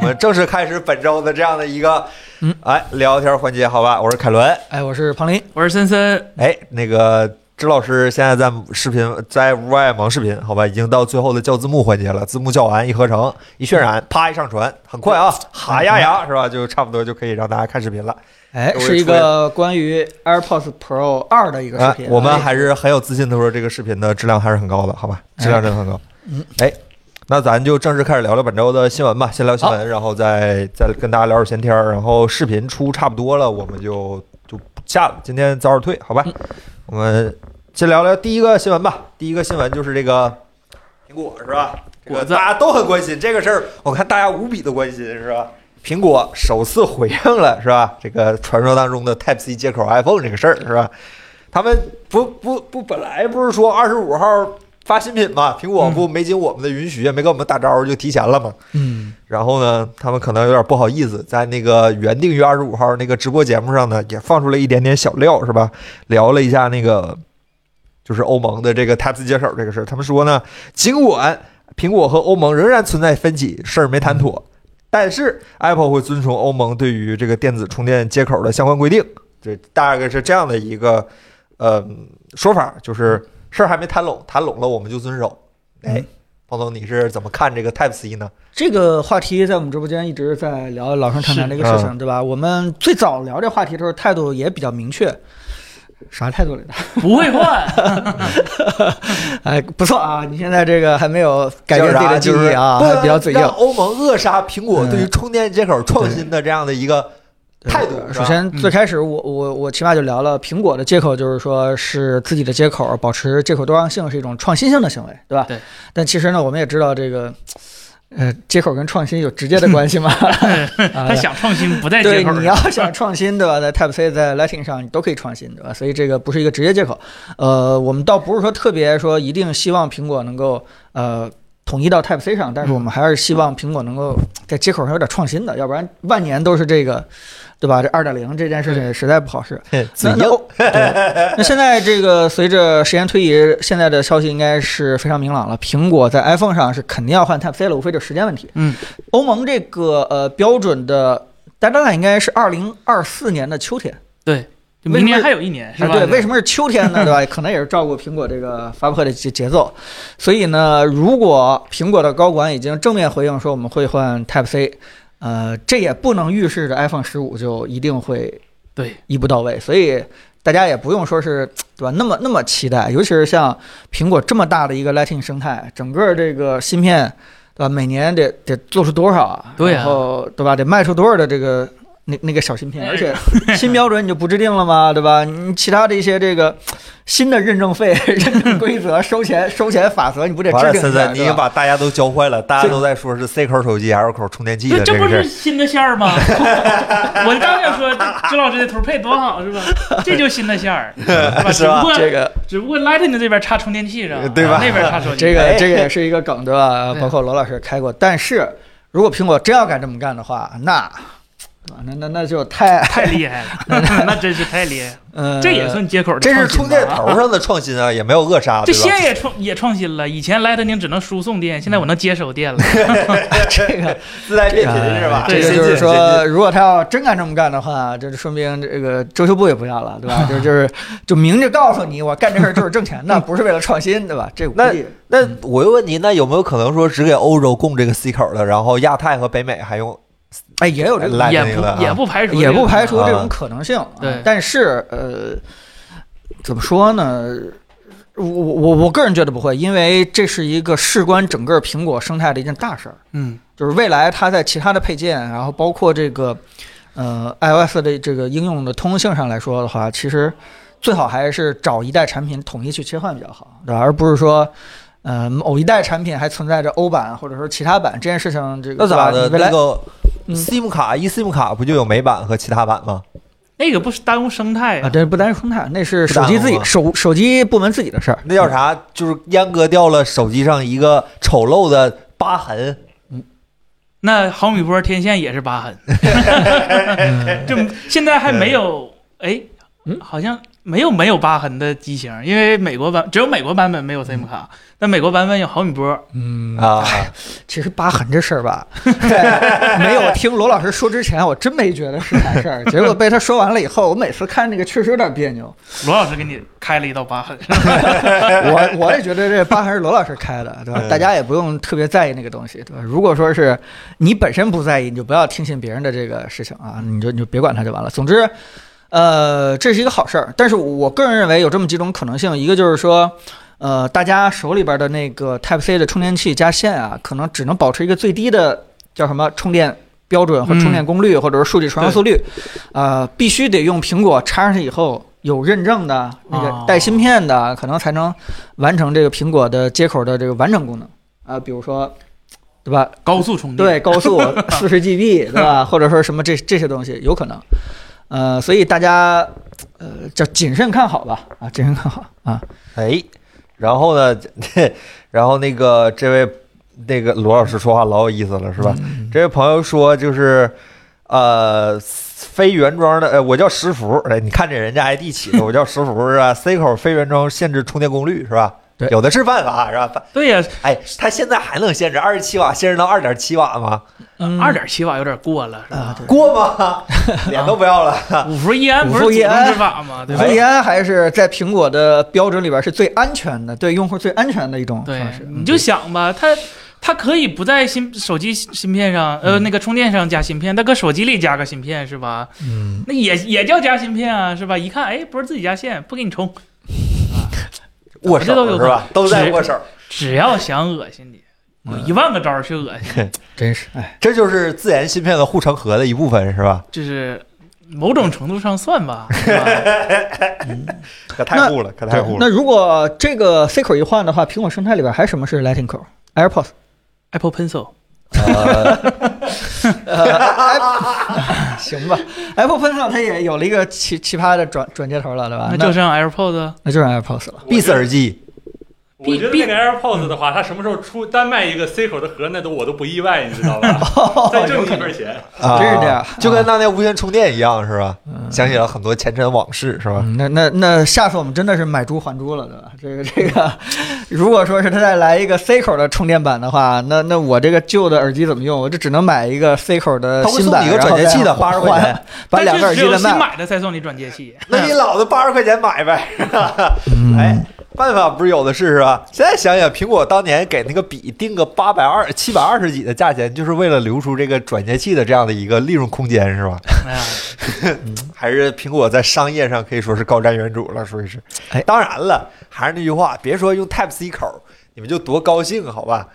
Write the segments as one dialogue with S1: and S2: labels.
S1: 们正式开始本周的这样的一个哎聊天环节，好吧？我是凯伦，
S2: 哎，我是庞林，
S3: 我是森森，
S1: 哎，那个支老师现在在视频在屋外忙视频，好吧？已经到最后的校字幕环节了，字幕校完一合成一渲染，啪一上传，很快啊，哈呀呀是吧？就差不多就可以让大家看视频了。
S2: 哎，
S1: 我是
S2: 是一个关于 AirPods Pro 二的一个视
S1: 哎
S2: 频。啊
S1: 我们还是很有自信的说，这个视频的质量还是很高的，好吧？质量真的很高。
S2: 嗯
S1: 哎，那咱就正式开始聊聊本周的新闻吧，先聊新闻，然后再再跟大家聊点闲天儿。然后视频出差不多了，我们就就不下了，今天早点退，好吧？
S2: 嗯
S1: 我们先聊聊第一个新闻吧。第一个新闻就是这个苹果是吧？这个
S3: 果子
S1: 大家都很关心这个事儿，我看大家无比的关心是吧？苹果首次回应了是吧？这个传说当中的 Type C 接口 iPhone 这个事儿是吧？他们不不不，本来不是说二十五号发新品嘛？苹果不没经我们的允许，也没给我们打招呼就提前了嘛？
S2: 嗯，
S1: 然后呢，他们可能有点不好意思，在那个原定于二十五号那个直播节目上呢，也放出了一点点小料，是吧？聊了一下那个就是欧盟的这个 Type C 接口这个事儿。他们说呢，尽管苹果和欧盟仍然存在分歧，事儿没谈妥，但是 Apple 会遵从欧盟对于这个电子充电接口的相关规定。这大概是这样的一个呃说法，就是事儿还没谈拢，谈拢了我们就遵守。哎
S2: 嗯，
S1: 彭总，你是怎么看这个 Type C 呢？
S2: 这个话题在我们直播间一直在聊老生常谈这个事
S1: 是嗯
S2: 情，对吧？我们最早聊这话题的时候，态度也比较明确。啥态度来着？
S3: 不会换，
S2: 哎，不错啊！你现在这个还没有改变自己的记忆啊，
S1: 就是
S2: 还比较嘴硬嗯
S1: 让。欧盟扼杀苹果对于充电接口创新的这样的一个态度。
S2: 对
S1: 是
S2: 首
S1: 吧，嗯
S2: 先，最开始我我我起码就聊了苹果的接口，就是说是自己的接口，保持接口多样性是一种创新性的行为，对吧？
S3: 对。
S2: 但其实呢，我们也知道这个，呃，接口跟创新有直接 的关系嘛。啊
S3: 他想创新不在接
S2: 对，
S3: 口儿
S2: 你要想创新，对吧？在 Type C、在 Lightning 上，你都可以创新，对吧？所以这个不是一个直接接口。呃，我们倒不是说特别说一定希望苹果能够呃统一到 Type C 上，但是我
S3: 嗯
S2: 们还是希望苹果能够在接口上有点创新的，要不然万年都是这个，对吧？这二点零这件事情实在不好使。
S1: 自己 用
S2: 对，那现在这个随着时间推移，现在的消息应该是非常明朗了。苹果在 iPhone 上是肯定要换 Type C 了，无非就是时间问题。
S3: 嗯，
S2: 欧盟这个呃标准的 deadline 应该是二零二四年的秋天，
S3: 就明年还有一年是
S2: 啊
S3: 吧？
S2: 对，为什么是秋天呢？对 吧？可能也是照顾苹果这个发布会的节节奏。所以呢，如果苹果的高管已经正面回应说我们会换 Type C，呃，这也不能预示着 iPhone 十五就一定会
S3: 对
S2: 一步到位，所以大家也不用说是对吧？那么那么期待，尤其是像苹果这么大的一个 Lightning 生态，整个这个芯片对吧？每年得得做出多少啊？
S3: 对啊
S2: 然后对吧？得卖出多少的这个那那个小芯片？而且新标准你就不制定了吗？对吧？你其他的一些这个新的认证费、 认证规则、收钱收钱法则，你不得
S1: 完
S2: 制
S1: 了，
S2: 定
S1: 森
S2: 一下？
S1: 森，你
S2: 对
S1: 也
S2: 吧？
S1: 把大家都教坏了，大家都在说是 C 口手机 L 口充电器
S3: 对，
S1: 的
S3: 这
S1: 哎这个
S3: 不
S1: 事
S3: 是
S1: 儿。
S3: 新的线儿 吗？我刚想说，这周老师这头配多好是吧？这就是新的 线儿，
S1: 是
S3: 是
S1: 吧
S3: 吧？只不过
S2: 这个
S3: 只不过 Lightning 这边插充电器上，
S1: 对吧
S3: 啊那边插手机，
S2: 这个
S1: 哎
S2: 这个也是一个梗，对吧？
S3: 对
S2: 包括罗老师也开过。但是如果苹果真要敢这么干的话，那那那那就太
S3: 太厉 害了， 那真是太厉害了，
S2: 呃，
S3: 这也算接口的
S1: 这
S3: 创新吧，
S1: 是充电头上的创 新啊，也没有扼杀，
S3: 这
S1: 对吧？
S3: 线也创也创新了，以前 Lightning 只能输送电，现在我能接 收电了。
S2: 这个啊
S1: 自带变频是吧？
S2: 哎这个
S1: 先
S2: 就
S1: 进先
S2: 是说，
S1: 进
S2: 如果他要真敢这么干的话，就是说明这个遮羞布也不要了，对吧？就就是就明着告诉你，我干这事儿就是挣钱的，不是为了创新，对吧？这我估计
S1: 那我又问你，那有没有可能说只给欧洲供这个 C 口的，然后亚太和北美还用
S2: 哎也有这个
S1: 来
S3: 也
S1: 那个啊
S3: 不也不排除
S2: 也
S3: 这个
S2: 不排除这
S1: 啊
S2: 种可能性。
S3: 对
S2: 但是呃，怎么说呢？我我我个人觉得不会，因为这是一个事关整个苹果生态的一件大事儿，
S3: 嗯
S2: 就是未来它在其他的配件，然后包括这个呃 iOS 的这个应用的通用性上来说的话，其实最好还是找一代产品统一去切换比较好，对吧？而不是说。呃，某一代产品还存在着欧版或者说其他版这件事情，这个
S1: 那咋
S2: 对吧
S1: 的？
S2: 你未
S1: 那
S2: 来
S1: 个
S2: 嗯
S1: SIM 卡一 SIM 卡不就有美版和其他版吗？
S3: 那个不是耽误生态
S2: 啊，
S3: 呀？
S2: 这不单是生态，那是手机
S1: 不耽
S2: 自
S1: 误
S2: 己
S1: 吗
S2: 手手机部门自己的事儿。
S1: 那叫啥？就是阉割掉了手机上一个丑陋的疤痕，
S3: 那毫米波天线也是
S2: 嗯
S3: 疤痕，就现在还没有哎，好像没有没有疤痕的机型，因为美国版只有美国版本没有 SIM 卡，但美国版本有毫米波。
S2: 嗯
S1: 啊，
S2: 其实疤痕这事儿吧， 在没有听罗老师说之前，我真没觉得是啥事儿。结果被他说完了以后，我每次看那个确实有点别扭。
S3: 罗老师给你开了一道 疤痕，
S2: 我我也觉得这疤痕是罗老师开的，对吧？
S1: 嗯
S2: 大家也不用特别在意那个东西，对吧？如果说是你本身不在意，你就不要听信别人的这个事情啊，你就你就别管它就完了。总之，呃，这是一个好事儿，但是我个人认为有这么几种可能性，一个就是说。呃，大家手里边的那个 Type C 的充电器加线啊，可能只能保持一个最低的叫什么充电标准和充电功率，或者是数据传输速率，呃，必须得用苹果插上去以后有认证的那个
S3: 哦
S2: 带芯片的，可能才能完成这个苹果的接口的这个完整功能啊、比如说，对吧？
S3: 高速充电。
S2: 对，高 速四十 GB，对吧？或者说什么这这些东西有可能，呃，所以大家呃叫谨慎看好吧，啊，谨慎看好啊，
S1: 哎， 然后呢， 这然后那个这位那个罗老师说话老有意思了，是吧？
S2: 嗯
S1: 这位朋友说就是。呃，非原装的，呃，我叫石福，哎，你看这人家 ID 起的，我叫石福是吧？C 口非原装限制充电功率是吧？
S2: 对
S1: 有的是办法是吧？办
S3: 对呀，
S1: 哎，它现在还能限制二十七瓦，限制到二点七瓦吗？
S2: 嗯
S3: 二点七瓦有点过了，是
S2: 啊
S3: 吧？
S2: 对
S1: 过吗？ 脸都不要了。
S3: 五伏一安不是
S2: 五伏
S3: 祖
S2: 一安哎
S3: 宗之法吗？对吧
S2: 所？以安还是在苹果的标准里边是最安全的，对用户最安全的一种
S3: 对
S2: 方式。，嗯
S3: 你就想吧，它它可以不在芯手机芯片上，呃，那个充电上加芯片，它搁手机里加个芯片是吧？
S2: 嗯，
S3: 那也也叫加芯片啊，是吧？一看，哎，不是自己家线，不给你充，
S1: 握
S3: 啊这都有
S1: 手是吧？都在握手，
S3: 只要想恶心你，有一万个招儿去恶心，
S2: 真是哎，
S1: 这就是自研芯片的护城河的一部分是吧？
S3: 就是某种程度上算吧，是吧
S1: 可太酷了，可太酷了。
S2: 那如果这个 C 口一换的话，苹果生态里边还有什么是 Lightning 口？AirPods，
S3: ？Apple Pencil
S1: 呃，
S2: 呃 行吧，Apple Pencil 它也有了一个奇奇葩的转转接头了，对吧？
S3: 那
S2: 啊那
S3: 就剩 AirPods，
S2: 那就是 AirPods 了。
S1: 闭塞耳机，
S4: 我觉得那个 AirPods 的
S3: 嗯
S4: 话，它什么时候出单卖一个 C 口的盒，那都我都不意外，你知道 吧？再挣一份钱，
S1: 啊
S2: 真是这样
S1: 就跟当年无线充电一样是吧？
S2: 嗯
S1: 想起了很多前尘往事是吧？
S2: 嗯那那那下次我们真的是买猪还猪了，对吧？这个这个，如果说是它再来一个 C 口的充电板的话，那那我这个旧的耳机怎么用？我就只能买一个 C 口的
S1: 他会
S2: 新
S1: 送
S2: 版，
S1: 你一个转接器的，八十块
S2: 还
S1: 钱。
S2: 把两个
S3: 但
S2: 耳
S3: 是
S2: 机
S3: 只有
S2: 再
S3: 新
S2: 卖。
S3: 买的才送你转接器。
S1: 那你老子八十块钱买呗， 哎，办法不是有的是是吧？现在想想，苹果当年给那个笔定个八百二、七百二十几的价钱，就是为了留出这个转接器的这样的一个利润空间是吧？
S3: 哎呀，
S1: 还是苹果在商业上可以说是高瞻远瞩了，属于是。
S2: 哎
S1: 当然了，还是那句话，别说用 Type C 口，你们就多高兴好吧？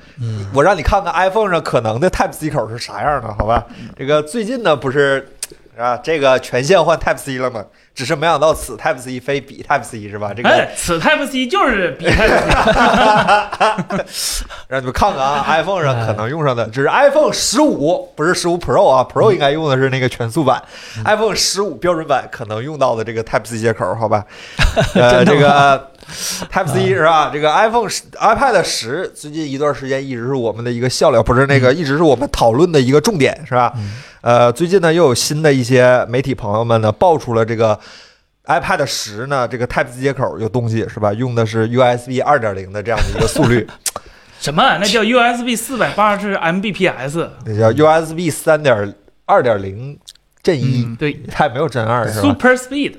S1: 我让你看看 iPhone 上可能的 Type C 口是啥样的，好吧？这个最近呢不是啊，这个全线换 Type C 了吗？只是没想到此 Type C 非彼 Type C 是吧？这个
S3: 哎，此 Type C 就是比 Type C
S1: 让你们看看啊，iPhone 上可能用上的，只是 iPhone 十五，不是十五 Pro 啊，Pro 应该用的是那个全速版、i p h o n e 十五标准版可能用到的这个 Type C 接口，好吧？呃，这个 Type C 是吧？这个 iPhone 十、iPad 十最近一段时间一直是我们的一个笑料，不是那个，一直是我们讨论的一个重点，是吧？呃，最近呢又有新的一些媒体朋友们呢爆出了这个。iPad 十呢，这个 Type C 接口有东西是吧？用的是 USB 二点零的这样的一个速率，
S3: 什么？那叫 USB 四百八十 Mbps，
S1: 那叫 USB 三点二点零阵一，
S2: 嗯
S3: 对
S1: 它也没有阵二是吧？
S3: ，Super Speed。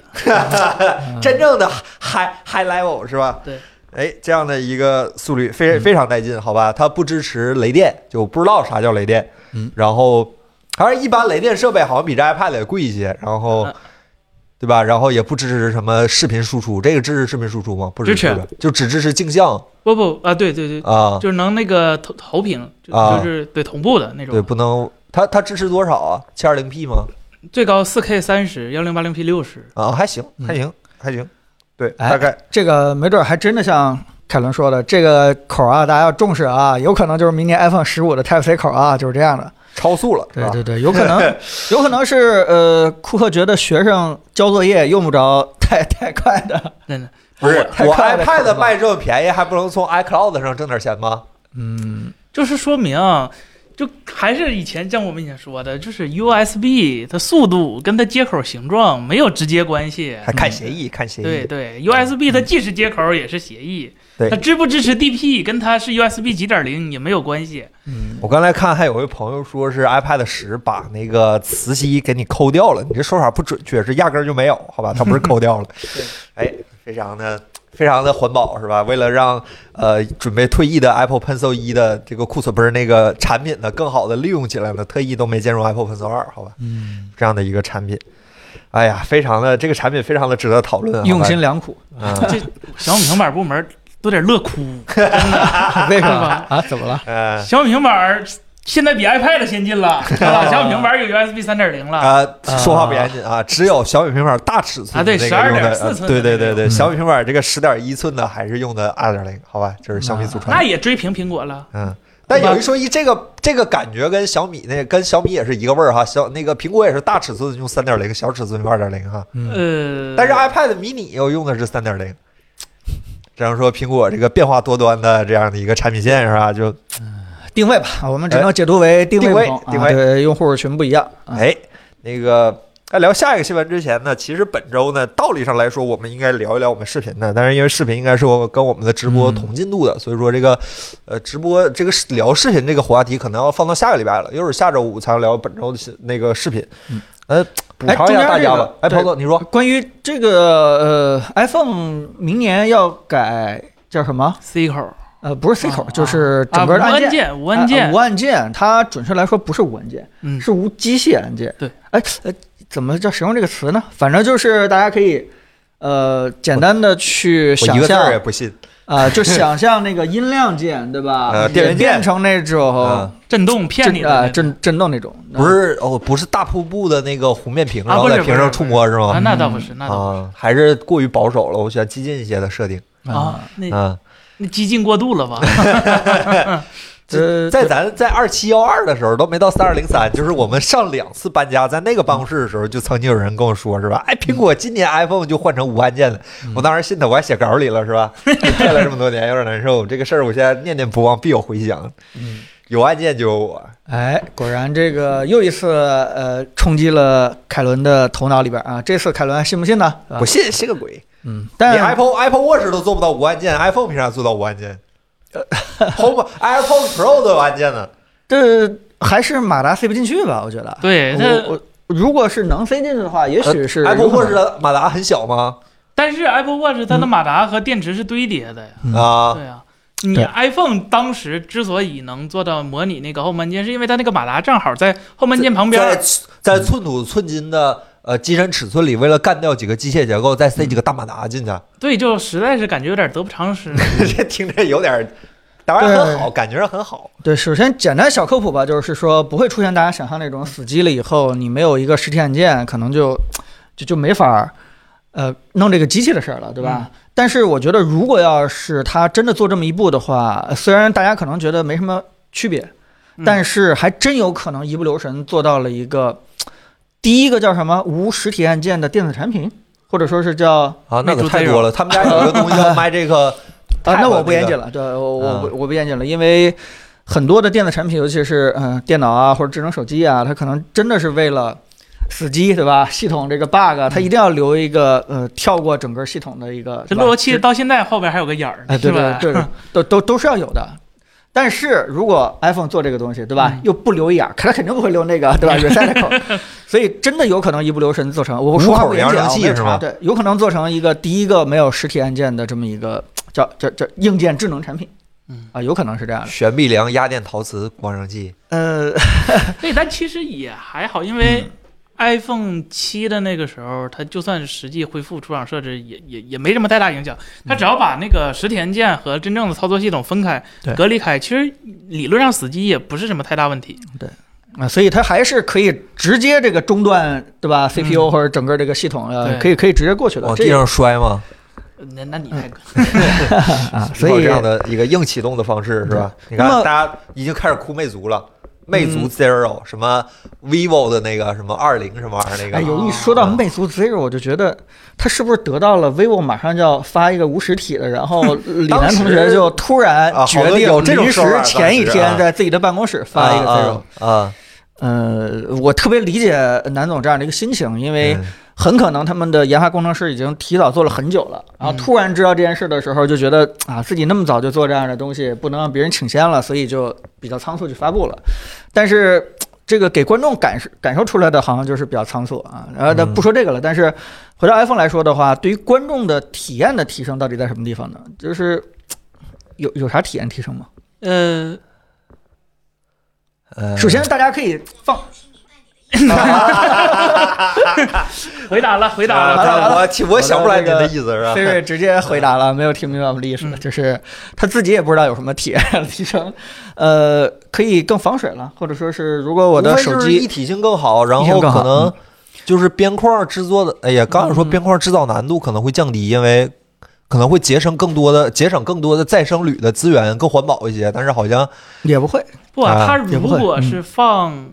S1: 真正的 high high level 是吧？
S3: 嗯对。
S1: 哎，这样的一个速率非非常带劲，好吧？它不支持雷电，就不知道啥叫雷电。
S2: 嗯。
S1: 然后，还是一般雷电设备好像比这 iPad 也贵一些，然后
S3: 嗯，
S1: 对吧？然后也不支持什么视频输出，这个支持视频输出吗？不支
S3: 支持
S1: 吧，就只支持镜像
S3: 不不啊，对对对，
S1: 啊。
S3: 就是能那个投投屏，就
S1: 啊
S3: 就是对同步的那
S1: 对，
S3: 种，
S1: 不能。它它支持多少啊？七二零 P 吗？
S3: 最高四 K 三十，幺零八零 P 六十。
S1: 啊，还行，
S2: 嗯
S1: 还行，还行。对，
S2: 哎
S1: 大概
S2: 这个没准儿还真的像凯伦说的，这个口啊，大家要重视啊，有可能就是明年 iPhone 十五的 Type C 口啊，就是这样的。
S1: 超速了，是
S2: 对
S1: 吧？
S2: 对对，有可能， 有可能是呃，库克觉得学生交作业用不着太 太快的，
S3: 真的，
S1: 不是
S2: 太
S1: 我
S2: 快了
S1: iPad 卖这么便宜，还不能从 iCloud 上挣点钱吗？
S2: 嗯，
S3: 就是说明啊就还是以前像我们以前说的，就是 USB 它速度跟它接口形状没有直接关系。
S1: 还看协
S2: 嗯
S1: 议，看协议。
S3: 对对，USB 它既是接口也是协议，
S1: 对
S3: 它支不支持 DP 跟它是 USB 几点零也没有关系。
S2: 嗯，
S1: 我刚才看还有位朋友说是 iPad 十把那个磁吸给你抠掉了，你这说法不准确，是压根儿就没有，好吧？它不是抠掉 了
S3: 对，
S1: 哎，非常的非常的环保是吧？为了让呃准备退役的 Apple Pencil 一的这个库存不是那个产品呢更好的利用起来呢，特意都没兼容 Apple Pencil 二，好吧？
S2: 嗯，
S1: 这样的一个产品，哎呀，非常的这个产品非常的值得讨论，好吧
S2: 用心良苦，
S1: 嗯
S3: 这小米平板部门都得乐哭。
S2: 为什么
S3: 吧
S2: 啊？怎么了？
S1: 呃
S3: 小米平板儿现在比 iPad 先进了，知道吧？小米平板儿有 USB 三点零了。
S1: 啊，说话不严谨啊，只有小米平板大尺寸
S3: 啊对
S1: 那个用的
S3: 12.4
S1: 呃
S3: 寸的
S1: 对对
S3: 那
S1: 对
S3: 个
S1: 对，
S2: 嗯
S1: 小米平板这个十点一寸的还是用的二点零，好吧，这是小米祖传
S3: 嗯那
S1: 的。
S3: 也追平苹果了，
S1: 嗯，但有一说一，这个这个感觉跟小米那跟小米也是一个味儿哈，小那个苹果也是大尺寸用三点零，小尺寸用二点零哈，
S2: 嗯，
S3: 呃，
S1: 但是啊 iPad mini 又用的是三点零。 只能说苹果这个变化多端的这样的一个产品线是吧？就
S2: 定位吧，我们只能解读为定
S1: 定
S2: 不
S1: 位
S2: 同，啊
S1: 定位
S2: 对用户群不一样。啊
S1: 哎，那个在聊下一个新闻之前呢，其实本周呢，道理上来说，我们应该聊一聊我们视频的，但是因为视频应该是我跟我们的直播
S2: 嗯
S1: 同进度的，所以说这个呃直播这个视聊视频这个话题可能要放到下个礼拜了，又是下周五才聊本周的新那个视频
S2: 嗯，
S1: 呃，补偿一下大家吧。哎，
S2: 哎中间这个
S1: 彭总，你说
S2: 关于这个呃，iPhone 明年要改叫什么？
S3: C 口儿
S2: 呃，不是 C 口
S3: 啊，
S2: 就是
S3: 啊，
S2: 整个
S3: 无
S2: 的按
S3: 按
S2: 键。
S3: 键，无按键
S2: 哎无，按键，它准确来说不是无按键，
S3: 嗯，
S2: 是无机械按键。
S3: 对，
S2: 哎，呃，怎么叫使用这个词呢？反正就是大家可以，呃，简单的
S1: 我
S2: 去
S1: 一
S2: 想
S1: 个字
S2: 象
S1: 儿也不信，
S2: 啊、就想象那个音量键，对吧？
S1: 呃电源键
S2: 也变成那种
S1: 嗯
S3: 震动骗
S2: 震
S3: 你
S2: 啊
S3: 的
S2: 震震动那种，
S1: 不是哦，不是大瀑布的那个弧面屏，
S3: 嗯啊
S1: 然后
S3: 不是
S1: 在屏上触摸
S2: 哦
S1: 是
S3: 啊，
S1: 吗？
S3: 那倒
S2: 嗯
S3: 不是，那倒
S1: 啊，还是过于保守了，我喜欢激进一些的设定
S3: 不是啊，
S2: 嗯
S3: 那
S1: 啊。
S3: 那激进过度了吧？
S2: 呃，
S1: 在咱在二七幺二的时候都没到三二零三，就是我们上两次搬家，在那个办公室的时候，就曾经有人跟我说是吧？哎，苹果今年 iPhone 就换成无按键了，
S2: 嗯
S1: 我当时信他，我还写稿里了是 吧？骗了这么多年，有点难受。这个事儿我现在念念不忘，必有回响。
S2: 嗯，
S1: 有按键就有我，
S2: 哎，果然这个又一次呃冲击了凯伦的头脑里边啊！这次凯伦还信不信呢？是吧
S1: 不信信个鬼！
S2: 嗯，
S1: 你
S2: 啊但
S1: Apple Apple Watch 都做不到无按键，iPhone 凭啥做到无按 键？Home AirPods Pro 都有按键呢，
S2: 这还是马达塞不进去吧？我觉得。
S3: 对，
S2: 我
S3: 它
S2: 我如果是能塞进去的话，也许呃是
S1: Apple
S2: 有可
S1: Watch
S2: 能
S1: 的马达很小吗？
S3: 但是 Apple Watch 它的马达和电池是堆叠的呀，
S2: 嗯
S1: 啊，
S3: 对啊。你
S2: 对
S3: iPhone 当时之所以能做到模拟那个后门键，是因为它那个马达正好在后门键旁边
S1: 在
S3: 儿，
S1: 寸在寸土寸金的呃机身尺寸里，为了干掉几个机械结构，再塞几个大马达进去，
S3: 对，就实在是感觉有点得不偿 失。
S1: 这听着有点儿，当然很好，感觉上很好。
S2: 对。首先简单小科普吧，就是说不会出现大家想象那种死机了以后，你没有一个实体按键，可能就就就没法儿呃弄这个机器的事儿了，对吧？但是我觉得，如果要是他真的做这么一步的话，虽然大家可能觉得没什么区别，
S3: 嗯
S2: 但是还真有可能一不留神做到了一个第一个叫什么无实体按键的电子产品，或者说是叫
S1: 啊，那
S3: 那
S1: 可
S3: 就
S1: 太
S3: 这
S1: 多了。他们家有一个东西叫卖这 个
S2: 啊，那我
S1: Tab
S2: 不严谨了，对，我我
S1: 啊
S2: 不我不严谨了，因为很多的电子产品，尤其是嗯、呃电脑啊或者智能手机啊，它可能真的是为了死机，对吧？系统这个 bug，啊它一定要留一个呃跳过整个系统的一个
S3: 这
S2: 对吧
S3: 路由器到现在后边还有个眼儿
S2: 哎，
S3: 呢，是
S2: 对
S3: 吧
S2: 对？对，对都都都是要有的。但是如果 iPhone 做这个东西，对吧？
S3: 嗯
S2: 又不留一眼儿，它肯定不会留那个，对吧？reset 口，所以真的有可能一不留神做成我
S1: 五
S2: 说话
S1: 口
S2: 不严
S1: 扬
S2: 谨
S1: 声
S2: 啊，我
S1: 器
S2: 没有
S1: 是
S2: 查
S1: 吗
S2: 对，有可能做成一个第一个没有实体按键的这么一个叫叫叫硬件智能产品
S3: 嗯，
S2: 啊，有可能是这样的。
S1: 悬臂梁压电陶瓷光声器，
S2: 呃，
S3: 对，但其实也还好，因
S2: 嗯
S3: 为 iPhone 七的那个时候，它就算是实际恢复出厂设置也，也也没什么太大影响。
S2: 嗯
S3: 它只要把那个实体按键和真正的操作系统分开、
S2: 对
S3: 隔离开，其实理论上死机也不是什么太大问题。
S2: 啊，所以它还是可以直接这个中断，对吧？CPU 或者整个这个系统，呃，
S3: 对
S2: 可以可以直接过去的
S1: 往。
S2: 这
S1: 地上摔吗？
S3: 呃那那你太
S2: 啊，
S1: 是
S2: 所
S1: 有
S2: 以
S1: 这样的一个硬启动的方式是吧？你看
S2: 那么嗯
S1: 大家已经开始哭魅族了，魅族 Zero，、什么 vivo 的那个什么二零什么玩意儿那个。啊
S2: 哎，有一说到魅族 Zero，我就觉得他是不是得到了 vivo 马上就要发一个无实体的，然后李楠同学就突然
S1: 啊好
S2: 决
S1: 多
S2: 定
S1: 有这种
S2: 临时
S1: 说法
S2: 前一
S1: 当时啊
S2: 天在自己的办公室发一个 Zero。
S1: 啊啊啊，
S2: 呃，我特别理解南总这样的一个心情，因为
S1: 嗯
S2: 很可能他们的研发工程师已经提早做了很久了，
S1: 嗯
S2: 然后突然知道这件事的时候，就觉得啊，自己那么早就做这样的东西，不能让别人抢先了，所以就比较仓促去发布了。但是这个给观众感受感受出来的，好像就是比较仓促啊。然后但
S1: 嗯
S2: 不说这个了，但是回到 iPhone 来说的话，对于观众的体验的提升到底在什么地方呢？就是有有啥体验提升吗？
S3: 呃，
S1: 呃
S2: 首先，大家可以放
S3: 回答了， 回答
S1: 啊
S3: 了。
S2: 完了完
S1: 他
S2: 了
S1: 我听我想不出来您
S2: 完了
S1: 的
S2: 这
S1: 意思是吧？
S2: 菲瑞直接回答了，没有听明白我们的意思，
S3: 嗯
S2: 就是他自己也不知道有什么体验 提升，呃，可以更防水了，或者说是如果我
S1: 无
S2: 的
S1: 非
S2: 手
S1: 就是一
S2: 机
S1: 体性更好，然
S2: 一体性
S1: 后
S2: 更好
S1: 可能就是边框制作的，哎呀，刚想说边框制造难度可能会降低，因为可能会节省更多的节省更多的再生铝的资源，更环保一些。但是好像
S2: 也不会，
S3: 不，
S1: 啊
S3: 它
S2: 也
S3: 如
S2: 不会
S3: 果
S2: 嗯
S3: 是放，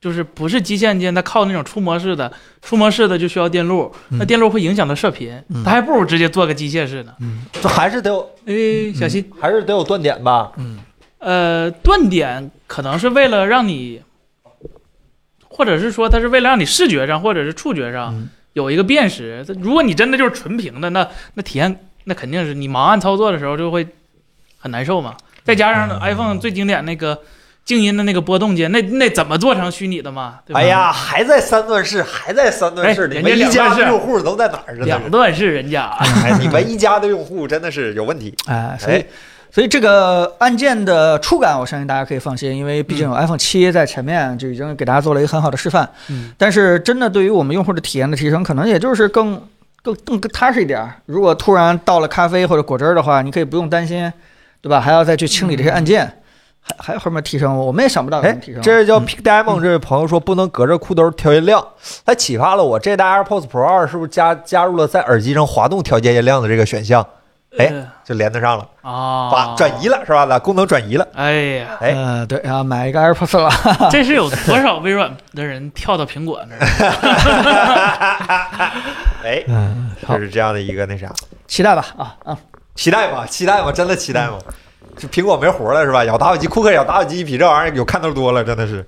S3: 就是不是基线键，它靠那种触摸式的，触摸式的就需要电路，那
S2: 嗯
S3: 电路会影响它射频，
S2: 嗯
S3: 它还不如直接做个机械式呢。
S1: 这还是得有
S3: 哎，小新，
S1: 还是得有断点吧。
S2: 嗯，
S3: 呃，断点可能是为了让你，或者是说它是为了让你视觉上或者是触觉上
S2: 嗯
S3: 有一个辨识。如果你真的就是纯平的，那那体验那肯定是你盲按操作的时候就会很难受嘛。再加上 iPhone 最经典那个静音的那个波动键，那那怎么做成虚拟的嘛？对吧
S1: 哎，呀，还在三段式，还在三段式，
S3: 哎
S1: 你
S3: 人
S1: 们
S3: 家
S1: 一家
S3: 两段
S1: 的
S3: 式
S1: 用户都在哪儿？真的
S3: 两
S1: 是，
S3: 段式人家啊，
S1: 哎，你们一家的用户真的是有问题。
S2: 哎，所以
S1: 哎，
S2: 所以这个按键的触感，我相信大家可以放心，因为毕竟
S1: 嗯
S2: 有 iPhone 七在前面就已经给大家做了一个很好的示范，
S3: 嗯，
S2: 但是真的对于我们用户的体验的提升，可能也就是更更更更踏实一点儿。如果突然倒了咖啡或者果汁儿的话，你可以不用担心，对吧？还要再去清理这些按键，还还有什么提升？我们也想不到有什
S1: 嗯哎
S2: 么提升。，
S1: 这位叫 Pick Diamond 这位朋友说，不能隔着裤兜调音量，他启发了我。这代 AirPods Pro 二是不是加加入了在耳机上滑动调节音量的这个选项，哎
S3: 呃
S1: 就连得上了，
S3: 啊，
S1: 把转移。了是吧？把功能转移了。
S3: 哎呀，
S1: 哎
S2: 呃，对啊，买一个 AirPods 吧。
S3: 这是有多少微软的人跳到苹果那儿？
S1: 哎，
S2: 嗯，好
S1: 就，是这样的一个那啥，
S2: 期待吧啊啊，
S1: 期待吗？期待吗？真的期待吗？这苹果没活了是吧？咬打火机，库克咬打火机一比这玩意儿有看头多了，真的是。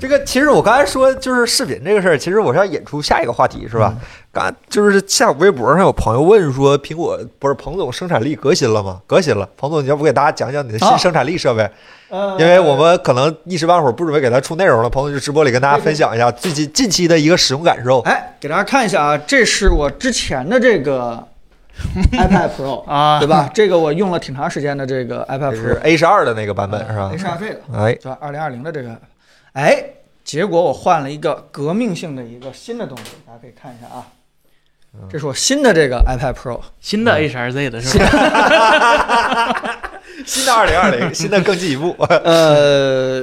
S1: 这个其实我刚才说就是视频这个事儿，其实我是要引出下一个话题是吧？刚就是下午微博上有朋友问说，苹果不是彭总生产力革新了吗？革新了，彭总你要不给大家讲讲你的新
S2: 啊
S1: 生产力设备？
S2: 呃
S1: 因为我们可能一时半会儿不准备给他出内容了，彭总就直播里跟大家分享一下最近近期的一个使用感受。
S2: 哎，给大家看一下啊，这是我之前的 这个 iPad Pro
S3: 啊
S2: 对吧？这个我用了挺长时间的这个
S1: 这
S2: iPad
S1: 是
S2: Pro
S1: A 十二的那个版本是吧？
S2: H R 这个。
S1: 哎，
S2: 就二零二零的这个，哎，结果我换了一个革命性的一个新的东西，大家可以看一下啊，
S1: 嗯
S2: 这是我新的这个 iPad Pro，
S3: 新的 HRZ 的是吧？
S1: 新的二零二零，新的更进一步。
S2: 呃，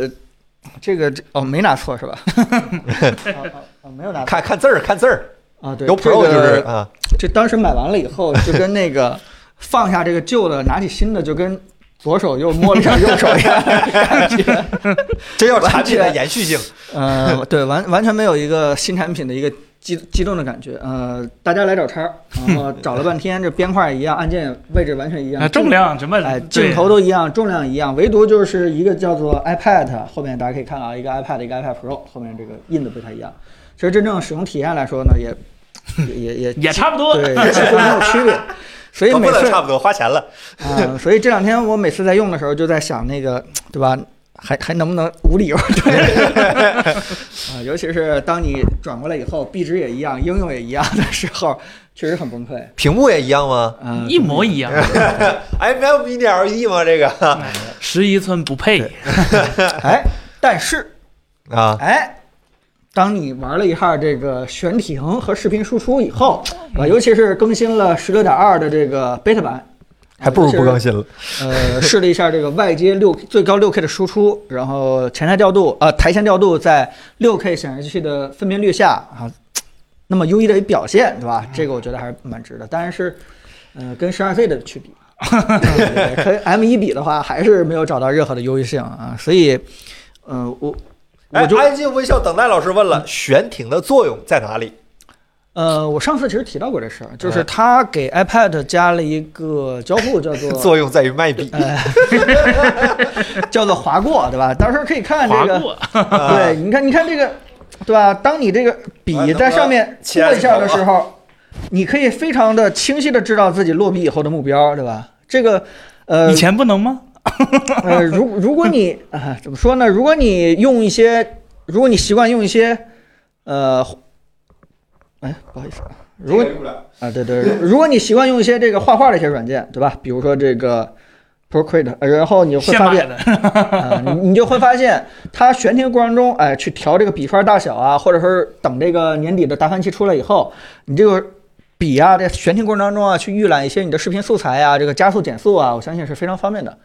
S2: 这个这哦没拿错是吧？ 哦哦哦没有拿错
S1: 看看字儿，看字儿，
S2: 啊，对，
S1: 有
S2: 这
S1: Pro 就是
S2: 个
S1: 啊，
S2: 这当时买完了以后，就跟那个放下这个旧的，拿起新的，就跟左手又摸了一下右手一样，感觉。
S1: 这要产品的
S2: 完全
S1: 延续 性。
S2: 呃，对，完完全没有一个新产品的一个激激动的感觉。呃，大家来找茬儿，然 后找了半天，这边块一样，按键位置完全一
S3: 啊，
S2: 样，
S3: 重量什么？
S2: 哎，
S3: 对
S2: 镜头都一样，重量一样，唯独就是一个叫做 iPad，后面大家可以看啊，一个 iPad，一个 iPad Pro，后面这个印的不太一样。其实真正使用体验来说呢，也也也也
S3: 也差不多。
S2: 对，也几乎没有区别。所以
S1: 恨
S2: 每
S1: 不能
S2: 次
S1: 差不多花钱了，
S2: 啊、所以这两天我每次在用的时候，就在想那个，对吧？还还能不能无理由 对？啊、尤其是当你转过来以后，壁纸也一样，应用也一样的时候，确实很崩溃。
S1: 屏幕也一样吗
S2: 嗯、
S3: 一模 一样，
S1: 哎，没有 Mini LED 吗？这个
S3: 十一寸不配。
S2: 哎，但是
S1: 啊，
S2: 哎，当你玩了一下这个悬停和视频输出以后，啊，尤其是更新了十六点二的这个 beta 版，啊
S1: 还不如
S2: 尤其
S1: 不
S2: 是
S1: 更新了。
S2: 呃，试了一下这个外接六最高六 K 的输出，然后前台调度啊、呃台前调度在六 K 显示器的分辨率下啊，那么优异的一表现，对吧？这个我觉得还是蛮值的，但是，呃，跟十二 K 的去比， 跟 M 一比的话，还是没有找到任何的优异性啊，所以。嗯，我
S1: 哎
S2: 我就
S1: 安静微笑等待老师问了，悬停的作用在哪里？
S2: 呃，我上次其实提到过这事儿，
S3: 嗯
S2: 就是他给 iPad 加了一个交互，叫 做
S1: 作用在于卖笔。
S2: 叫做划过，对吧？到时候可以看这
S3: 划
S2: 个，
S3: 过，
S1: 啊
S2: 对，你看，你看这个，对吧？当你这个
S1: 哎
S2: 笔
S1: 能
S2: 在
S1: 不
S2: 上
S1: 能
S2: 面
S1: 切
S2: 戳一
S1: 一
S2: 下
S1: 口
S2: 的时
S1: 啊
S2: 候，你可以非常的清晰的知道自己落笔以后的目标，对吧？这个，呃
S3: 以，前不能吗？
S2: 呃，如如果你啊、怎么说呢？如果你用一些，如果你习惯用一些，呃，哎，不好意思，啊，如果啊，对对，如果你习惯用一些这个画画的一些软件，对吧？比如说这个 Procreate，呃然后你会
S3: 现
S2: 发
S3: 买
S2: 现
S3: 的，
S2: 啊，你你就会发现，它悬停过程中，哎，去调这个笔刷大小啊，或者说是等这个年底的达芬奇出来以后，你这个笔啊，在悬停过程当中啊，去预览一些你的视频素材啊，这个加速减速啊，我相信是非常方便的。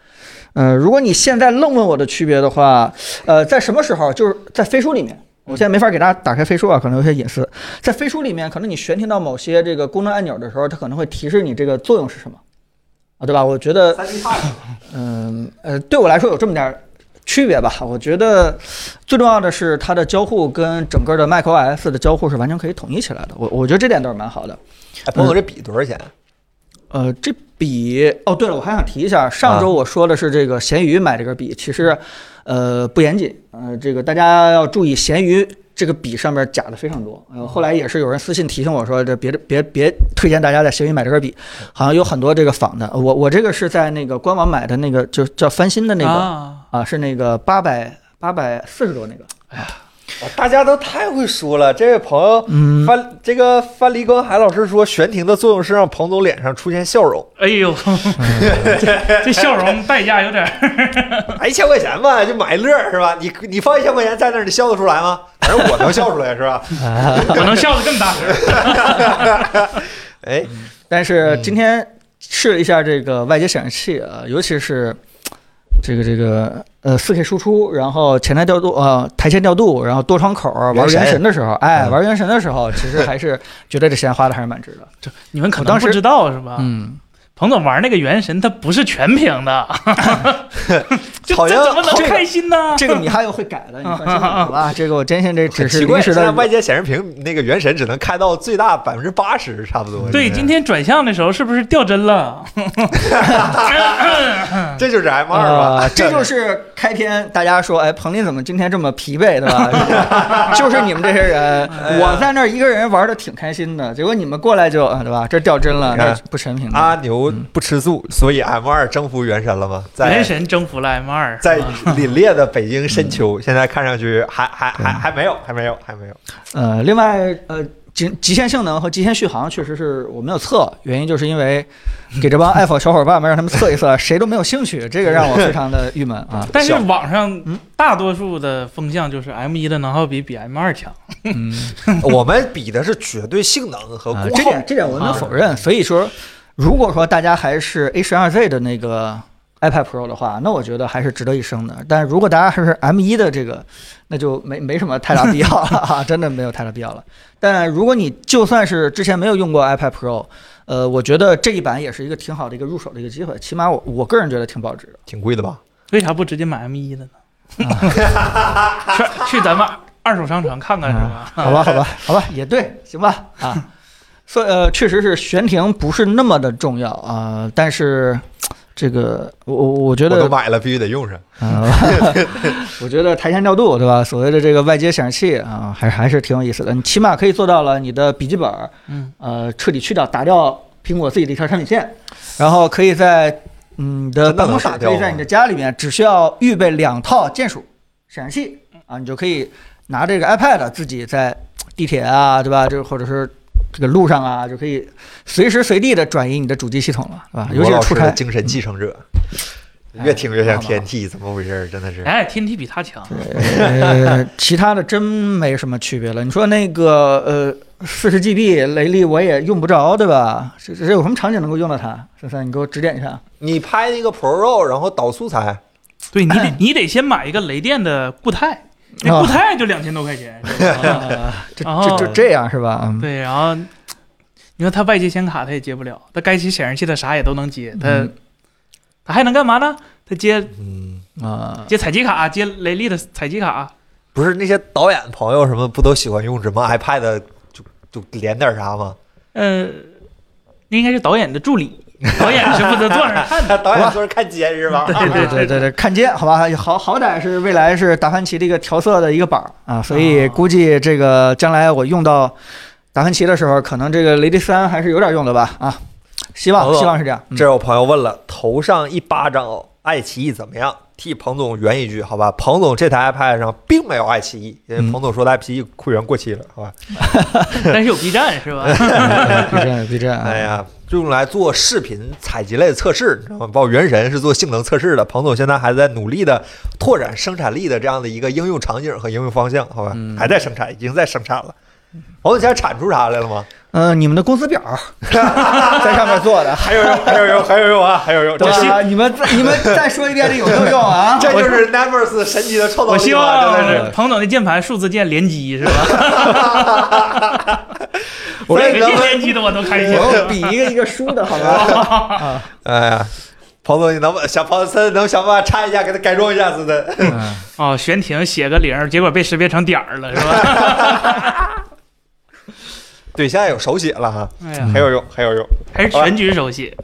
S2: 呃，如果你现在愣问我的区别的话，呃，在什么时候？就是在飞书里面。我现在没法给大家打开飞书啊，可能有些隐私。在飞书里面，可能你悬停到某些这个功能按钮的时候，它可能会提示你这个作用是什么，啊，对吧？我觉得
S1: 三 D 大
S2: 嗯呃，对我来说有这么点儿区别吧。我觉得最重要的是它的交互跟整个的 macOS 的交互是完全可以统一起来的。我我觉得这点倒是蛮好的。
S1: 哎，朋友，这笔多少钱？
S2: 呃，这笔哦，对了，我还想提一下，上周我说的是这个闲鱼买这个笔，其实呃不严谨，呃，这个大家要注意闲鱼。这个笔上面假的非常多，呃，后来也是有人私信提醒我说，这别别别推荐大家在闲鱼买这根笔，好像有很多这个仿的。我我这个是在那个官网买的那个，就是叫翻新的那个，
S3: 啊，
S2: 啊，是那个八百八百四十多那个。
S1: 哇哦大家都太会说了。这位朋友，
S2: 嗯
S1: 范这个范黎光海老师说，悬停的作用是让彭总脸上出现笑容，
S3: 哎呦，这这笑容代价有点儿，
S1: 哎，一千块钱吧，就买一乐儿是吧？你你放一千块钱在那儿，你笑得出来吗？反正我能笑出来是吧？
S3: 我能笑得更大声。
S1: 哎，
S2: 但是今天试了一下这个外接显示器啊，尤其是这个这个呃四 K 输出，然后前台调度呃台前调度，然后多窗口玩
S1: 原神
S2: 原神的时候，哎，
S1: 嗯
S2: 玩原神的时候，其实 还是觉得这钱花的还是蛮值的。
S3: 这你们可
S2: 我当
S3: 能
S2: 时
S3: 不知道是吧？
S2: 嗯，
S3: 彭总玩那个《原神》，它不是全 屏的， 这
S1: 好像
S3: 这怎么能
S1: 这个
S3: 开心呢？
S2: 这个米哈游会改的，你放 心好吧？这个我坚信这只
S1: 很
S2: 是
S1: 奇怪，
S2: 临时
S1: 现在
S2: 的。
S1: 外界显示屏那个原神只能开到最大百分之八十，差不多。
S3: 对，
S1: 就是
S3: 今天转向的时候是不是掉帧了？
S1: 这就是 M 二吧？
S2: 啊，这就是开篇大家说，哎，彭林怎么今天这么疲惫，对吧？就是你们这些人，我在那儿一个人玩的挺开心的，结果你们过来就，啊对吧？这掉帧了，
S1: 你看啊
S2: 那不全屏了。
S1: 阿牛不吃素，所以 M 二征服原神了吗？在
S3: 原神征服了 M 二，啊
S1: 在凛冽的北京深秋，现在看上去还还还还没有，还没有，还没 有。
S2: 呃，另外，呃，极极限性能和极限续航确实是我没有测，原因就是因为给这帮爱否小伙伴们让他们测一测，谁都没有兴趣，这个让我非常的郁闷 啊。
S3: 但是
S1: 小
S3: 网
S2: 嗯
S3: 上大多数的风向就是 M 一的能耗比比 M 二强。
S2: 嗯，
S1: 我们比的是绝对性能和功
S2: 啊
S1: 耗，
S2: 这点这点我没有否认。所以说，如果说大家还是 A 十二 Z 的那个 iPad Pro 的话，那我觉得还是值得一升的。但如果大家还是 M 一的这个，那就没没什么太大必要了啊， 真的没有太大必要了。但如果你就算是之前没有用过 iPad Pro，呃，我觉得这一版也是一个挺好的一个入手的一个机会，起码我我个人觉得挺保值的。
S1: 挺贵的吧？
S3: 为啥不直接买 M 一的呢？去去咱们二手商场看看是吧？
S2: 啊好吧，好 吧，好吧，也对，行吧，啊，所以呃，确实是悬停不是那么的重要啊、但是这个我我我觉
S1: 我
S2: 得
S1: 都，买了，必须得用上。
S2: 呃、 我觉得台前调度对吧？所谓的这个外接显示器啊，还还是挺有意思的。你起码可以做到了你的笔记本儿
S3: 嗯，
S2: 呃彻底去掉打掉苹果自己的一条产品线，然后可以在嗯你
S1: 真
S2: 的
S1: 的
S2: 办
S1: 能
S2: 公室
S1: 打，掉
S2: 可以在
S1: 吗
S2: 你的家里面，只需要预备两套键鼠显示器啊，你就可以拿这个 iPad 自己在地铁啊，对吧？就或者是这个路上啊，就可以随时随地的转移你的主机系统了，对吧？尤
S1: 罗
S2: 其是
S1: 老
S2: 出
S1: 师的
S2: 差，
S1: 精神继承者，
S2: 哎
S1: 越听越像
S2: 好吧
S1: 天梯，怎么回事儿？真的是。
S3: 哎，天梯比它强，
S2: 呃，其他的真没什么区别了。你说那个呃，四十 GB 雷力我也用不着，对吧？这这有什么场景能够用到它？珊珊，你给我指点一下。
S1: 你拍那个 Pro，然后导素材，
S3: 对你得你得先买一个雷电的固态，那
S2: 啊
S3: 固态就两千多块钱。是吧
S2: 啊，这
S3: 然后
S2: 这这这样是吧？嗯
S3: 对，然后你说它外接显卡它也接不了，它该接显示器它啥也都能接，它
S2: 嗯
S3: 它还能干嘛呢？他接
S1: 嗯，
S2: 啊，
S3: 接采集卡，接雷利的采集卡，
S1: 不是那些导演朋友什么不都喜欢用什 么 iPad 就就连点啥吗？
S3: 呃，那应该是导演的助理，导演是负责坐那儿 看的。
S1: 导演就是看街是 吧？
S2: 对对对对对，看街好吧，好好歹是未来是达芬奇的一个调色的一个板儿啊，所以估计这个将来我用到达芬奇的时候，可能这个雷迪三还是有点用的吧啊，希望希望是这样。嗯
S1: 这有朋友问了，头上一巴掌，爱奇艺怎么样？替彭总圆一句，好吧？彭总这台 iPad 上并没有爱奇艺，因为
S2: 嗯
S1: 彭总说的爱奇艺会员过期了，好吧？
S3: 但是有 B 站是吧？
S2: B 站有 B 站啊，
S1: 哎呀，用来做视频采集类的测试，你知道吗？包括原神是做性能测试的。彭总现在还在努力的拓展生产力的这样的一个应用场景和应用方向，好吧？
S2: 嗯
S1: 还在生产，已经在生产了。彭总现在产出啥来了吗？
S2: 嗯，你们的工 资表儿在上面做的，
S1: 还有用，还有用，还有用啊，还有用！这
S2: 对
S1: 是
S2: 吧？你们你们再说一遍这有没有用啊？
S1: 这就是 Nevers 神奇的创造
S3: 我
S1: 力
S3: 希
S1: 啊！真的是
S3: 望彭总的键盘数字键联机是吧？
S1: 我
S3: 每
S1: 跟
S3: 个
S1: 你
S3: 键
S1: 说，
S3: 联机的我都开心。
S2: 我比一个一个输的好吧？啊，
S1: 哎呀，彭总，你能不能想彭森能想办法拆一下，给他改装一下子的？
S3: 哦，悬停写个零儿，结果被识别成点儿了 是吧？
S1: 对，现在有手写了哈，
S3: 哎呀，
S1: 还有用，还有用。
S3: 还是全局手写。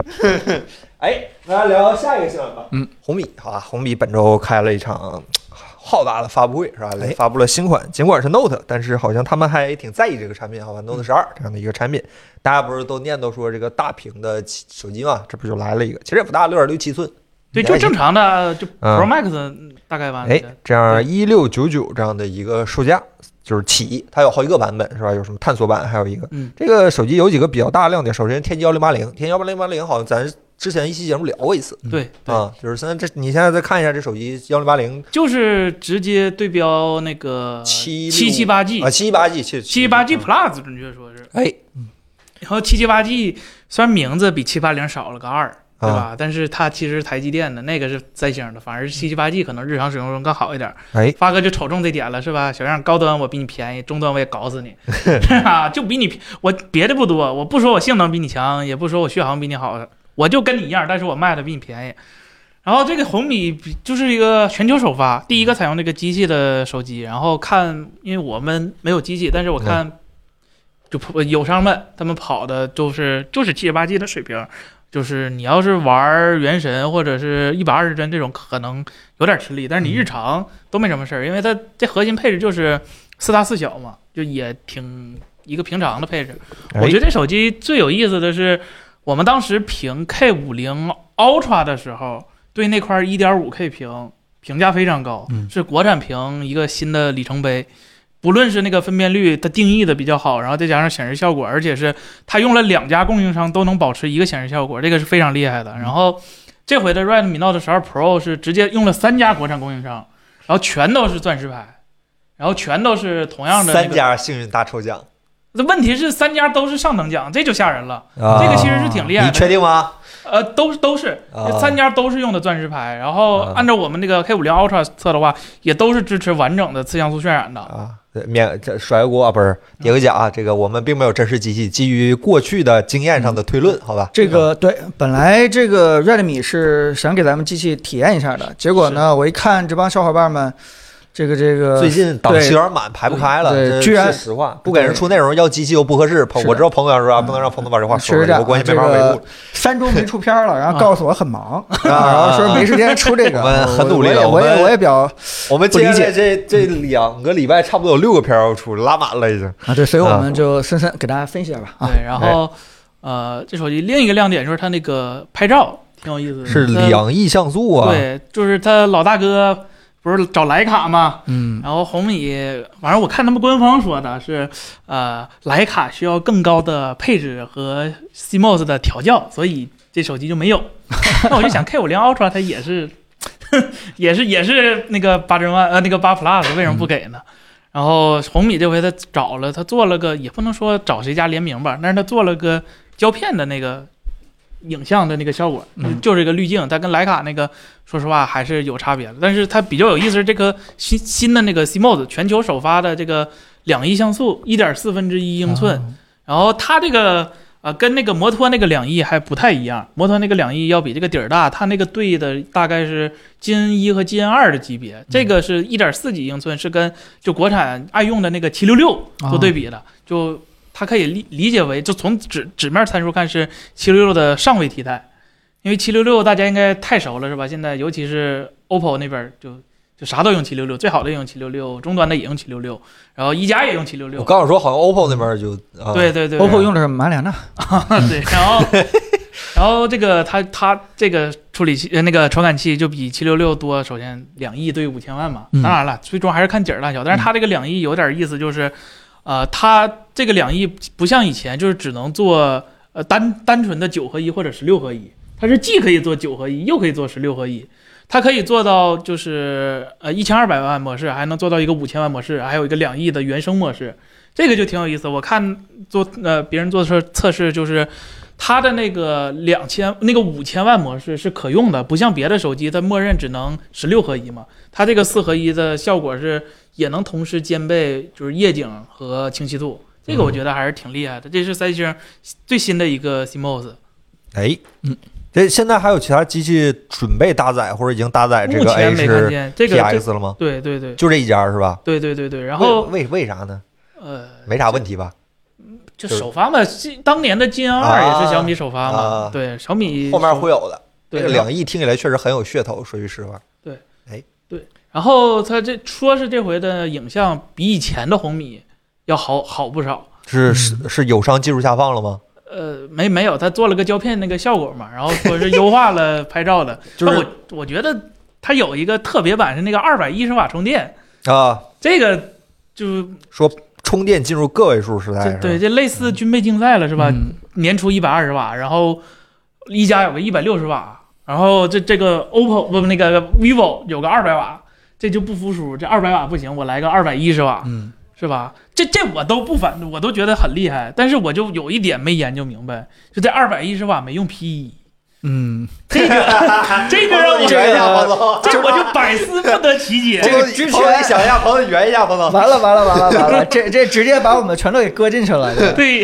S1: 哎，那来聊下一个新闻吧。
S2: 嗯，
S1: 红米好吧，红米本周开了一场浩大的发布会，是吧？
S2: 哎
S1: 发布了新款，尽管是 Note，但是好像他们还挺在意这个产品，好吧？Note
S3: 嗯
S1: 十二这样的一个产品，大家不是都念叨说这个大屏的手机嘛？啊这不就来了一个，其实也不大，六点六七寸。
S3: 对，
S1: 你
S3: 就
S1: 爱
S3: 正常的，就
S1: 嗯
S3: Pro Max 大概吧。
S1: 哎，这样
S3: 对
S1: 一六九九这样的一个售价就是起，它有好几个版本是吧？有什么探索版，还有一个，
S3: 嗯，
S1: 这个手机有几个比较大的亮点，首先天玑幺零八零，天玑幺零八零好像咱之前一期节目聊过一次
S3: 对对，
S1: 啊，就是现在这你现在再看一下这手机幺零八零
S3: 就是直接对标那个
S1: 七
S3: 七七八 G
S1: 啊，七一八 G 七
S3: 七八 G Plus 准确说是，
S1: 哎，
S3: 然后七七八 G 虽然名字比七八零少了个二，对
S1: 啊
S3: 吧？但是它其实是台积电的，那个是三星的，反而是七七八 G 可能日常使用中更好一点。
S1: 哎，
S3: 发哥就瞅中这点了是吧？小样，高端我比你便宜，中端我也搞死你，是吧？就比你便我别的不多，我不说我性能比你强，也不说我续航比你好，我就跟你一样，但是我卖的比你便宜。然后这个红米比就是一个全球首发，第一个采用这个机器的手机。然后看，因为我们没有机器，但是我看就跑友商们他们跑的就是就是七十八 G 的水平，就是你要是玩原神或者是一百二十帧这种可能有点吃力，但是你日常都没什么事儿，因为它这核心配置就是四大四小嘛，就也挺一个平常的配置。我觉得这手机最有意思的是，我们当时评 K 5 0 Ultra 的时候，对那块1 5 K 屏评价非常高，
S2: 嗯
S3: 是国产屏一个新的里程碑。不论是那个分辨率，它定义的比较好，然后再加上显示效果，而且是它用了两家供应商都能保持一个显示效果，这个是非常厉害的。然后这回的 Redmi Note 12 Pro 是直接用了三家国产供应商，然后全都是钻石牌，然后全都是同样的、那个、
S1: 三。家幸运大抽奖，
S3: 这问题是三家都是上等奖，这就吓人了。
S1: 啊
S3: 这个其实是挺厉害
S1: 你
S3: 的。
S1: 确定吗？
S3: 呃，都是都是
S1: 啊
S3: 这三家都是用的钻石牌，然后
S1: 啊
S3: 按照我们那个 K 5 0 Ultra 测的话，也都是支持完整的次像素渲染的。
S1: 啊，对免这甩个锅啊，不是
S3: 嗯
S1: 叠个甲啊，这个我们并没有真实机器，基于过去的经验上的推
S3: 嗯
S1: 论，好吧？啊
S2: 这个对，本来这个 Redmi 是想给咱们机器体验一下的，结果呢，我一看这帮小伙伴们，这个这个
S1: 最近档期有点满，排不开了。
S2: 对
S1: 这
S2: 居然
S1: 是实话，不给人出内容，要机器又不合适。彭
S2: 是，的
S1: 我知道彭总要说啊，
S2: 嗯
S1: 不能让彭总把这话说
S2: 确
S1: 了，
S2: 实这
S1: 以
S2: 样
S1: 后关系没法维护了。
S2: 三周没出片儿了，然后
S3: 啊
S2: 告诉我很忙，
S1: 啊
S2: 然后说没时间出 这个，
S1: 我们很努力了
S2: 我也
S1: 我
S2: 我
S1: 们
S2: 也我也表
S1: 我们接下
S2: 不
S1: 来
S2: 理
S1: 这这两个礼拜差不多有六个片儿要出，拉满了已经。
S2: 啊，对，所以我们就深深给大家分析一下吧啊，
S3: 对，然
S1: 哎
S3: 后呃，这手机另一个亮点就是它那个拍照挺有意思的，
S1: 是
S3: 它
S1: 两亿像素啊！
S3: 嗯对，就是它老大哥不是找徕卡吗？
S2: 嗯，
S3: 然后红米，反正我看他们官方说的是，呃，徕卡需要更高的配置和 CMOS 的调教，所以这手机就没 有。那我就想 K 5 0 Ultra 它也是， 也是也是那个八针万呃那个八 Plus 为什么不给呢？然后红米这回他找了，他做了个也不能说找谁家联名吧，但是他做了个胶片的那个影像的那个效果，
S2: 嗯
S3: 就是一个滤镜，它跟徕卡那个说实话还是有差别的。但是它比较有意思是这个新新的那个 CMOS 全球
S2: 啊
S3: 首发的这个两亿像素，一点四分之一英寸，然后它这个啊，跟那个摩托那个两翼还不太一样。摩托那个两翼要比这个底儿大，它那个对的大概是金一和金二的级别，这个是一点四几英寸，是跟就国产爱用的那个七六六
S2: 啊
S3: 做对比的，就它可以理理解为，就从纸纸面参数看是七六六的上位替代，因为七六六大家应该太熟了是吧？现在尤其是 OPPO 那边就就啥都用七六六，最好的也用七六六，终端的也用七六六，然后一加也用七六
S1: 我
S3: 六。
S1: 刚想说，好像 OPPO 那边就啊，
S3: 对对对
S2: OPPO 用的是马里亚纳，
S3: 对，然后然后这个它它这个处理器呃那个传感器就比七六六多，首先两亿对五千万嘛，
S2: 嗯
S3: 当然了，最终还是看底儿大小，但是它这个两亿有点意思，就是呃它这个两亿不像以前就是只能做呃单单纯的九合一或者十六合一，它是既可以做九合一，又可以做十六合一。它可以做到就是呃一千二百万模式，还能做到一个五千万模式，还有一个两亿的原生模式，这个就挺有意思。我看做呃别人做测测试，就是它的那个两千那个五千万模式是可用的，不像别的手机，它默认只能十六合一嘛。它这个四合一的效果是也能同时兼备，就是夜景和清晰度。这个我觉得还是挺厉害的，这是三星最新的一个 CMOS。
S1: 哎，
S2: 嗯，
S1: 这现在还有其他机器准备搭载或者已经搭哎载这
S3: 目
S1: 个
S3: 前没看
S1: H
S3: 见这个这
S1: PX 了吗？
S3: 对对对
S1: 就这一家是吧？
S3: 对对对对。然后
S1: 为为为啥呢？
S3: 呃，
S1: 没啥问题吧？
S3: 就
S1: 就是
S3: 首发嘛，金当年的金二也是小米首发嘛，
S1: 啊
S3: 对，小米
S1: 后面
S3: 首
S1: 会有的。
S3: 对
S1: 这个两亿听起来确实很有噱头，说句实话。
S3: 然后它这说是这回的影像比以前的红米要好好不少，
S1: 是是是友商技术下放了吗？
S3: 呃，没没有，它做了个胶片那个效果嘛，然后说是优化了拍照的，
S1: 就
S3: 但
S1: 是
S3: 我我觉得它有一个特别版是那个二百一十瓦充电，
S1: 啊，
S3: 这个就
S1: 充电进入个位数时代哎是
S3: 这
S1: 吧？
S3: 对，这类似军备竞赛了是吧？
S2: 嗯
S3: 年初一百二十瓦，然后一加有个一百六十瓦，然后这这个 OPPO 不不那个 vivo 有个二百瓦，这就不服输，这二百瓦不行，我来个二百一十瓦，
S2: 嗯，
S3: 是吧？这这我都不反，我都觉得很厉害，但是我就有一点没研究明白，就这二百一十瓦没用 P
S2: 嗯，
S3: 这个这个让我
S1: 你圆一下，彭总。
S3: 这我就百思不得其解。
S2: 这个之前
S1: 彭总你想一下，彭总你圆一下，彭总。
S2: 完了完了完了 完了，这这直接把我们全都给搁进去了，这个
S3: 对，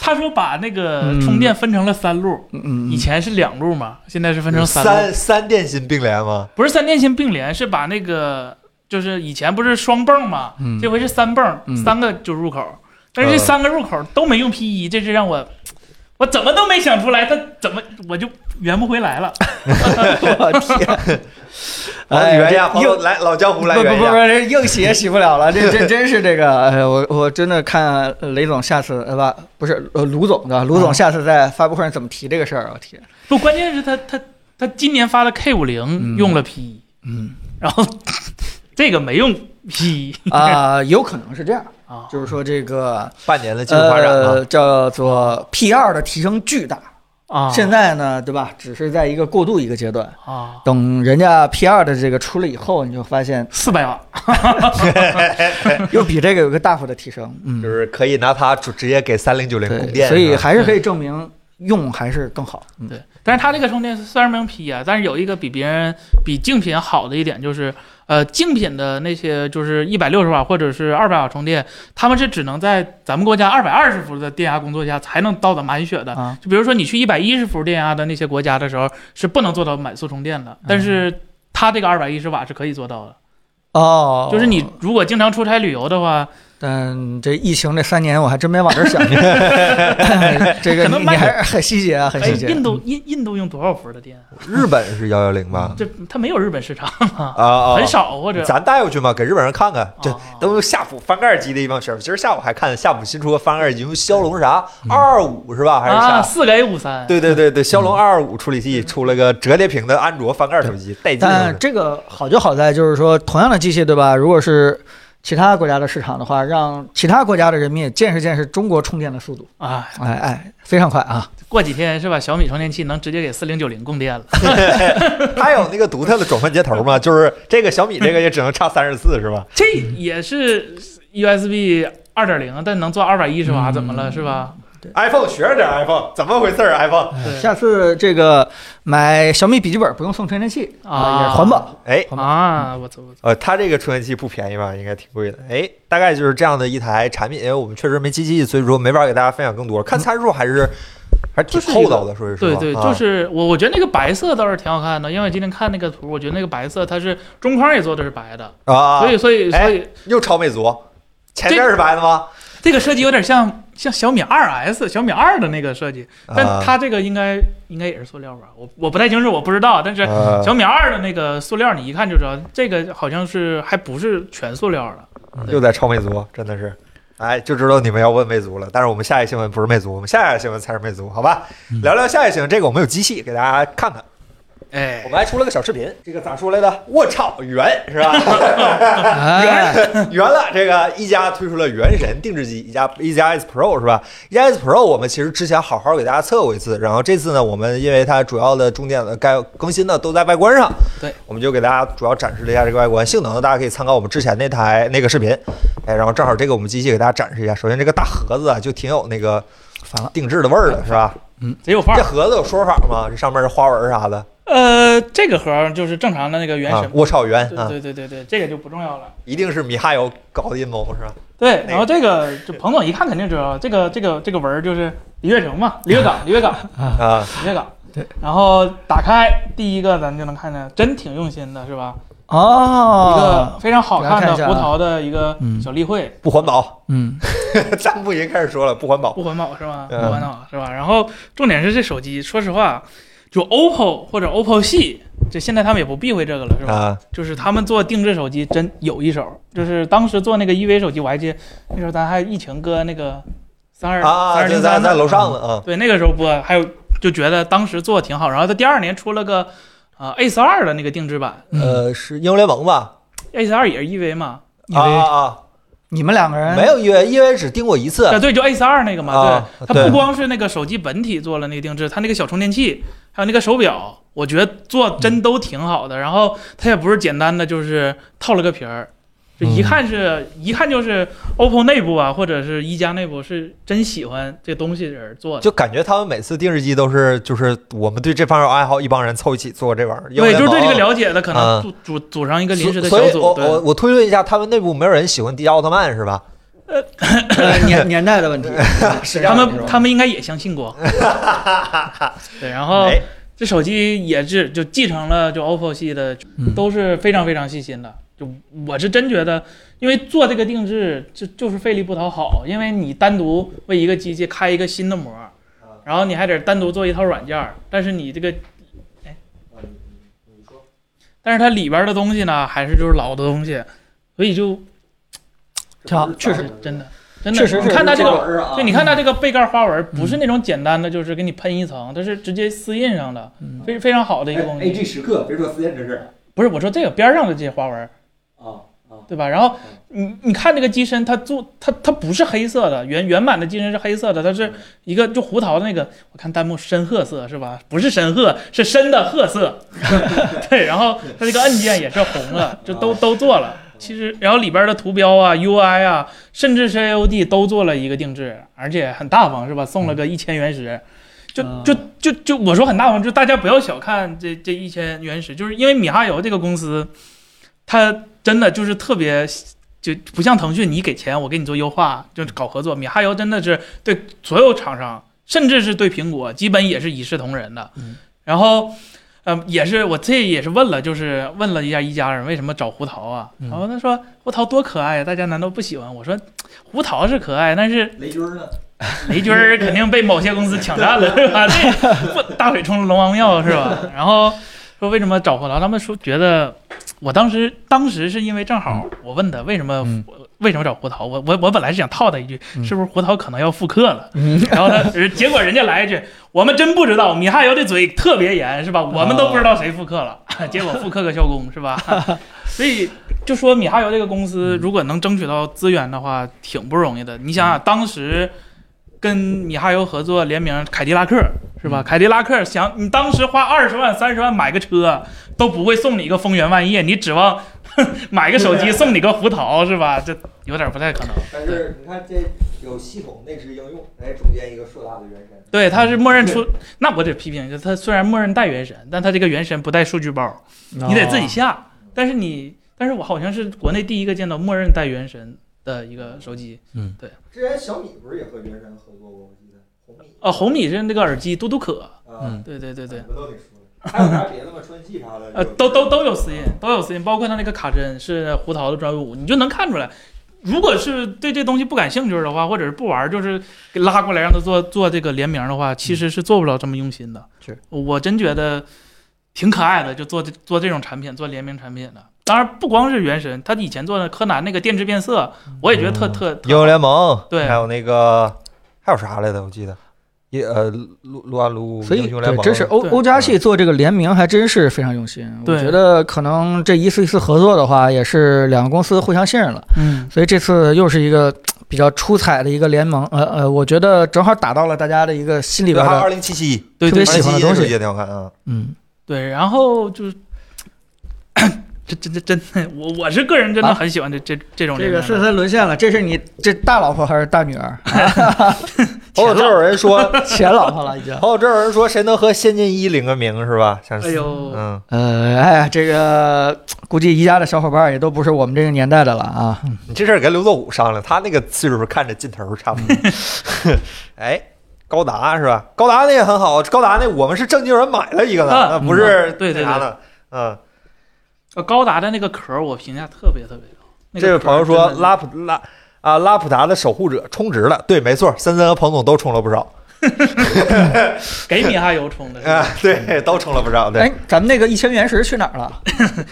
S3: 他说把那个充电分成了三路，
S2: 嗯
S3: 以
S2: 嗯，
S3: 前是两路嘛，现在是分成三路。
S1: 三三电芯并联吗？
S3: 不是三电芯并联，是把那个就是以前不是双泵嘛，
S2: 嗯
S3: 这回是三泵，
S2: 嗯
S3: 三个就入口，但是这
S1: 呃
S3: 三个入口都没用 P 一，这是让我我怎么都没想出来，它怎么我就圆不回来 了。
S2: 我天，
S1: 彭总你圆一下，
S2: 哎这
S1: 彭
S2: 又
S1: 总哦来老江湖来
S2: 不不
S1: 圆一
S2: 不不，
S1: 下。
S2: 这硬洗也洗不了了，这这真是这个，哎，我我真的看雷总下次呃吧，不是呃卢总的，卢总下次在发布会上怎么提这个事儿，啊我天，
S3: 不，关键是它它它今年发的 K 五零
S2: 嗯
S3: 用了 P 一，
S2: 嗯
S3: 然后 这个没用 P 一
S2: 啊，有可能是这样，
S3: 啊，
S2: 就是说这个
S1: 半年的技术发展
S2: 呃
S1: 啊，
S2: 叫做 P 二的提升巨大，
S3: 啊
S2: 现在呢，对吧，只是在一个过渡一个阶段。
S3: 啊
S2: 等人家 P 二的这个出了以后，你就发现
S3: 四百瓦，
S2: 又比这个有个大幅的提升，嗯，
S1: 就是可以拿它直直接给三零九零供
S2: 对，
S1: 电，啊
S2: 所以
S1: 是吧
S2: 还是可以证明用还是更好。嗯
S3: 对，但是它这个充电虽然没用 P 啊，但是有一个比别人比竞品好的一点就是，呃，竞品的那些就是一百六十瓦或者是二百瓦充电，他们是只能在咱们国家二百二十伏的电压工作下才能到达满血的。
S2: 啊，
S3: 就比如说你去一百一十伏电压的那些国家的时候，是不能做到满速充电的，但是它这个二百一十瓦是可以做到的。
S2: 哦，
S3: 就是你，如果经常出差旅游的话，
S2: 但这疫情这三年我还真没往这儿想， 这个
S3: 可能
S2: 你你
S3: 慢点
S2: 还是很细节啊，很
S3: 哎，
S2: 细节。
S3: 印度印印度用多少伏的电啊？
S1: 日本是幺幺零吧？
S3: 这它没有日本市场啊，
S2: 嗯
S1: 啊啊，
S3: 很少或者
S1: 咱带过去嘛，给日本人看看，这
S3: 啊
S1: 都是夏普翻盖机的一帮选手。今儿下午还看夏普新出个翻盖机，用骁龙啥
S2: 嗯
S1: 二五是吧？还是
S3: 啊
S1: 啥？
S3: 四个 A 五三。
S1: 对对对对，骁龙
S2: 嗯
S1: 二二五处理器出了个折叠屏的安卓翻盖手机，带劲就是
S2: 但这个好就好在就是说，同样的机器，对吧？如果是其他国家的市场的话，让其他国家的人民也见识见识中国充电的速度，
S3: 啊，
S2: 哎哎，非常快啊！
S3: 过几天是吧？小米充电器能直接给四零九零供电了。
S1: 它有那个独特的转换接头嘛，就是这个小米这个也只能差三十四是吧？嗯
S3: 这也是 USB 二点零，但能做二百一十瓦，怎么了是吧？
S2: 对
S1: iPhone 学着点 iPhone，怎么回事儿啊 iPhone？
S3: 对
S2: 下次这个买小米笔记本不用送传真器
S3: 啊
S2: 也是环保。
S1: 哎，
S3: 啊！我操我操！
S1: 呃，它这个充电器不便宜吧？应该挺贵的。哎，大概就是这样的一台产品，因为我们确实没机器，所以说没法给大家分享更多。看参数还是还是挺
S3: 就是一
S1: 厚
S3: 个
S1: 道的，说句实
S3: 对
S1: 话。
S3: 对，
S1: 啊
S3: 就是我，我觉得那个白色倒是挺好看的，因为我今天看那个图，我觉得那个白色它是中框也做的是白的，
S1: 啊，
S3: 所以所以
S1: 哎
S3: 所以
S1: 又超魅族，前面是白的吗？
S3: 这个设计有点像像小米二 S、小米二的那个设计，
S1: 啊
S3: 但它这个应该应该也是塑料吧？我我不太清楚，我不知道，但是
S1: 啊
S3: 小米二的那个塑料你一看就知道，这个好像是还不是全塑料的。
S1: 呃又在超魅族，真的是。哎，就知道你们要问魅族了，但是我们下一新闻不是魅族，我们下一新闻才是魅族，好吧？
S3: 嗯
S1: 聊聊下一新闻，这个我们有机器给大家看看，
S3: 哎
S1: 我，们还出了个小视频，这个咋说来的？我操，圆是吧？
S2: 哎，
S1: 圆了，这个一加推出了原神定制机，一加一加 S Pro 是吧？一加 S Pro 我们其实之前好好给大家测过一次，然后这次呢，我们因为它主要的重点的该更新的都在外观上，
S3: 对，
S1: 我们就给大家主要展示了一下这个外观性能呢，大家可以参考我们之前那台那个视频，哎，然后正好这个我们机器给大家展示一下，首先这个大盒子啊，就挺有那个
S2: 反了，
S1: 定制的味儿的是吧？
S3: 贼有范
S1: 这
S3: 儿。
S1: 盒子有说法吗？这上面是花纹啥的
S3: 呃，这个盒儿就是正常的那个原
S1: 啊
S3: 神？，
S1: 我操圆
S3: 对
S1: 啊，
S3: 对对对对，这个就不重要了。
S1: 一定是米哈游搞的阴谋是吧？
S3: 对，
S1: 那
S3: 然后这个就彭总一看肯定知道，这个这个这个文儿就是李月城嘛，李月港，李月港，
S1: 啊，
S3: 李月港。
S2: 对，
S3: 然后打开第一个，咱们就能看见，真挺用心的，是吧？一个
S2: 哦，
S3: 非常好
S2: 给大家
S3: 看
S2: 看一下
S3: 的
S2: 啊
S3: 胡桃的一个
S2: 嗯
S3: 小例会，
S1: 不环保，
S2: 嗯，
S1: 咱不已经开始说了不环保。
S3: 不环保是吧？不
S1: 嗯
S3: 环保是吧？然后重点是这手机，说实话，就 OPPO 或者 OPPO 系，这现在他们也不避讳这个了，是吧？
S1: 啊，
S3: 就是他们做定制手机真有一手，就是当时做那个 EV 手机，我还记得那时候咱还疫情搁那个三二
S1: 啊，
S3: 三二
S1: 就
S3: 零
S1: 在
S3: 三
S1: 在楼上呢啊，
S3: 对，那个时候播，还有就觉得当时做的挺好。然后他第二年出了个呃 Ace 二的那个定制版
S2: 嗯
S1: 呃，是英雄联盟吧？
S3: ，Ace 二也是 EV 嘛，
S2: 因
S1: 啊
S2: 为
S1: 啊
S2: 你们两个
S1: 啊，
S2: 人
S3: 哎
S1: 没有 EV，因为只订过一次
S3: 啊对，就 Ace 二那个嘛
S1: 啊，
S3: 对，它
S1: 对
S3: 不光是那个手机本体做了那个定制，它那个小充电器还有那个手表，我觉得
S1: 嗯
S3: 做真都挺好的。然后它也不是简单的就是套了个皮儿。就
S1: 嗯
S3: 一看是、一看就是 OPPO 内部啊，或者是一加内部是真喜欢这东西的人做的，
S1: 就感觉他们每次定制机都是就是我们对这方面有爱好，一帮人凑一起做这玩意儿。
S3: 对，就是对这个
S1: 聊
S3: 了解的可能
S1: 啊
S3: 组组组上一个临时的
S1: 所
S3: 小
S1: 以
S3: 组。
S1: 我
S3: 对。
S1: 我我推论一下，他们内部没有人喜欢迪迦奥特曼是吧？
S2: 呃年年代的 问题，是这
S3: 他
S2: 样的是
S3: 们
S2: 吧
S3: 他们应该也相信 过。对，然后
S1: 哎，
S3: 这手机也是就继承了就 OPPO 系的，
S2: 嗯
S3: 都是非常非常细心的。就我是真觉得，因为做这个定制就就是费力不讨好，因为你单独为一个机器开一个新的模儿，然后你还得单独做一套软件儿，但是你这个，哎，但是它里边儿的东西呢，还是就是老的东西，所以就
S2: 挺好，确实
S3: 是真的真的，
S2: 确实是嗯
S3: 你看它这个
S1: 个
S3: 对，你看它这个背盖花纹，不是那种简单的，就是给你喷一层，它是直接丝印上的，
S2: 嗯
S3: 非非常好
S1: 哎
S3: 的一个东西。
S1: 时刻，别说私人这事
S3: 不是，我说这个边儿上的这些花纹，
S1: 啊啊，
S3: 对吧？然后你你看这个机身，它做它它不是黑色的，原原版的机身是黑色的，它
S1: 嗯
S3: 是一个就胡桃的那个，我看弹幕深褐色是吧？不是深褐，是深的 褐色。对，然后它这个按键也是红
S1: 啊
S3: 的，就都都做了。其实，然后里边的图标啊、UI 啊，甚至是 AOD 都做了一个定制，而且很大方，是吧？送了
S1: 嗯
S3: 个一千原石，就
S2: 嗯
S3: 就就就我说很大方，就大家不要小看这这一千原石，就是因为米哈游这个公司，它真的就是特别。就不像腾讯，你给钱我给你做优化，就搞合作。米哈游真的是对所有厂商，甚至是对苹果，基本也是一视同仁的。
S2: 嗯
S3: 然后，呃，也是我这也是问了，就是问了一下一家人为什么找胡桃啊？
S2: 嗯
S3: 然后他说胡桃多可爱，大家难道不喜欢？我说胡桃是可爱，但是
S1: 雷军呢？
S3: 雷军儿肯定被某些公司抢占了，是吧？这不大水冲了龙王庙，是吧？然后说为什么找胡桃？他们说觉得，我当时当时是因为正好我问他为什么、
S2: 嗯
S3: 为什么找胡桃，我我我本来是想套他一句，
S2: 嗯
S3: 是不是胡桃可能要复刻了？
S2: 嗯
S3: 然后他结果人家来一句，我们真不知道，米哈游这嘴特别严是吧？我们都不知道谁复刻了， 结果复刻个校工是吧？ 所以就说米哈游这个公司，如果能争取到资源的话，挺不容易的。你想想、当时跟米哈游合作联名凯迪拉克是是吧？凯迪拉克想你当时花二十万、三十万买个车，都不会送你一个风源万叶，你指望 买个手机送你个胡桃是吧？这有点不太可能。
S1: 但是你看这有系统内置应用，哎，中间一个硕大的原神，
S3: 对，它是默认出，那我得批评一下，它虽然默认带原神，但它这个原神不带数据包，你得自己下。但是你，但是我好像是国内第一个见到默认带原神的一个手机。
S1: 之前小米不是也和原神合作过？我记得红米
S3: 呃，红米是嗯那个耳机嘟嘟可，
S1: 啊，
S3: 对对对对，
S1: 不都得说了，还有啥别的吗？川系啥的，
S3: 呃，都都都有私印，都有私印，包括它那个卡针是胡桃的专用物，你就能看出来。如果是对这东西不感兴趣的话，或者是不玩，就是给拉过来让他做做这个联名的话，其实是做不了这么用心的。
S2: 是
S3: 我真觉得挺可爱的，就做这做这种产品，做联名产品的。当然不光是原神，他以前做的柯南那个电致变色，我也觉得特
S1: 嗯
S3: 特特
S1: 英雄联盟，
S3: 对
S1: 还有那个还有啥来着？我记得一呃，撸撸啊撸，
S2: 所以
S1: 英雄联
S2: 对，嗯
S1: 盟，
S2: 真是欧
S3: 对
S2: 欧家系做这个联名还真是非常用心。我
S3: 对
S2: 觉得可能这一次一次合作的话，也是两个公司互相信任了，
S3: 嗯，
S2: 所以这次又是一个嘖比较出彩的一个联盟。呃呃，我觉得正好打到了大家的一个心里边
S1: 还有
S2: 的
S1: 二零七七，
S3: 对
S2: 特别
S3: 对
S2: 喜欢的东西
S1: 也挺好看啊。
S2: 嗯，
S3: 对，然后就是 这这这 真的，我我是个人真的
S2: 啊
S3: 很喜欢这、这这种
S2: 这
S3: 联
S2: 个
S3: 名的
S2: 是他沦陷了，这是你这大老婆还是大女儿？
S1: 哦，这有人说，
S2: 前老婆了已经。
S1: 哦，这有人说，谁能和《仙剑一》领个名是吧？像
S3: 哎
S1: 是，
S3: 呦，
S1: 嗯，
S2: 呃，哎呀，这个嘖估计宜家的小伙伴也都不是我们这个年代的了啊。
S1: 你这事儿跟刘作武商量，他那个岁数看着劲头儿差不 多。哎，高达是吧？高达那也很好，高达那我们是正经有人买了一个呢，
S3: 啊
S1: 那不是
S3: 嗯对对
S1: 那啥呢？嗯，
S3: 呃，高达的那个壳儿我评价特别特别高。那个
S1: 这位
S3: 壳儿
S1: 朋友说
S3: 真的
S1: 拉普拉啊拉普达的守护者充值了，对，没错，森森和彭总都充了不少
S3: 给米哈游充的是吧，
S1: 啊，对，都充了不少，对。
S2: 哎，咱们那个一千原石去哪儿了？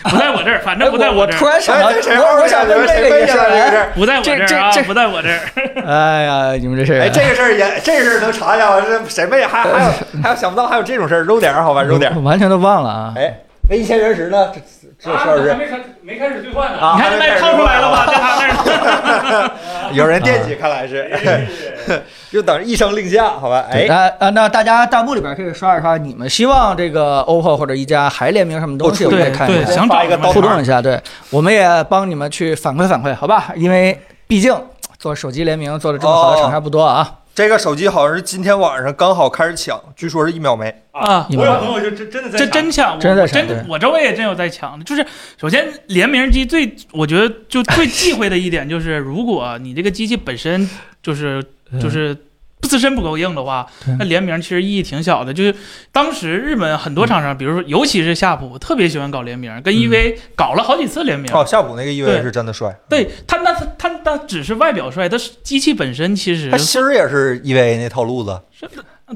S3: 不在我这儿，反正不在
S2: 哎我
S3: 这
S2: 突
S3: 儿，
S2: 然想到，
S1: 哎，这谁
S2: 我我想问
S1: 问
S2: 这
S1: 谁
S2: 个
S1: 分
S2: 也是
S1: 享的这个事
S2: 哎
S1: 儿？
S3: 不在我这儿
S2: 这
S3: 啊，
S2: 这
S3: 不在我这儿。
S2: 哎呀，你们这是
S1: 哎，这个事儿也，这个事儿能查一下吗？这谁没还还有还有想不到还有这种事儿，揉点儿好吧，揉点儿。
S2: 我完全都忘了啊。
S1: 哎，那一千原石呢？这这
S4: 啊
S1: 事儿
S4: 还
S1: 是
S4: 没开没开始兑换呢
S1: 啊
S3: 你看这麦泡出来了吧，在他那儿呢。
S1: 有人惦记，看来
S4: 哎
S1: 是 就等着一声令下，好吧？
S2: 对
S1: 哎，
S2: 大家啊，那大家弹幕里边可以刷一刷，你们希望这个 OPPO 或者一加还联名什么东西？
S1: 哦
S2: 我
S1: 出
S2: 们
S1: 一
S2: 也
S1: 个
S2: 看
S3: 对
S2: 一
S3: 对
S2: 下，
S1: 想
S3: 想
S1: 发
S3: 找
S1: 一个
S3: 你
S1: 刀
S3: 们
S2: 互
S1: 牌
S2: 动一下。对，我们也帮你们去反馈反馈，好吧？因为毕竟做手机联名做的这么好的厂商不多啊。
S1: 这个手机好像是今天晚上刚好开始抢，据说是一秒没。
S3: 啊
S4: 我有朋友就真真的在
S3: 这
S4: 抢
S3: 真抢，我
S2: 真
S3: 我
S2: 在抢
S3: 真我周围也真有在抢的。就是首先联名机最，我觉得就最忌讳的一点就是，如果你这个机器本身就是
S2: 嗯
S3: 就是自身不够硬的话
S2: 对，
S3: 那联名其实意义挺小的。就是当时日本很多厂商，比如说尤其是夏普，特别喜欢搞联名，
S2: 嗯
S3: 跟 EV 搞了好几次联名。
S1: 哦，夏普那个意味
S3: 对
S1: 是真的帅，
S3: 对他，那他他他只是外表帅，但是机器本身其实
S1: 它，芯儿也是 EVA 那套路子，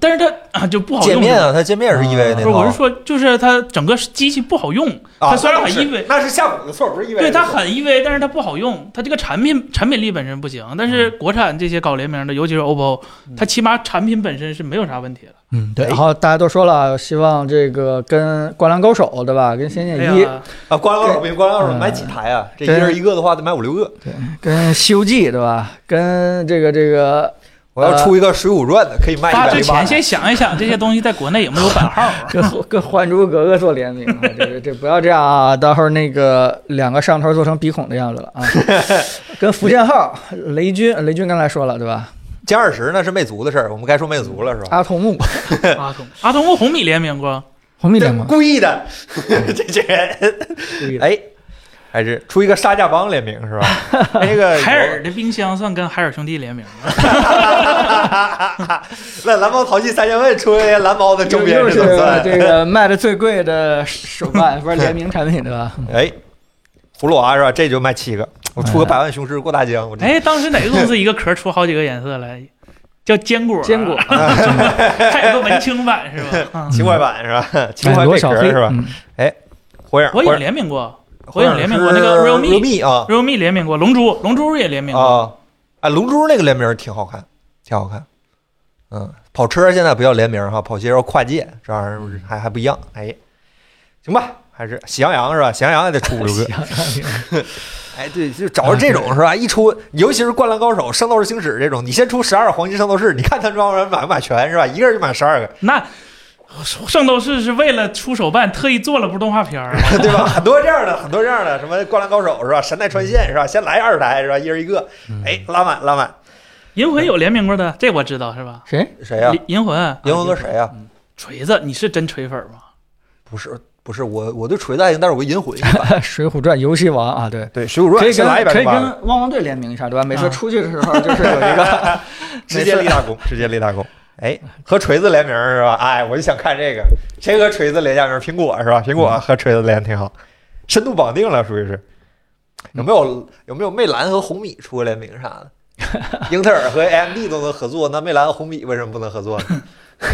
S3: 但是它啊就不好
S1: 界
S3: 用。
S1: 面啊，它界面是 EVA
S3: 不
S1: 那
S3: 是，我是
S1: 套。
S3: 说，就是它整个机器不好用，
S1: 啊，
S3: 它虽然很
S1: 那是
S3: EVA
S1: 那是夏普的错，不是 EVA 的错。
S3: 对它很 EV，但是它不好用，它这个产品产品力本身不行。但是
S2: 嗯
S3: 国产这些搞联名的，尤其是 OPPO，它
S1: 嗯
S3: 起码产品本身是没有啥问题的。
S2: 嗯，
S1: 对
S2: 然后大家都说了，希望这个跟《灌篮高手》对吧？跟《仙剑
S3: 哎
S2: 一》、
S3: 呀，
S1: 啊，光良手柄，光良手
S2: 嗯
S1: 买几台啊？这一
S2: 对
S1: 人一个的话，得买五六个。
S2: 跟《西游记》对吧？跟这个这个。
S1: 我要出一个《水浒传》的，可以卖一
S3: 发
S1: 百
S3: 之
S1: 零八
S3: 前。先想一想这些东西在国内有没有版 号啊
S2: 跟跟《还珠格格》做联名啊，这这这不要这样啊！到时候那个两个摄像头做成鼻孔的样子了 啊！跟福建号、雷军、雷军刚才说了对吧？
S1: 歼二十呢是魅族的事儿，我们该说魅族了是吧？
S2: 阿童木、
S3: 阿童阿童跟红米联名过，
S2: 红米联
S1: 这
S2: 盟，
S1: 故意的， 这这人哎，还是出一个沙家浜联名是吧？那个
S3: 海尔的冰箱算跟海尔兄弟联名吗？
S1: 那蓝猫淘气三千问出一个蓝猫的周边
S2: 又
S1: 这
S2: 是
S1: 怎么算？
S2: 这个卖的最贵的手办，不是联名产品对 吧？
S1: 哎，葫芦娃是吧？这就卖七个，我出个
S2: 哎
S1: 百万雄师过大江，我这
S3: 哎，当时哪个公司一个壳出好几个颜色来？叫坚果，啊
S2: 坚果， 啊
S3: 还有个文青版是吧？
S2: 嗯
S3: 啊
S1: 情怀版是吧？情怀
S2: 罗
S1: 贝
S2: 小
S1: 壳
S2: 哎黑
S1: 是吧？？
S2: 嗯
S1: 火影，
S3: 火
S1: 火
S3: 影
S1: 影
S3: 联名过
S1: 火
S3: 火影联名
S1: 是
S3: 我那个 Realme
S1: realme 啊
S3: ，realme 联名过，龙珠龙珠也联名过，
S1: 啊啊！龙珠那个联名挺好看，挺好看。嗯，跑车现在不要联名哈，跑鞋要跨界，这玩意儿
S2: 嗯
S1: 还还不一样。
S2: 哎
S1: 哎，行吧，还是喜羊羊是吧？喜羊羊也得出五六个。哎，对，就找着这
S2: 嗯
S1: 种是吧？一出，尤其是《灌篮高手》《圣斗士星矢》这种，你先出十二黄金圣斗士，你看他装人买不买全是吧？一个人就买十二个，
S3: 那圣斗士是为了出手办特意做了部动画片儿，
S1: 对吧？很多这样的，很多这样的，什么《灌篮高手》是吧？神奈川县是吧？先来二台是吧？一人一个，哎，拉满拉满，
S3: 银魂有联名过的，这我知道是吧？
S2: 谁？
S1: 谁呀、
S3: 银银魂，
S1: 啊银魂哥谁呀、
S3: 锤子，你是真锤粉吗？
S1: 不是不是，我我对锤子爱情，但是我跟银魂一般。
S2: 《水浒传》游戏王啊，对。
S1: 对《水浒传
S2: 可》以
S1: 先
S2: 跟
S1: 来一百
S2: 可
S1: 零
S2: 以
S1: 八，
S2: 跟汪汪队联名一下，对吧？每次
S3: 啊
S2: 出去的时候，就是有一 个
S1: 直接
S2: 每次
S1: 立大 功，直接立大功。哎，和锤子联名是吧？哎，我就想看这个，谁和锤子联下名？苹果是吧？苹果和锤子联挺好，深度绑定了，属于是。有没有有没有魅蓝和红米出过联名啥 的？英特尔和 AMD 都能合作，那魅蓝和红米为什么不能合作呢？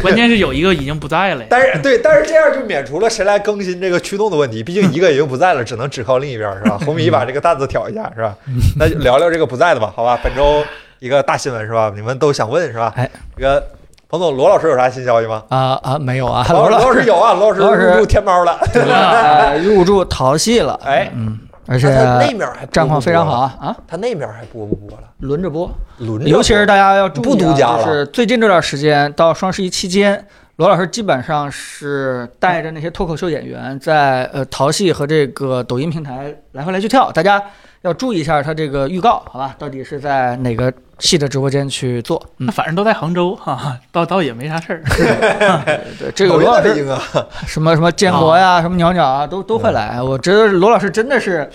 S3: 关键是有一个已经不在了呀。
S1: 但是对，但是这样就免除了谁来更新这个驱动的问题，毕竟一个已经不在了，只能只靠另一边儿，是吧？红米把这个担子挑一下，是吧？那就聊聊这个不在的吧，好吧？本周一个大新闻是吧？你们都想问是吧？
S2: 哎，
S1: 这个彭总，罗老师有啥新消息吗？
S2: 啊啊，没有啊，
S1: 罗
S2: 罗
S1: 老
S2: 老
S1: 师有啊，罗
S2: 罗
S1: 老
S2: 老
S1: 师
S2: 师
S1: 入驻天猫了，
S2: 呃入驻淘系了，
S1: 哎，
S2: 嗯，而且
S1: 那他那面还播不播
S2: 战况非常好
S1: 了，
S2: 啊啊，
S1: 他那面还播不播了？
S2: 轮着播，
S1: 轮着播，
S2: 尤其是大家要注意、啊，
S1: 不独家了
S2: 就是最近这段时间到双十一期间，罗老师基本上是带着那些脱口秀演员在呃淘系和这个抖音平台来回来去跳，大家要注意一下他这个预告，好吧？到底是在哪个系的直播间去做？嗯
S3: 那，反正都在杭州哈、倒倒也没啥事儿。
S2: 对，这个
S1: 抖
S2: 罗
S1: 音
S2: 老
S1: 在北
S2: 师
S1: 京啊，
S2: 什么什么建国呀，什么鸟鸟啊，都都会来。我觉得罗老师真的是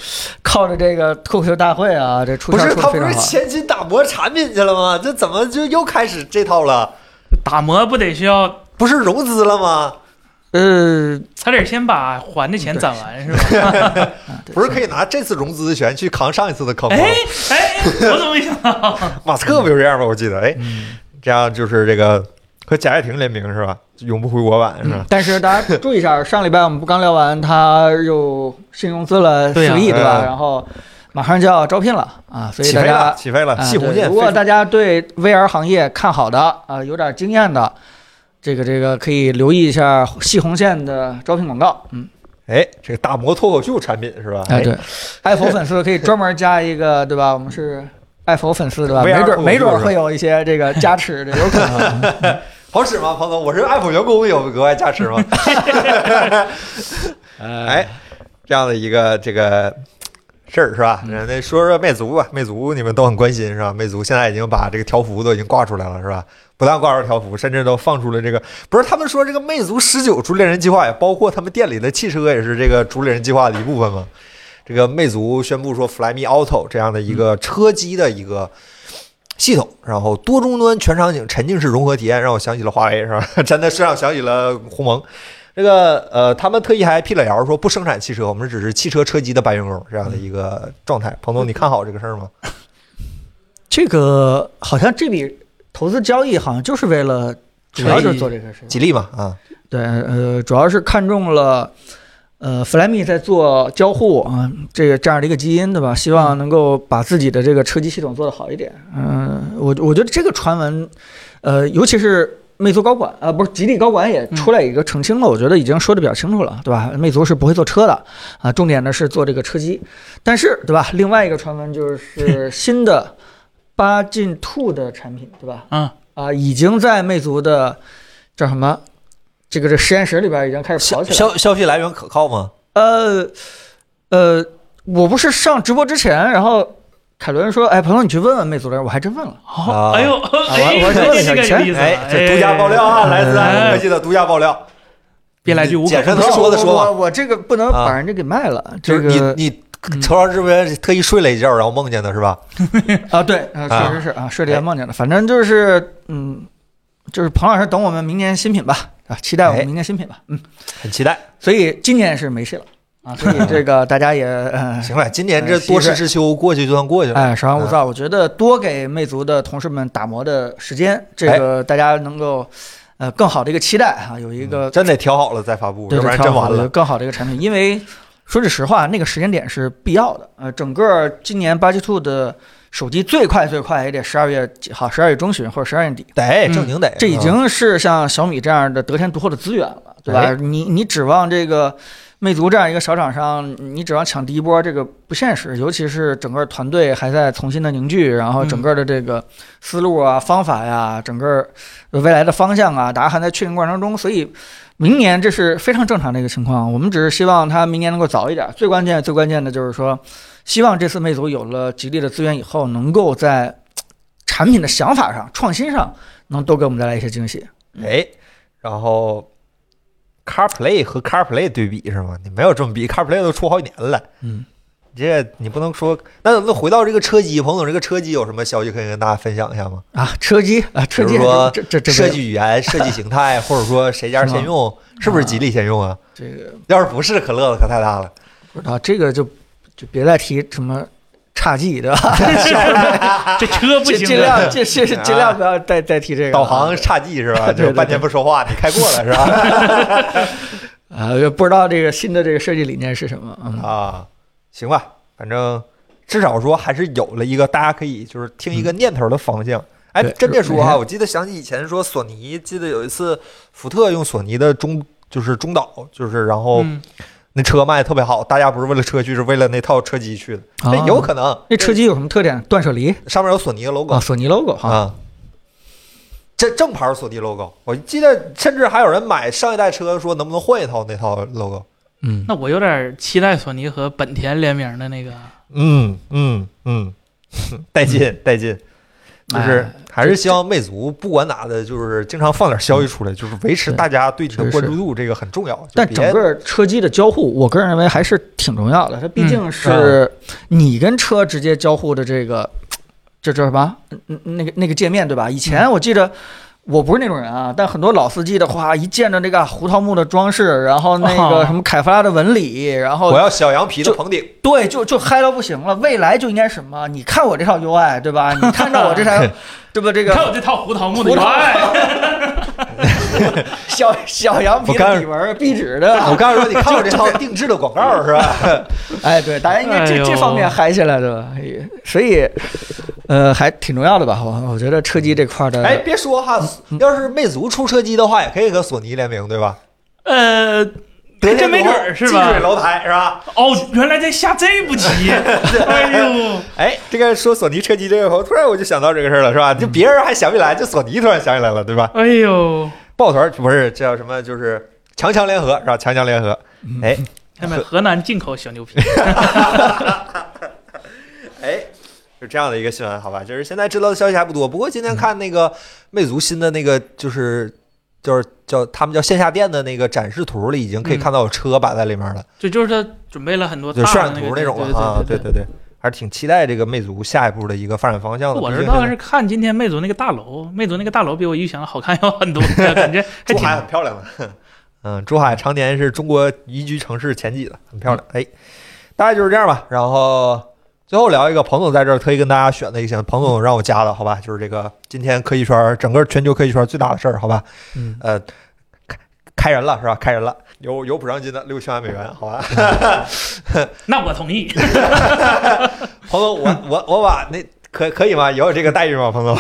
S2: 靠着这个脱口秀大会啊，这出
S1: 不
S2: 圈
S1: 是
S2: 出
S1: 他不
S2: 的非常
S1: 是
S2: 好。
S1: 前期打磨产品去了吗？这怎么就又开始这套了？
S3: 打磨不得需要，
S1: 不是融资了吗？
S2: 呃，
S3: 他得先把还的钱攒完是吧？
S2: 啊对
S1: 不是可以拿这次融资的钱去扛上一次的坑吗？
S3: 哎哎，我怎么没想到？
S1: 马斯克不就这样吗？我记得，哎，这样就是这个和贾跃亭联名是吧？永不回国版是吧？
S2: 嗯但是大家注意一下，上礼拜我们不刚聊完，他又新融资了四
S3: 对呀
S2: 个亿，对吧？
S1: 嗯
S2: 然后马上就要招聘了啊，所以
S1: 起
S2: 大
S1: 飞了，
S2: 家
S1: 起飞了，
S2: 啊
S1: 系红
S2: 对
S1: 线
S2: 如果
S1: 飞出。
S2: 大家对 VR 行业看好的啊，有点经验的，这个这个可以留意一下系红线的招聘广告。嗯，
S1: 哎，这个大摩脱口秀产品是吧？
S2: 哎对，爱否粉丝可以专门加一个，对吧？我们是。爱否粉丝对吧？
S1: VR
S2: 没准
S1: 控制
S2: 没准
S1: 是吧
S2: 会有一些这个加持的，有可能。
S1: 好使吗，彭总？我是 Apple 员工，有额外加持吗？哎，这样的一个这个事儿是吧？那那说说魅族吧，魅族你们都很关心是吧？魅族现在已经把这个条幅都已经挂出来了是吧？不但挂出条幅，甚至都放出了这个，不是他们说这个魅族十九逐猎人计划也包括他们店里的汽车也是这个逐猎人计划的一部分吗？这个魅族宣布说 Flyme Auto 这样的一个车机的一个系统，然后多终端全场景沉浸式融合体验，让我想起了华为是吧？ 真的是让我想起了鸿蒙。这个呃，他们特意还辟了谣说不生产汽车，我们只是汽车车机的搬运工这样的一个状态。彭总，你看好这个事儿吗？
S2: 这个好像这笔投资交易好像就是为了主要就是做这个事情。
S3: 嗯
S1: 吉利嘛啊，
S2: 对，呃，主要是看中了，呃，Flyme 在做交互啊，这个这样的一个基因，对吧？希望能够把自己的这个车机系统做得好一点。嗯、我我觉得这个传闻，呃，尤其是魅族高管啊、不是吉利高管也出来一个澄清了，我觉得已经说的比较清楚了，对吧？魅族是不会做车的啊，重点呢是做这个车机，但是对吧？另外一个传闻就是新的八进 Two 的产品，对吧？
S3: 嗯，
S2: 啊，已经在魅族的叫什么这个这实验室里边已经开始跑起来了。
S1: 消息来源可靠吗？
S2: 呃呃，我不是上直播之前，然后凯伦说：“哎，朋友，你去问问魅族的人。”我还真问了。
S1: 啊
S3: 好，哎呦，哎
S2: 我我
S3: 这
S2: 我
S3: 这个有意思了，
S1: 哎，这独家爆料啊，来自安
S3: 哎
S1: 科技的独家爆料，
S3: 别来句无
S1: 简
S3: 可
S1: 单
S2: 不
S1: 的
S2: 是
S1: 说的说
S2: 我
S1: 吧，
S2: 我我这个不能
S1: 啊
S2: 把人家给卖了。
S1: 就是
S2: 这
S1: 你
S2: 个
S1: 你。
S3: 嗯
S1: 头上是不是特意睡了一觉，然后梦见的是吧？
S2: 啊，对，呃
S1: 啊
S2: 确实是啊，睡了一觉梦见了。反正就是嗯，就是彭老师等我们明年新品吧，啊，期待我
S1: 哎
S2: 们明年新品吧。嗯，
S1: 很期待。
S2: 所以今年是没戏了啊，所以这个大家也呃
S1: 行了，今年
S3: 哎
S1: 这多事之秋过去就算过去了。
S2: 哎，稍安勿躁，我觉得多给魅族的同事们打磨的时间，这
S1: 哎
S2: 个大家能够呃更好的一个期待啊，有一个
S1: 真得调好了再发布，
S2: 对
S1: 要不然真完了。
S2: 更好的一个产品，因为说句实话，那个时间点是必要的。呃，整个今年八 G Two 的手机最快最快也得十二月几号，十二月中旬或者十二月底，
S1: 得
S3: 嗯
S1: 正经得，
S2: 这已
S1: 啊
S2: 经是像小米这样的得天独厚的资源了，对吧？
S1: 哎
S2: 你你指望这个魅族这样一个小厂商，你指望抢第一波，这个不现实。尤其是整个团队还在重新的凝聚，然后整个的这个思路啊、方法呀、整个未来的方向啊，大家还在确定过程中，所以明年这是非常正常的一个情况。我们只是希望它明年能够早一点。最关键、最关键的就是说，希望这次魅族有了吉利的资源以后，能够在产品的想法上、创新上，能多给我们带来一些惊喜。
S1: 哎，然后 CarPlay 和 CarPlay 对比是吗？你没有这么比，CarPlay 都出好几年了。
S2: 嗯，
S1: 这你不能说。那那回到这个车机，彭总这个车机有什么消息可以跟大家分享一下吗？
S2: 啊，车机啊，车
S1: 比
S2: 机
S1: 如说
S2: 这这这
S1: 设计语 言、设计形态，或者说谁家先用，是不是吉利先用啊？
S2: 这个
S1: 要是不是，可乐子可太大了。
S2: 不知道，这个就就别再提什么差 距，对吧？
S3: 这车不
S2: 尽
S3: 行
S2: 尽
S3: 的，
S2: 量尽尽尽量不要再再提这个
S1: 啊
S2: 啊
S1: 导航差距是吧？
S2: 对对
S1: 就半天不说话，你开过了是吧？
S2: 啊，就不知道这个新的这个设计理念是什么。嗯，
S1: 啊，行吧，反正至少说还是有了一个大家可以就是听一个念头的方向。哎，
S2: 嗯对
S1: 真别说
S2: 是
S1: 啊，我记得想起以前说索尼，记得有一次福特用索尼的中就是中岛，就是然后
S3: 嗯，
S1: 那车卖的特别好，大家不是为了车去，是为了那套车机去的。这
S2: 啊
S1: 有可能，
S2: 那车机有什么特点？断舍离
S1: 上面有索尼的 logo
S2: 啊，索尼 logo 哈。
S1: 啊，这正牌索尼 logo。我记得甚至还有人买上一代车，说能不能换一套那套 logo。
S2: 嗯，
S3: 那我有点期待索尼和本田联名的那个。
S1: 嗯嗯嗯， 带劲带劲，就是
S2: 哎
S1: 还是希望魅族不管哪的，就是经常放点消息出来，就是维持
S2: 是
S1: 大家对你的
S2: 是
S1: 关
S2: 是
S1: 注度，这个很重要。就
S2: 但
S1: 别
S2: 整个车机的交互，我个人认为还是挺重要的。它毕
S1: 嗯
S2: 竟
S1: 啊
S2: 是你跟车直接交互的这个，这叫什么？嗯那个那个界面对吧？以
S1: 嗯
S2: 前我记得。我不是那种人啊，但很多老司机的话，一见着那个胡桃木的装饰，然后那个
S3: 哦
S2: 什么凯夫拉的纹理，然后
S1: 啊我要小羊皮的
S2: 就
S1: 棚顶，
S2: 对，就就嗨到不行了。未来就应该什么？你看我这套 UI 对吧？你看到我 这台对吧？这
S3: 你看我
S2: 个
S3: 这套胡桃木的
S2: 胡桃
S3: 哎
S2: 小小羊皮
S1: 我刚
S2: 的底纹壁纸 的，
S1: 我刚才说你看我这套定制的广告是吧？
S2: 哎，对，大家应该这、
S3: 哎呦
S2: 这方面嗨起来对吧？也所以，呃，还挺重要的吧？我我觉得车机这块的，
S1: 哎，别说哈，要是魅族出车机的话，也可以和索尼联名，对吧？
S3: 呃，
S1: 得
S3: 还
S1: 天
S3: 真没
S1: 独厚
S3: 准儿是
S1: 近水
S3: 吧？
S1: 楼台是吧？
S3: 哦，原来在下这步棋，哎呦，
S1: 哎，这个说索尼车机这个，我突然我就想到这个事儿了，是吧？就别人还想不起来，就索尼突然想起来了，对吧？
S3: 哎呦，
S1: 抱团儿不是这叫什么？就是强强联合是吧？强强联合，
S3: 嗯
S1: 哎
S3: 他们河南进口小牛皮，
S1: 哎，是这样的一个新闻，好吧？就是现在知道的消息还不多，不过今天看那个魅族新的那个就是。就是叫他们叫线下店的那个展示图里，已经可以看到有车摆在里面了，
S3: 这就是他准备了很多
S1: 就渲
S3: 大
S1: 染
S3: 的
S1: 图
S3: 那
S1: 种
S3: 个
S1: 了啊，
S3: 嗯对
S1: 对对对，还是挺期待这个魅族下一步的一个发展方
S2: 啊
S1: 向的。
S3: 我
S1: 毕
S3: 是
S1: 竟现
S3: 倒
S1: 在
S3: 是看今天魅族那个大楼，魅族那个大楼比我预想的好看要 很多，感觉还
S1: 珠
S3: 挺
S1: 海很漂亮的。 嗯，珠海常年是中国宜居城市前几的，很漂亮。哎，大概就是这样吧。然后最后聊一个，彭总在这儿特意跟大家选的一项，彭总让我加的，好吧？就是这个今天科技圈整个全球科技圈最大的事儿，好吧？
S2: 嗯
S1: 呃，开开人了是吧？开人了，有有补偿金的六千万美元，好吧？
S3: 那我同意，
S1: 彭总，我我我把那可可以吗？也有这个待遇吗？ 彭总，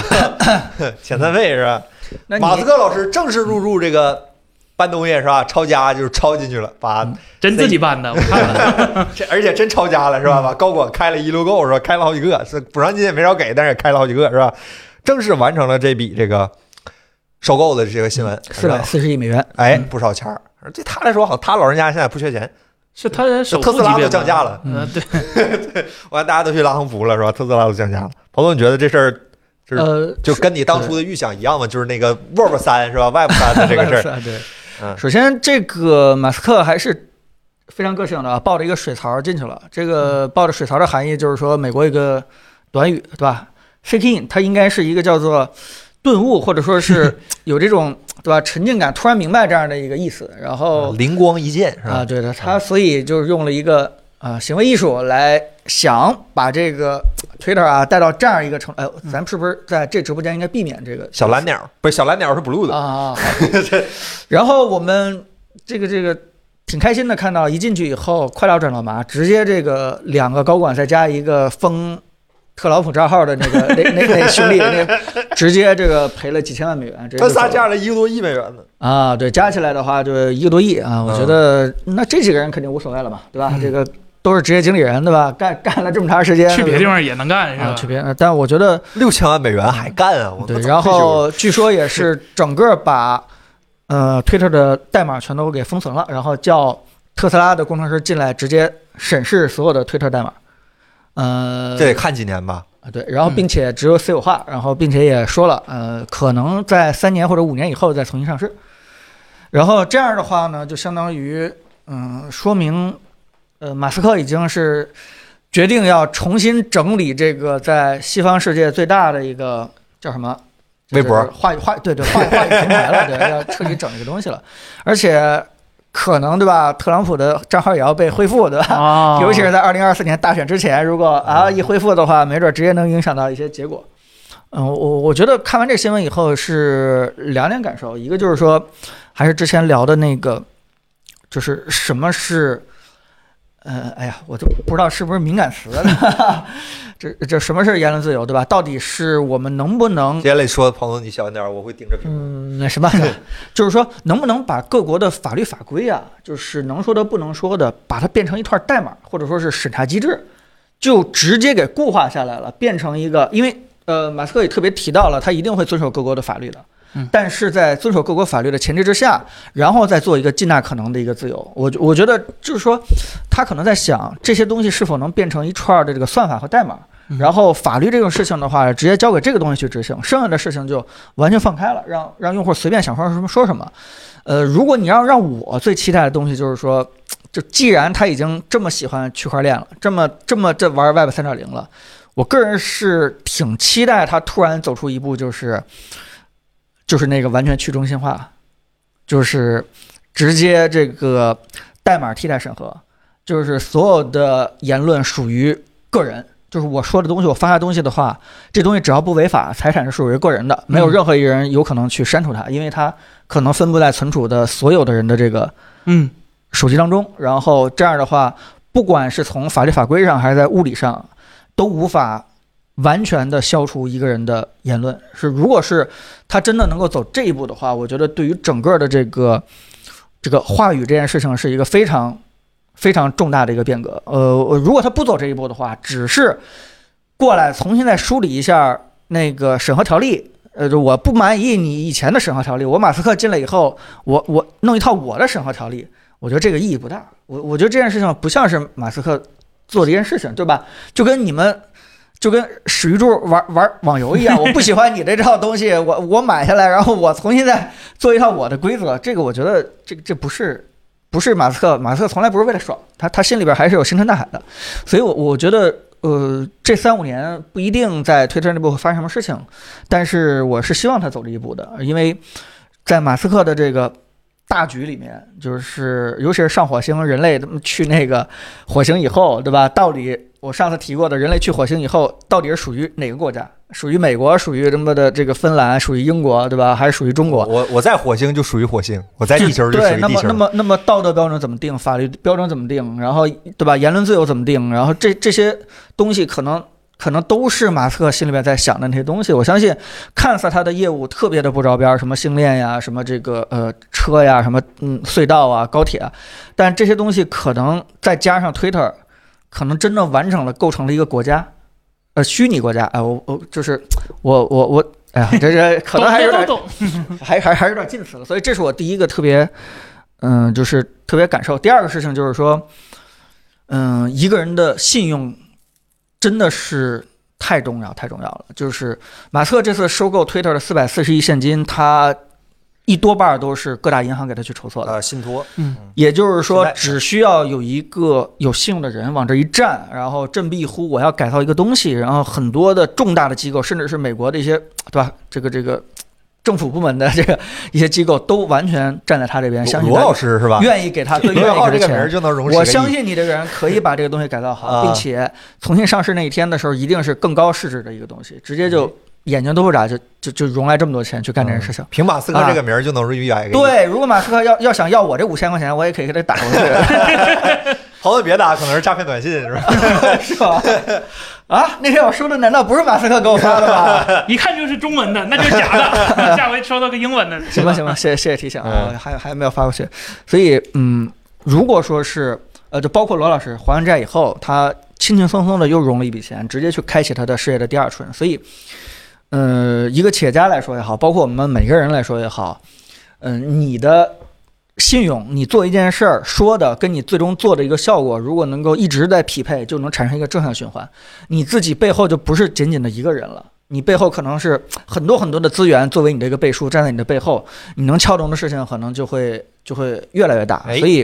S1: 遣散费是吧？
S2: 那你
S1: 马斯克老师正式入驻这个搬东西是吧？抄家就是抄进去了，把
S3: 真自己办的，我看了，
S1: 这而且真抄家了是
S2: 嗯
S1: 吧？把高管开了一溜够是吧？开了好几个，是补偿金也没少给，但是也开了好几个是吧？正式完成了这笔这个收购的这个新闻，
S2: 四百
S1: 吧？
S2: 四十亿美元，
S1: 哎，
S3: 嗯
S1: 不少钱儿。对他来说，好，像他老人家现在不缺钱。
S3: 是他首
S1: 特
S3: 富
S1: 斯
S3: 级
S1: 拉
S3: 别
S1: 都
S3: 吧
S1: 降价了，
S2: 嗯
S3: 呃，对，
S1: 完大家都去拉横幅了是吧？特斯拉都降价了。彭总，你觉得这事儿就是
S2: 呃，
S1: 就跟你当初的预想一样吗？就是那个 Web 三是吧？Web 三的这 个事儿，
S2: 儿，啊对。
S1: 嗯
S2: 首先，这个马斯克还是非常个性的啊，抱着一个水槽进去了。这个抱着水槽的含义就是说，美国一个短语，对吧？Shake in，它应该是一个叫做顿悟，或者说 是有这种对吧沉浸感，突然明白这样的一个意思。然后
S1: 灵光一现是
S2: 啊，
S1: 吧？
S2: 对的，他所以就是用了一个啊、呃行为艺术来想把这个 Twitter 啊带到这样一个程，哎，咱们是不是在这直播间应该避免这个
S1: 嗯小蓝鸟不是小蓝鸟是 blue 的，
S2: 啊， 然后我们这个这个挺开心的，看到一进去以后，快刀斩乱麻，直接这个两个高管再加一个封特朗普账号的那个那那那兄弟，那个直接这个赔了几千万美元，直接
S1: 他
S2: 就走
S1: 仨
S2: 了
S1: 加了一个多亿美元呢。
S2: 啊，对，加起来的话就是一个多亿啊，我觉得那这几个人肯定无所谓了吧，对吧？这个都是职业经理人，对吧？干干了这么长时间，
S3: 去别地方也能干是
S2: 啊，
S3: 吧？
S2: 去别，但我觉得
S1: 六千万美元还干啊！我
S2: 对，
S1: 那
S2: 然
S1: 退休了
S2: 后据说也是整个把呃 Twitter 的代码全都给封存了，然后叫特斯拉的工程师进来直接审视所有的 Twitter 代码，呃，
S1: 这得看几年吧。
S2: 啊，对，
S1: 嗯
S2: 然后并且只有私有化，然后并且也说了，呃，可能在三年或者五年以后再重新上市。然后这样的话呢，就相当于，嗯、说明，呃，马斯克已经是决定要重新整理这个在西方世界最大的一个叫什么
S1: 微博
S2: 就是话语话语对对话语话语平台了， 对，要彻底整一个东西了，而且可能对吧，特朗普的账号也要被恢复，对吧？
S3: 啊，
S2: 尤其是在二零二四年大选之前，如果啊一恢复的话，没准直接能影响到一些结果。嗯，我我觉得看完这新闻以后是两点感受，一个就是说，还是之前聊的那个，就是什么是，呃，哎呀，我都不知道是不是敏感词 了，这这什么是言论自由，对吧？到底是我们能不能
S1: 接下来说，彭总你小心点儿，我会盯着屏幕。
S2: 嗯，那什么， 就是说能不能把各国的法律法规啊，就是能说的不能说的，把它变成一串代码，或者说是审查机制，就直接给固化下来了，变成一个，因为呃，马斯克也特别提到了，他一定会遵守各国的法律的。
S3: 嗯
S2: 但是在遵守各国法律的前提之下，然后再做一个尽大可能的一个自由，我我觉得就是说，他可能在想这些东西是否能变成一串儿的这个算法和代码，
S3: 嗯
S2: 然后法律这种事情的话，直接交给这个东西去执行，剩下的事情就完全放开了，让让用户随便想说什么说什么。呃，如果你要让我最期待的东西就是说，就既然他已经这么喜欢区块链了，这么这么这玩 Web 三点零了，我个人是挺期待他突然走出一步，就是就是那个完全去中心化，就是直接这个代码替代审核，就是所有的言论属于个人。就是我说的东西，我发的东西的话，这东西只要不违法，财产是属于个人的，没有
S3: 嗯
S2: 任何一个人有可能去删除它，因为它可能分布在存储的所有的人的这个
S3: 嗯
S2: 手机当中。然后这样的话，不管是从法律法规上还是在物理上，都无法完全的消除一个人的言论。是，如果是他真的能够走这一步的话，我觉得对于整个的这个这个话语这件事情是一个非常非常重大的一个变革。呃，如果他不走这一步的话，只是过来重新再梳理一下那个审核条例。呃，就我不满意你以前的审核条例，我马斯克进来以后，我我弄一套我的审核条例，我觉得这个意义不大。我我觉得这件事情不像是马斯克做的一件事情，对吧？就跟你们。就跟史玉柱玩玩网游一样，我不喜欢你这套东西，我我买下来，然后我重新再做一套我的规则。这个我觉得这这不是不是马斯克，马斯克从来不是为了爽，他他心里边还是有星辰大海的。所以我，我觉得呃，这三五年不一定在推特内部会发生什么事情，但是我是希望他走这一步的，因为在马斯克的这个大局里面，就是尤其是上火星，人类他们去那个火星以后，对吧？到底我上次提过的，人类去火星以后，到底是属于哪个国家？属于美国，属于什么的这个芬兰，属于英国，对吧？还是属于中国？
S1: 我我在火星就属于火星，我在地球就属于
S2: 对，那
S1: 地
S2: 么那
S1: 球。
S2: 么那么道德标准怎么定？法律标准怎么定？然后对吧？言论自由怎么定？然后这这些东西可能可能都是马斯克心里面在想的那些东西。我相信，看似他的业务特别的不着边儿，什么星链呀，什么这个呃车呀，什么嗯隧道啊、高铁啊，但这些东西可能再加上 Twitter，可能真正完整了构成了一个国家，呃，虚拟国家。哎、我我就是我我我，哎呀，这这可能还有
S3: 懂
S2: 点
S3: 懂 懂，
S2: 还还还是有点近似了。所以这是我第一个特别，嗯，就是特别感受。第二个事情就是说，嗯，一个人的信用真的是太重要太重要了。就是马斯克这次收购 Twitter 的四百四十亿现金，他一多半儿都是各大银行给他去筹措的。
S1: 呃，信托
S2: 也就是说
S1: 存在，
S2: 只需要有一个有信用的人往这一站，然后振臂一呼，我要改造一个东西，然后很多的重大的机构，甚至是美国的一些，对吧？这个这个政府部门的 这个一些机构都完全站在他这边，相信
S1: 罗老
S2: 他，
S1: 师是吧？
S2: 愿意给他，对，
S1: 罗
S2: 愿
S1: 永
S2: 意
S1: 浩
S2: 给
S1: 这
S2: 他
S1: 个名儿
S2: 钱。
S1: 就能容许。
S2: 我相，信你这个人可以把这个东西改造好，
S1: 啊
S2: 并且重新上市那一天的时候，一定是更高市值的一个东西，直接就眼睛都不眨就就就融来这么多钱去干这件事情。
S1: 凭马斯克这个名儿就能预言一个亿，
S2: 啊对，如果马斯克要要想要我这五千块钱，我也可以给他打过去，
S1: 好久别打，可能是诈骗短信是吧？
S2: 是吧？ 啊，那天我说的难道不是马斯克给我发的 吗？
S3: 一看就是中文的，那就是假 的。下回收到个英文的，
S2: 行吧，行吧，谢谢谢谢提醒啊，
S1: 嗯
S2: 我还还没有发过去。所以，嗯，如果说是呃，就包括罗老师还完债以后，他轻轻松松的又融了一笔钱，直接去开启他的事业的第二春。所以，呃，一个企业家来说也好，包括我们每个人来说也好，嗯、你的信用，你做一件事儿说的跟你最终做的一个效果，如果能够一直在匹配，就能产生一个正向循环。你自己背后就不是仅仅的一个人了。你背后可能是很多很多的资源作为你的一个背书，站在你的背后，你能撬动的事情可能就会就会越来越大。
S1: 哎
S2: 所以，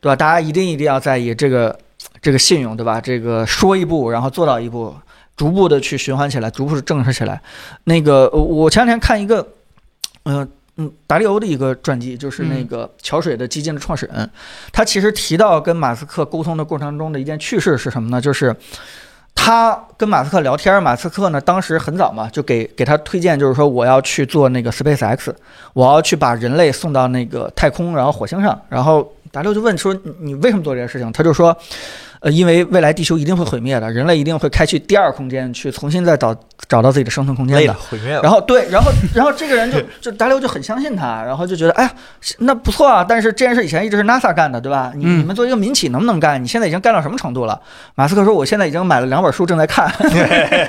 S2: 对吧？大家一定一定要在意这个这个信用，对吧？这个说一步，然后做到一步，逐步的去循环起来，逐步的正视起来。那个呃我前两天看一个，嗯嗯，达利欧的一个传记，就是那
S3: 嗯
S2: 个桥水的基金的创始人，他其实提到跟马斯克沟通的过程中的一件趣事是什么呢？就是他跟马斯克聊天，马斯克呢当时很早嘛，就给给他推荐，就是说我要去做那个 SpaceX，我要去把人类送到那个太空，然后火星上。然后达六就问说你你为什么做这件事情？他就说，呃，因为未来地球一定会毁灭的，人类一定会开去第二空间，去重新再找找到自己的生存空间
S1: 累
S2: 的
S1: 了，。毁灭了。
S2: 然后对，然后然后这个人就就达六就很相信他，然后就觉得哎呀那不错啊，但是这件事以前一直是 NASA 干的，对吧？你
S3: 嗯
S2: 你们作为一个民企能不能干？你现在已经干到什么程度了？马斯克说我现在已经买了两本书正在看。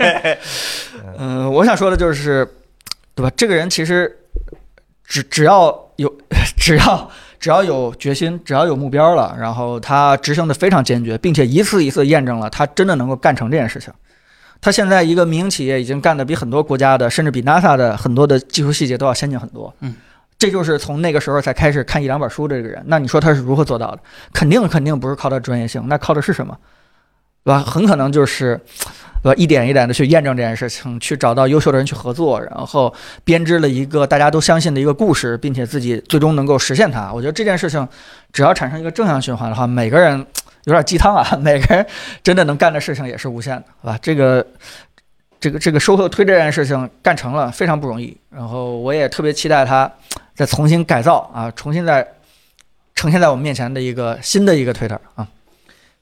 S2: 嗯、我想说的就是，对吧？这个人其实只只要有 只要。只要有决心，只要有目标了，然后他执行的非常坚决，并且一次一次验证了他真的能够干成这件事情。他现在一个民营企业已经干得比很多国家的，甚至比 NASA 的很多的技术细节都要先进很多。
S3: 嗯，
S2: 这就是从那个时候才开始看一两本书的这个人。那你说他是如何做到的？肯定肯定不是靠他专业性，那靠的是什么？对吧？很可能就是，对吧？一点一点的去验证这件事情，去找到优秀的人去合作，然后编织了一个大家都相信的一个故事，并且自己最终能够实现它。我觉得这件事情只要产生一个正向循环的话，每个人有点鸡汤啊， 每个人真的能干的事情也是无限的，好吧？这个。这个这个收购推这件事情干成了，非常不容易。然后我也特别期待它再重新改造啊，重新再呈现在我们面前的一个新的一个推特啊。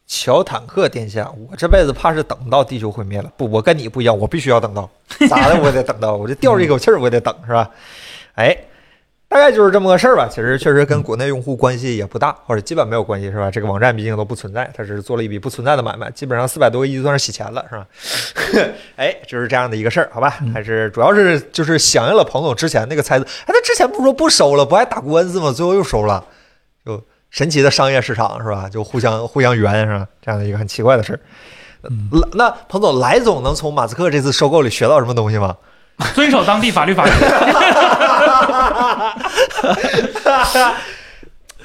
S1: 乔坦克殿下，我这辈子怕是等不到地球毁灭了。不，我跟你不一样，我必须要等到，咋的我也得等到，我这吊着一口气儿我也得等，是吧？哎，大概就是这么个事儿吧。其实确实跟国内用户关系也不大，或者基本没有关系，是吧？这个网站毕竟都不存在，它只是做了一笔不存在的买卖，基本上四百多个亿就算是洗钱了，是吧？ 哎，就是这样的一个事儿，好吧？还是主要是就是响应了彭总之前那个猜测，哎，他之前不是说不收了，不爱打官司吗？最后又收了。神奇的商业市场是吧？就互相互相圆是吧？这样的一个很奇怪的事儿。呃那彭总，莱总能从马斯克这次收购里学到什么东西吗？
S3: 遵守当地法律法规。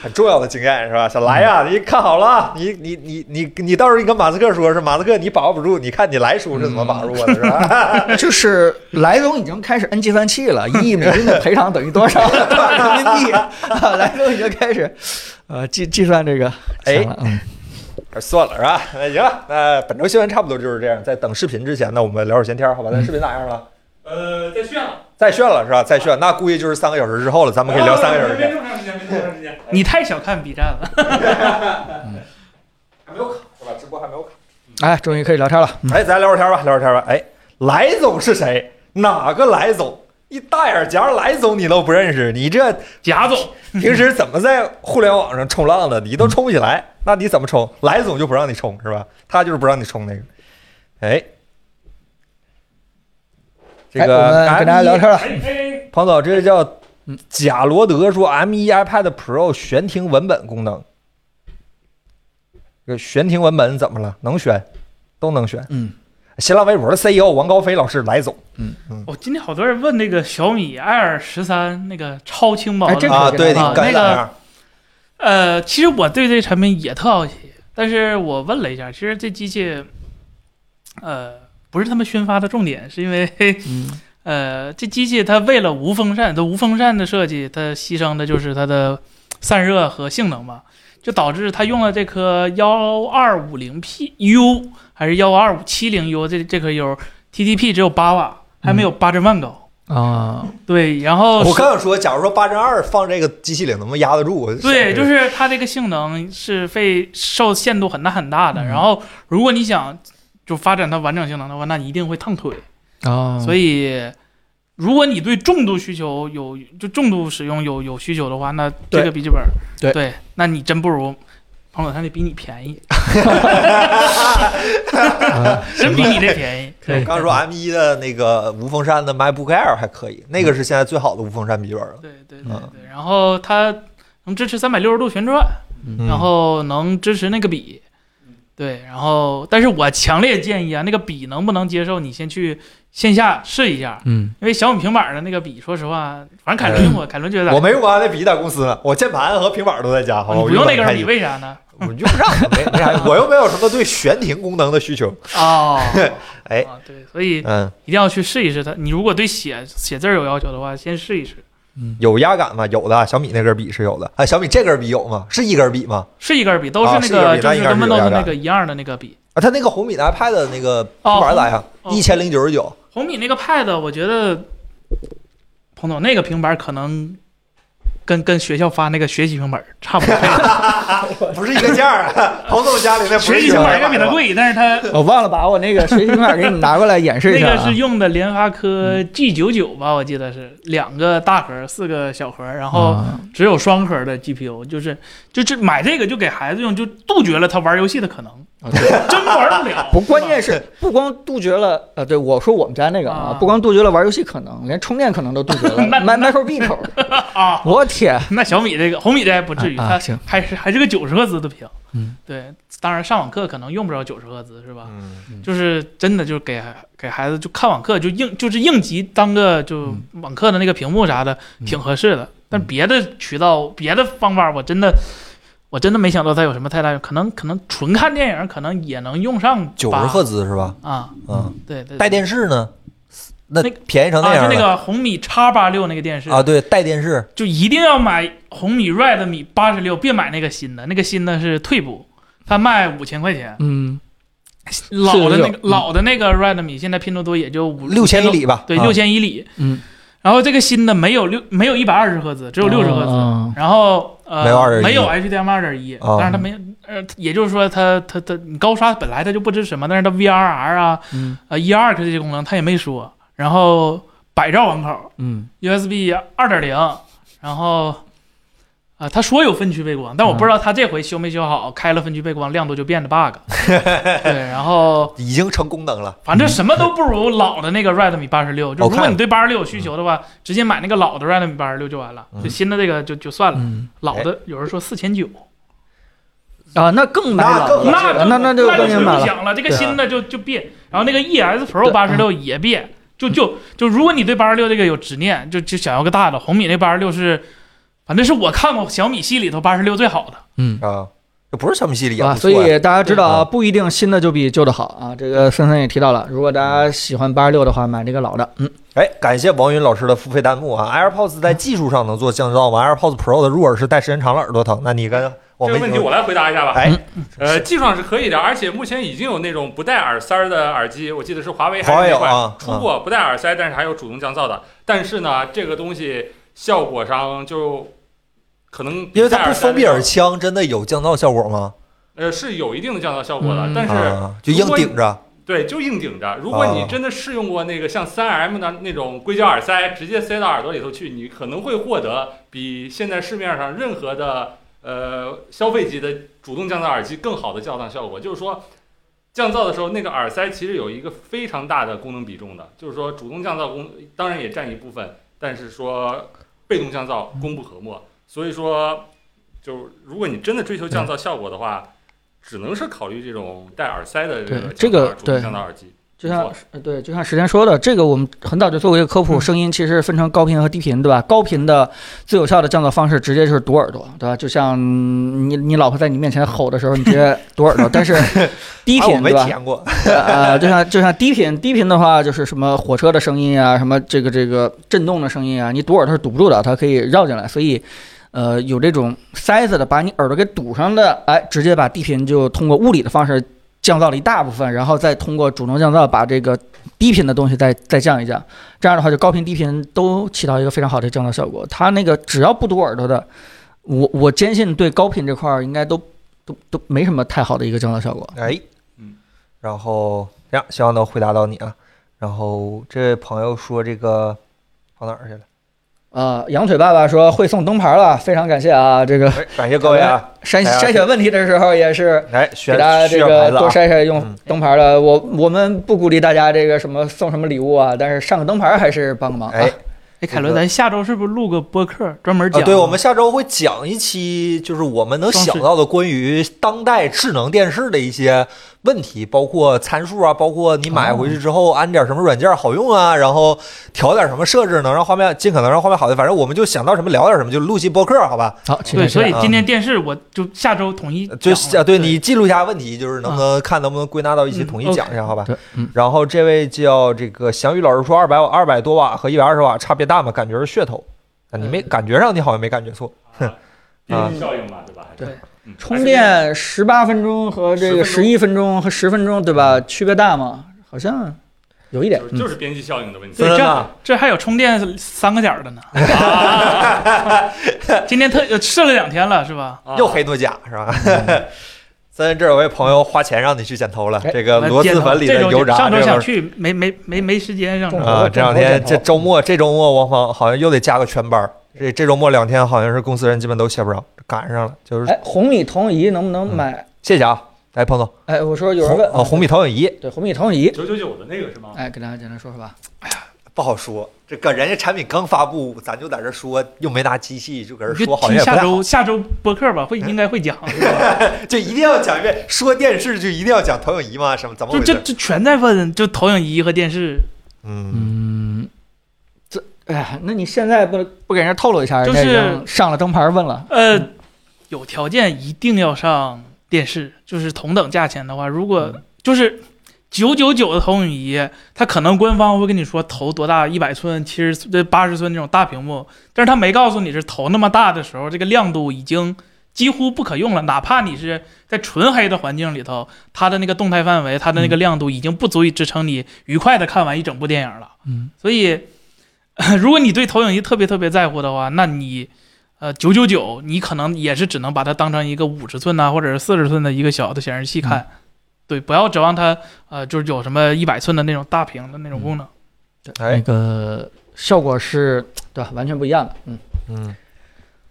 S1: 很重要的经验是吧？小莱呀、你看好了啊，你你你你你到时候你跟马斯克说是马斯克，你把握不住，你看你莱叔是怎么把握的，是吧？
S2: 就是莱总已经开始 N 计算器了，一亿美金的赔偿等于多少多少人民币？啊莱总已经开始呃计计算这个。
S1: 哎
S2: 行了嗯
S1: 算了是吧？那行了，那本周新闻差不多就是这样。在等视频之前呢，我们聊会儿闲天儿，好吧？咱视频咋样了？
S4: 呃，再炫了，
S1: 再炫了是吧？再炫，那估计就是三个小时之后了，咱们可以聊三个小时
S4: 没
S1: 天，
S4: 这么长时间，没这么长时间，
S3: 你太小看 B 站了。
S1: 还没有卡是吧？直播还没有卡。
S2: 哎，终于可以聊天了。嗯
S1: 哎，咱聊会儿天儿吧，聊会儿天儿吧。哎，来总是谁？哪个来总？一大眼夹来总你都不认识，你这
S3: 贾总，
S1: 平时怎么在互联网上冲浪的？你都冲不起来，那你怎么冲？来总就不让你冲是吧？他就是不让你冲那个。哎，这
S2: 哎我
S1: 个
S2: 们跟大家聊天了。
S4: 哎哎，
S1: 彭总，这个叫贾罗德说，M1 iPad Pro 悬停文本功能，这个悬停文本怎么了？能悬，都能悬。
S2: 嗯，
S1: 新浪微博的 CEO 王高飞老师来总
S2: 嗯
S3: 我哦今天好多人问那个小米 Air 十三那个超轻薄
S2: 哎这
S3: 的
S2: 个，
S1: 啊，
S2: 可以
S1: 对，
S2: 给他
S1: 你该
S3: 那个
S1: 咋样？
S3: 呃，其实我对这产品也特好奇，但是我问了一下，其实这机器，呃，不是他们宣发的重点，是因为
S2: 嗯，
S3: 呃，这机器它为了无风扇，它无风扇的设计，它牺牲的就是它的散热和性能嘛，就导致它用了这颗幺二五零 P U 还是幺二五七零 U 这这颗 U TDP 只有八瓦还没有八针万高。
S2: 啊，
S3: 对，然后
S1: 我
S3: 是
S1: 刚想说，假如说八针二放这个机器里，能不能压得住？我
S3: 对，就是它这个性能是被受限度很大很大的。
S2: 嗯
S3: 然后，如果你想就发展它完整性能的话，那你一定会烫腿。
S2: 啊，
S3: 所以，如果你对重度需求有就重度使用有有需求的话，那这
S2: 对
S3: 个笔记本儿
S2: 对
S3: 那你真不如彭总，他得比你 便宜，
S2: 啊
S3: 真比你这便宜。
S2: 可以
S1: 刚说 M 一的那个无风扇的 MacBook Air 还可以，那个是现在最好的无风扇笔记本了。
S3: 对对对
S1: 嗯
S3: 对，然后它能支持三百六十度旋转，
S1: 嗯
S3: 然后能支持那个笔，对，然后但是我强烈建议啊，那个笔能不能接受，你先去线下试一下，
S2: 嗯，
S3: 因为小米平板的那个笔，说实话，反正凯伦用过，凯伦觉得
S1: 嗯
S3: 哦
S1: 我没用过 M 笔在公司呢，我键盘和平板都在家，好吧？
S3: 你
S1: 我
S3: 不用
S1: 哦得
S3: 那根
S1: 开
S3: 儿，
S1: 机
S3: 你为 啥呢？
S1: 我用不上，没没啥，我又没有什么对悬停功能的需求。，
S3: 哦
S1: 哎
S3: 啊，对，所以
S1: 嗯，
S3: 一定要去试一试它。你如果对写写字儿有要求的话，先试一试，
S1: 嗯有压感吗？有的，小米那根笔是有的。哎，小米这根笔有吗？是一根笔吗？
S3: 是一根儿笔，都
S1: 啊
S3: 是那
S1: 是一根
S3: 个
S1: 儿笔
S3: 就
S1: 那
S3: 是
S1: 应该
S3: 跟
S1: 是有
S3: Windows
S1: 压
S3: 那
S1: 感
S3: 个一样的那个笔。
S1: 啊，它那个红米的 iPad 的那个平
S3: 哦
S1: 板咋样？
S3: 红
S1: 一千零九十九。
S3: 红米那个 Pad，我觉得，彭总那个平板儿可能跟跟学校发那个学习平板儿 差不多，
S1: 不是一个价儿啊！ 彭总家里那不
S3: 学
S1: 是
S3: 习
S1: 一
S3: 平
S1: 个
S3: 板儿应
S1: 价
S3: 该
S1: 儿
S3: 比它贵，但是它
S2: 我忘了把我那个学习平板给你拿过来演示
S3: 那
S2: 一下
S3: 个
S2: 啊
S3: 是用的联发科
S2: 嗯
S3: G 九九吧，我记得是两个大盒儿，四个小盒儿，然后
S2: 啊
S3: 只有双核的 GPU，就是就是买这个就给孩子用，就杜绝了他玩游戏的可能，
S2: 啊对
S3: 真玩不了。
S2: 不，关键是不光杜绝了，呃，对我说我们家那个
S3: 啊，
S2: 不光杜绝了玩游戏可能，连充电可能都杜绝了
S3: 那
S2: 买 micro B 口，
S3: 啊，
S2: 我天，
S3: 那小米这个红米这还不至于，
S2: 啊啊
S3: 它
S2: 行
S3: 还是还是个九十赫兹的屏。
S2: 嗯，
S3: 对，当然上网课可能用不着九十赫兹，是吧？
S1: 嗯，
S3: 就是真的就是给给孩子就看网课就应就是应急当个
S1: 嗯
S3: 就网课的那个屏幕啥的、
S2: 嗯
S3: 挺合适的，但别的渠道别的方法我真的我真的没想到它有什么太大用，可能可能纯看电影可能也能用上
S1: 九十
S3: 吧
S1: 赫兹是吧？
S3: 啊，
S1: 嗯，
S3: 对对，
S1: 带
S3: 对
S1: 电视呢？那
S3: 那
S1: 便宜成
S3: 啊，
S1: 样
S3: 就那
S1: 了
S3: 个红米叉八六那个电视
S1: 啊！对，带电视
S3: 就一定要买红米 Red 米八十六，别买那个新的，那个新的是退步，它卖五千块钱。
S2: 嗯，
S3: 老的那个
S2: 嗯
S3: 老的那个 Red 米现在拼多多也就五
S1: 六千一，里吧？
S3: 对，
S1: 啊
S3: 六千一里。
S2: 嗯，
S3: 然后这个新的没有六没有一百二十赫兹，只有六十赫兹。
S2: 兹，
S3: 然后呃
S1: 没有2.1
S3: 有 HDMI 二点一，
S1: 啊
S3: 但是它没有呃，也就是说它它它你高刷本来它就不支持嘛，但是它 VRR 啊
S2: 嗯
S3: 呃 ER 这些功能它也没说，然后百兆网口，
S2: 嗯
S3: USB 二点零，然后啊、他说有分区背光，但我不知道他这回修没修好，开了分区背光亮度就变的 bug。对，然后
S1: 啊已经成功能了。
S3: 反正什么都不如老的那个 Redmi 八十六，就
S1: 好
S3: 如果
S1: 看
S3: 你对八十六有需求的话，直接买那个老的 Redmi 八十六就完了，
S1: 嗯
S3: 就新的这个就就算了。
S2: 嗯
S3: 老的有人说四千九，
S2: 啊，那更买
S1: 那
S2: 老
S1: 更
S2: 了，
S3: 那
S2: 那那就
S3: 那
S2: 更
S3: 就
S2: 明
S3: 不
S2: 白了，
S3: 想了，这个
S1: 对啊
S3: 新的就就变，然后那个
S2: 对
S3: ES Pro 八十六也变，就就就如果你对八十六这个有执念，就就想要个大的，红米那八十六是，反正是我看过小米系里头八十六最好的，
S2: 嗯。
S1: 啊，这不是小米系列
S2: 啊，所以大家知道啊，不一定新的就比旧的好啊。这个森森也提到了，如果大家喜欢八十六的话，买这个老的。嗯，
S1: 哎，感谢王云老师的付费弹幕啊！AirPods 在技术上能做降噪吗？AirPods Pro 的入耳式戴时间长了耳朵疼，那你跟我
S4: 这
S1: 们
S4: 个问题我来回答一下吧。
S1: 哎
S4: 呃，技术上是可以的，而且目前已经有那种不带耳塞儿的耳机，我记得是华为
S1: 华
S4: 还
S1: 为
S4: 是
S1: 有
S4: 哪款
S1: 啊
S4: 出过不带耳塞，但是还有主动降噪的。但是呢，这个东西效果上就可能比
S1: 因为它
S4: 戴
S1: 不
S4: 塞
S1: 封闭
S4: 那种
S1: 耳腔，真的有降噪效果吗？
S4: 呃是有一定的降噪效果的
S2: 嗯，
S4: 但是
S1: 啊，就硬顶着
S4: 对就硬顶着。如果你
S1: 啊
S4: 真的试用过那个像三 M 的那种硅胶耳塞，直接塞到耳朵里头去，你可能会获得比现在市面上任何的呃消费级的主动降噪耳机更好的降噪效果。就是说，降噪的时候，那个耳塞其实有一个非常大的功能比重的，就是说主动降噪功当然也占一部分，但是说被动降噪功不可没。所以说，就如果你真的追求降噪效果的话，只能是考虑这种带耳塞的这
S2: 对
S4: 个
S2: 这个对
S4: 降噪主动降噪耳机。
S2: 就像呃对，就像时间说的，这个我们很早就做过一个科普，
S3: 嗯
S2: 声音其实分成高频和低频，对吧？高频的最有效的降噪方式，直接就是堵耳朵，对吧？就像嗯你你老婆在你面前吼的时候，你直接 堵耳朵。但是 低
S1: 啊，我
S2: 频，
S1: 没
S2: 对吧
S1: 体？验过。
S2: 呃，就像就像低频，低频的话就是什么火车的声音啊，什么这个这个震动的声音啊，你堵耳朵是堵不住的，它可以绕进来，所以。呃，有这种塞子的，把你耳朵给堵上的，哎，直接把低频就通过物理的方式降噪了一大部分，然后再通过主动降噪把这个低频的东西再再降一降，这样的话就高频低频都起到一个非常好的降噪效果。它那个只要不堵耳朵的，我我坚信对高频这块儿应该都都都没什么太好的一个降噪效果。
S1: 哎，
S4: 嗯，
S1: 然后这样希望能回答到你啊。然后这位朋友说这个跑哪儿去了？
S2: 啊，羊腿爸爸说会送灯牌了，非常感谢啊！这个
S1: 哎，感谢各位啊！
S2: 筛
S1: 哎呀
S2: 筛选问题的时候也是
S1: 来
S2: 给
S1: 选
S2: 大家
S1: 需
S2: 这
S1: 要
S2: 个
S1: 牌子
S2: 多
S1: 啊！
S2: 筛筛用
S1: 嗯
S2: 灯牌了。我我们不鼓励大家这个什么送什么礼物啊，但是上个灯牌还是帮个忙啊
S1: 哎。，
S3: 哎，凯伦，
S1: 这个
S3: 咱下周是不是录个播客专门
S1: 啊，
S3: 讲？
S1: 对，我们下周会讲一期，就是我们能
S3: 装饰
S1: 想到的关于当代智能电视的一些问题，包括参数啊，包括你买
S3: 哦
S1: 回去之后安点什么软件好用啊，然后调点什么设置能让画面尽可能让画面好的，反正我们就想到什么聊点什么，就录期播客，好吧？
S2: 好，请
S3: 对，
S2: 开
S3: 所
S2: 始
S3: 以
S1: 啊
S3: 今天电视我就下周统一
S1: 就
S3: 讲了啊
S1: 啊，对你记录一下问题，就是能不能看能不能归纳到一起
S3: 嗯
S1: 统一
S3: OK
S1: 讲一下，好吧
S2: 对？嗯
S1: 然后这位叫这个翔宇老师说，二百二百多瓦和一百二十瓦差别大吗？感觉是噱头，啊你没
S3: 呃
S1: 感觉上，你好像没感觉错。
S4: 边际啊效应嘛，对吧？
S2: 对
S4: 嗯，
S2: 充电十八分钟和这个十一分钟和十分钟，对吧？区别大吗？好像有一点
S4: 就。是
S2: 嗯
S4: 就是边际效应的问题
S3: 对，
S1: 真的
S3: 这
S1: 吗
S3: 这还有充电三个点儿的呢。 今天特呃试了两天了，是吧？
S4: 啊
S1: 又黑诺奖是吧？ 森，这有位朋友花钱让你去剪头了，
S2: 哎
S1: 这个
S3: 我
S1: 呃螺
S3: 剪
S1: 蛳
S3: 头
S1: 粉里
S3: 呃这
S1: 的
S3: 周
S1: 油炸，
S3: 上周
S1: 这
S3: 想
S1: 个
S3: 去，没没没没时间上周。
S2: 中
S1: 啊，这两天
S2: 中头
S1: 这周末这周末王芳好像又得加个全班儿，这这周末两天好像是公司人基本都歇不着，赶上了，就是
S2: 哎，红米投影仪能不能
S1: 嗯
S2: 买？
S1: 谢谢啊，来彭总，
S2: 哎，我说有人
S1: 红
S2: 问
S1: 啊红米投影仪
S2: 对红米投影仪，
S4: 九九九的那个是吗？
S2: 哎，给大家简单说说吧。
S1: 不好说，这个人家产品刚发布，咱就在这说，又没拿机器，就搁这
S3: 你
S1: 说
S3: 就
S1: 好像
S3: 听
S1: 也不
S3: 下
S1: 太好，
S3: 周下周播客吧，会应该会讲，
S1: 就一定要讲一遍，说电视就一定要讲投影仪吗？什么怎么
S3: 就
S1: 回
S3: 就
S1: 事？
S3: 就全在问，就投影仪和电视，
S1: 嗯，
S2: 嗯，这哎呀，那你现在不不给人家透露一下，人家已
S3: 就是
S2: 经上了灯牌问了。
S3: 呃，有条件一定要上电视，就是同等价钱的话，如果就是九九九的投影仪，它可能官方会跟你说投多大，一百寸、七十寸、呃八十寸这种大屏幕，但是它没告诉你是投那么大的时候，这个亮度已经几乎不可用了。哪怕你是在纯黑的环境里头，它的那个动态范围，它的那个亮度已经不足以支撑你愉快的看完一整部电影了。
S2: 嗯，
S3: 所以， 如果你对投影仪特别特别在乎的话，那你，呃，九九九，你可能也是只能把它当成一个五十寸呐、或者是四十寸的一个小的显
S2: 嗯
S3: 示器看。对，不要指望它，呃，就是有什么一百寸的那种大屏的那种功能。
S2: 那
S1: 哎，
S2: 个效果是对吧？完全不一样的。嗯，
S1: 嗯，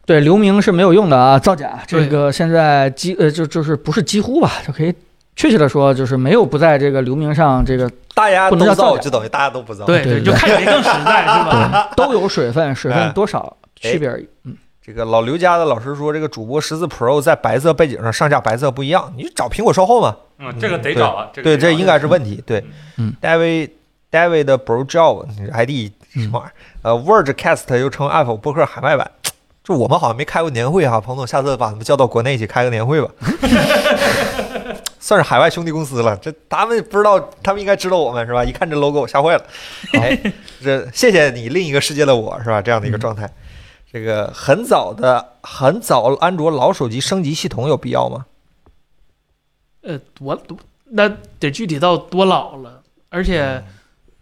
S2: 对，流明是没有用的啊，造假。这
S3: 对
S2: 个现在几呃，就就是不是几乎吧，就可以确切的说，就是没有不在这个流明上这个
S1: 大家
S2: 不
S1: 都
S2: 能叫造
S1: 造，
S2: 假
S1: 就等于大家都不造，
S3: 对
S2: 对对
S3: 就看谁更实在，是吧？
S2: 对 都有水分，水分多少区别而已。嗯，
S1: 这个老刘家的老师说，这个主播十四 Pro 在白色背景上上架白色不一样，你就找苹果售后嘛？
S4: 嗯，这个得找啊，
S1: 对，
S4: 个
S1: 这
S4: 得找
S1: 应该是问题。对，
S2: 嗯
S1: ，David David 的 Bro Job ID 什么玩意儿？呃，Wordcast 又称 Apple 播客海外版。就我们好像没开过年会哈、彭总，下次把他们叫到国内一起开个年会吧。算是海外兄弟公司了，这他们不知道，他们应该知道我们是吧？一看这 logo 吓坏了。哎，这谢谢你，另一个世界的我是吧？这样的一个状态。这个很早的很早，安卓老手机升级系统有必要吗？
S3: 呃，多多，那得具体到多老了，而且。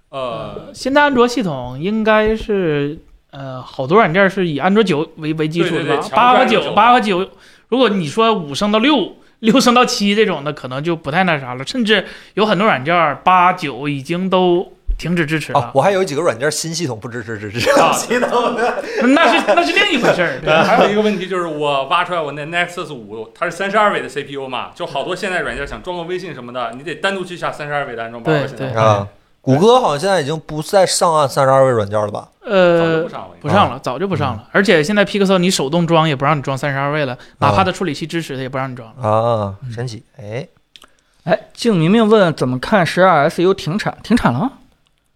S4: 呃，
S3: 现在安卓系统应该是呃，好多软件是以安卓九为为基础
S4: 对对
S3: 的吧
S4: 对，
S3: 八和
S4: 强制
S3: 九，
S4: 安卓
S3: 八和九。如果你说五升到六， 六升到七这种的，可能就不太那啥了，甚至有很多软件八九已经都停止支持
S1: 哦
S3: 了，，
S1: 我还有几个软件新系统不支持支持
S4: 啊
S1: 系统的。
S3: 那是那是另一回事儿。对
S4: 呃，还有一个问题就是，我挖出来我那 Nexus 五，它是三十二位的 CPU 嘛，就好多现在软件想装个微信什么的，你得单独去下三十二位的安装包
S3: 对
S4: 现在
S3: 对
S1: 啊，谷歌好像现在已经不再上岸三十二位软件了吧？
S4: 早就
S3: 呃
S4: 不，上了，
S3: 不上了，早就不上了。而且现在 Pixel 你手动装也不让你装三十二位了，哪怕它处理器支持，它也不让你装了。
S1: 啊，
S2: 嗯
S1: 神奇！哎，
S2: 哎，静明明问怎么看十二 SU 停产？停产了吗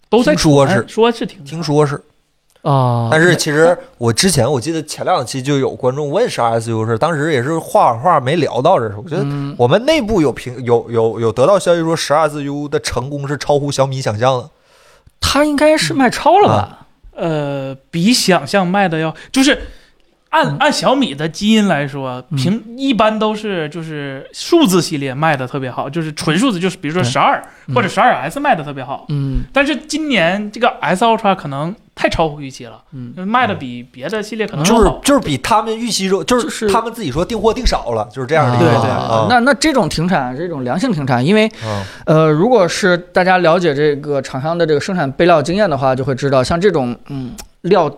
S3: 都在
S1: 听说是
S3: 传哎说是停止，
S1: 听说是，
S2: 啊
S1: 但是其实我之前我记得前两期就有观众问是 SU 是，当时也是画画画没聊到这事，我觉得。
S2: 嗯，
S1: 我们内部有评有有有得到消息说，十二 SU 的成功是超乎小米想象的。
S2: 他应该是卖超了吧？
S3: 呃，比想象卖的要就是按
S2: 嗯
S3: 按小米的基因来说，平一般都是就是数字系列卖的特别好，就是纯数字，就是比如说
S2: 对
S3: 十二
S2: 嗯
S3: 或者十二 S 卖的特别好。
S2: 嗯
S3: 但是今年这个 S Ultra 可能太超乎预期了，
S2: 嗯，
S3: 卖的比别的系列可能
S1: 就
S3: 要
S1: 是
S3: 好。
S1: 就是比他们预期中，就
S2: 哦就是是
S1: 他们自己说订货订少了，就是这样的一
S3: 对
S1: 个
S3: 对
S1: 状态啊。
S2: 那那这种停产，这种良性停产，因为
S1: 嗯
S2: 呃，如果是大家了解这个厂商的这个生产备料经验的话，就会知道，像这种嗯料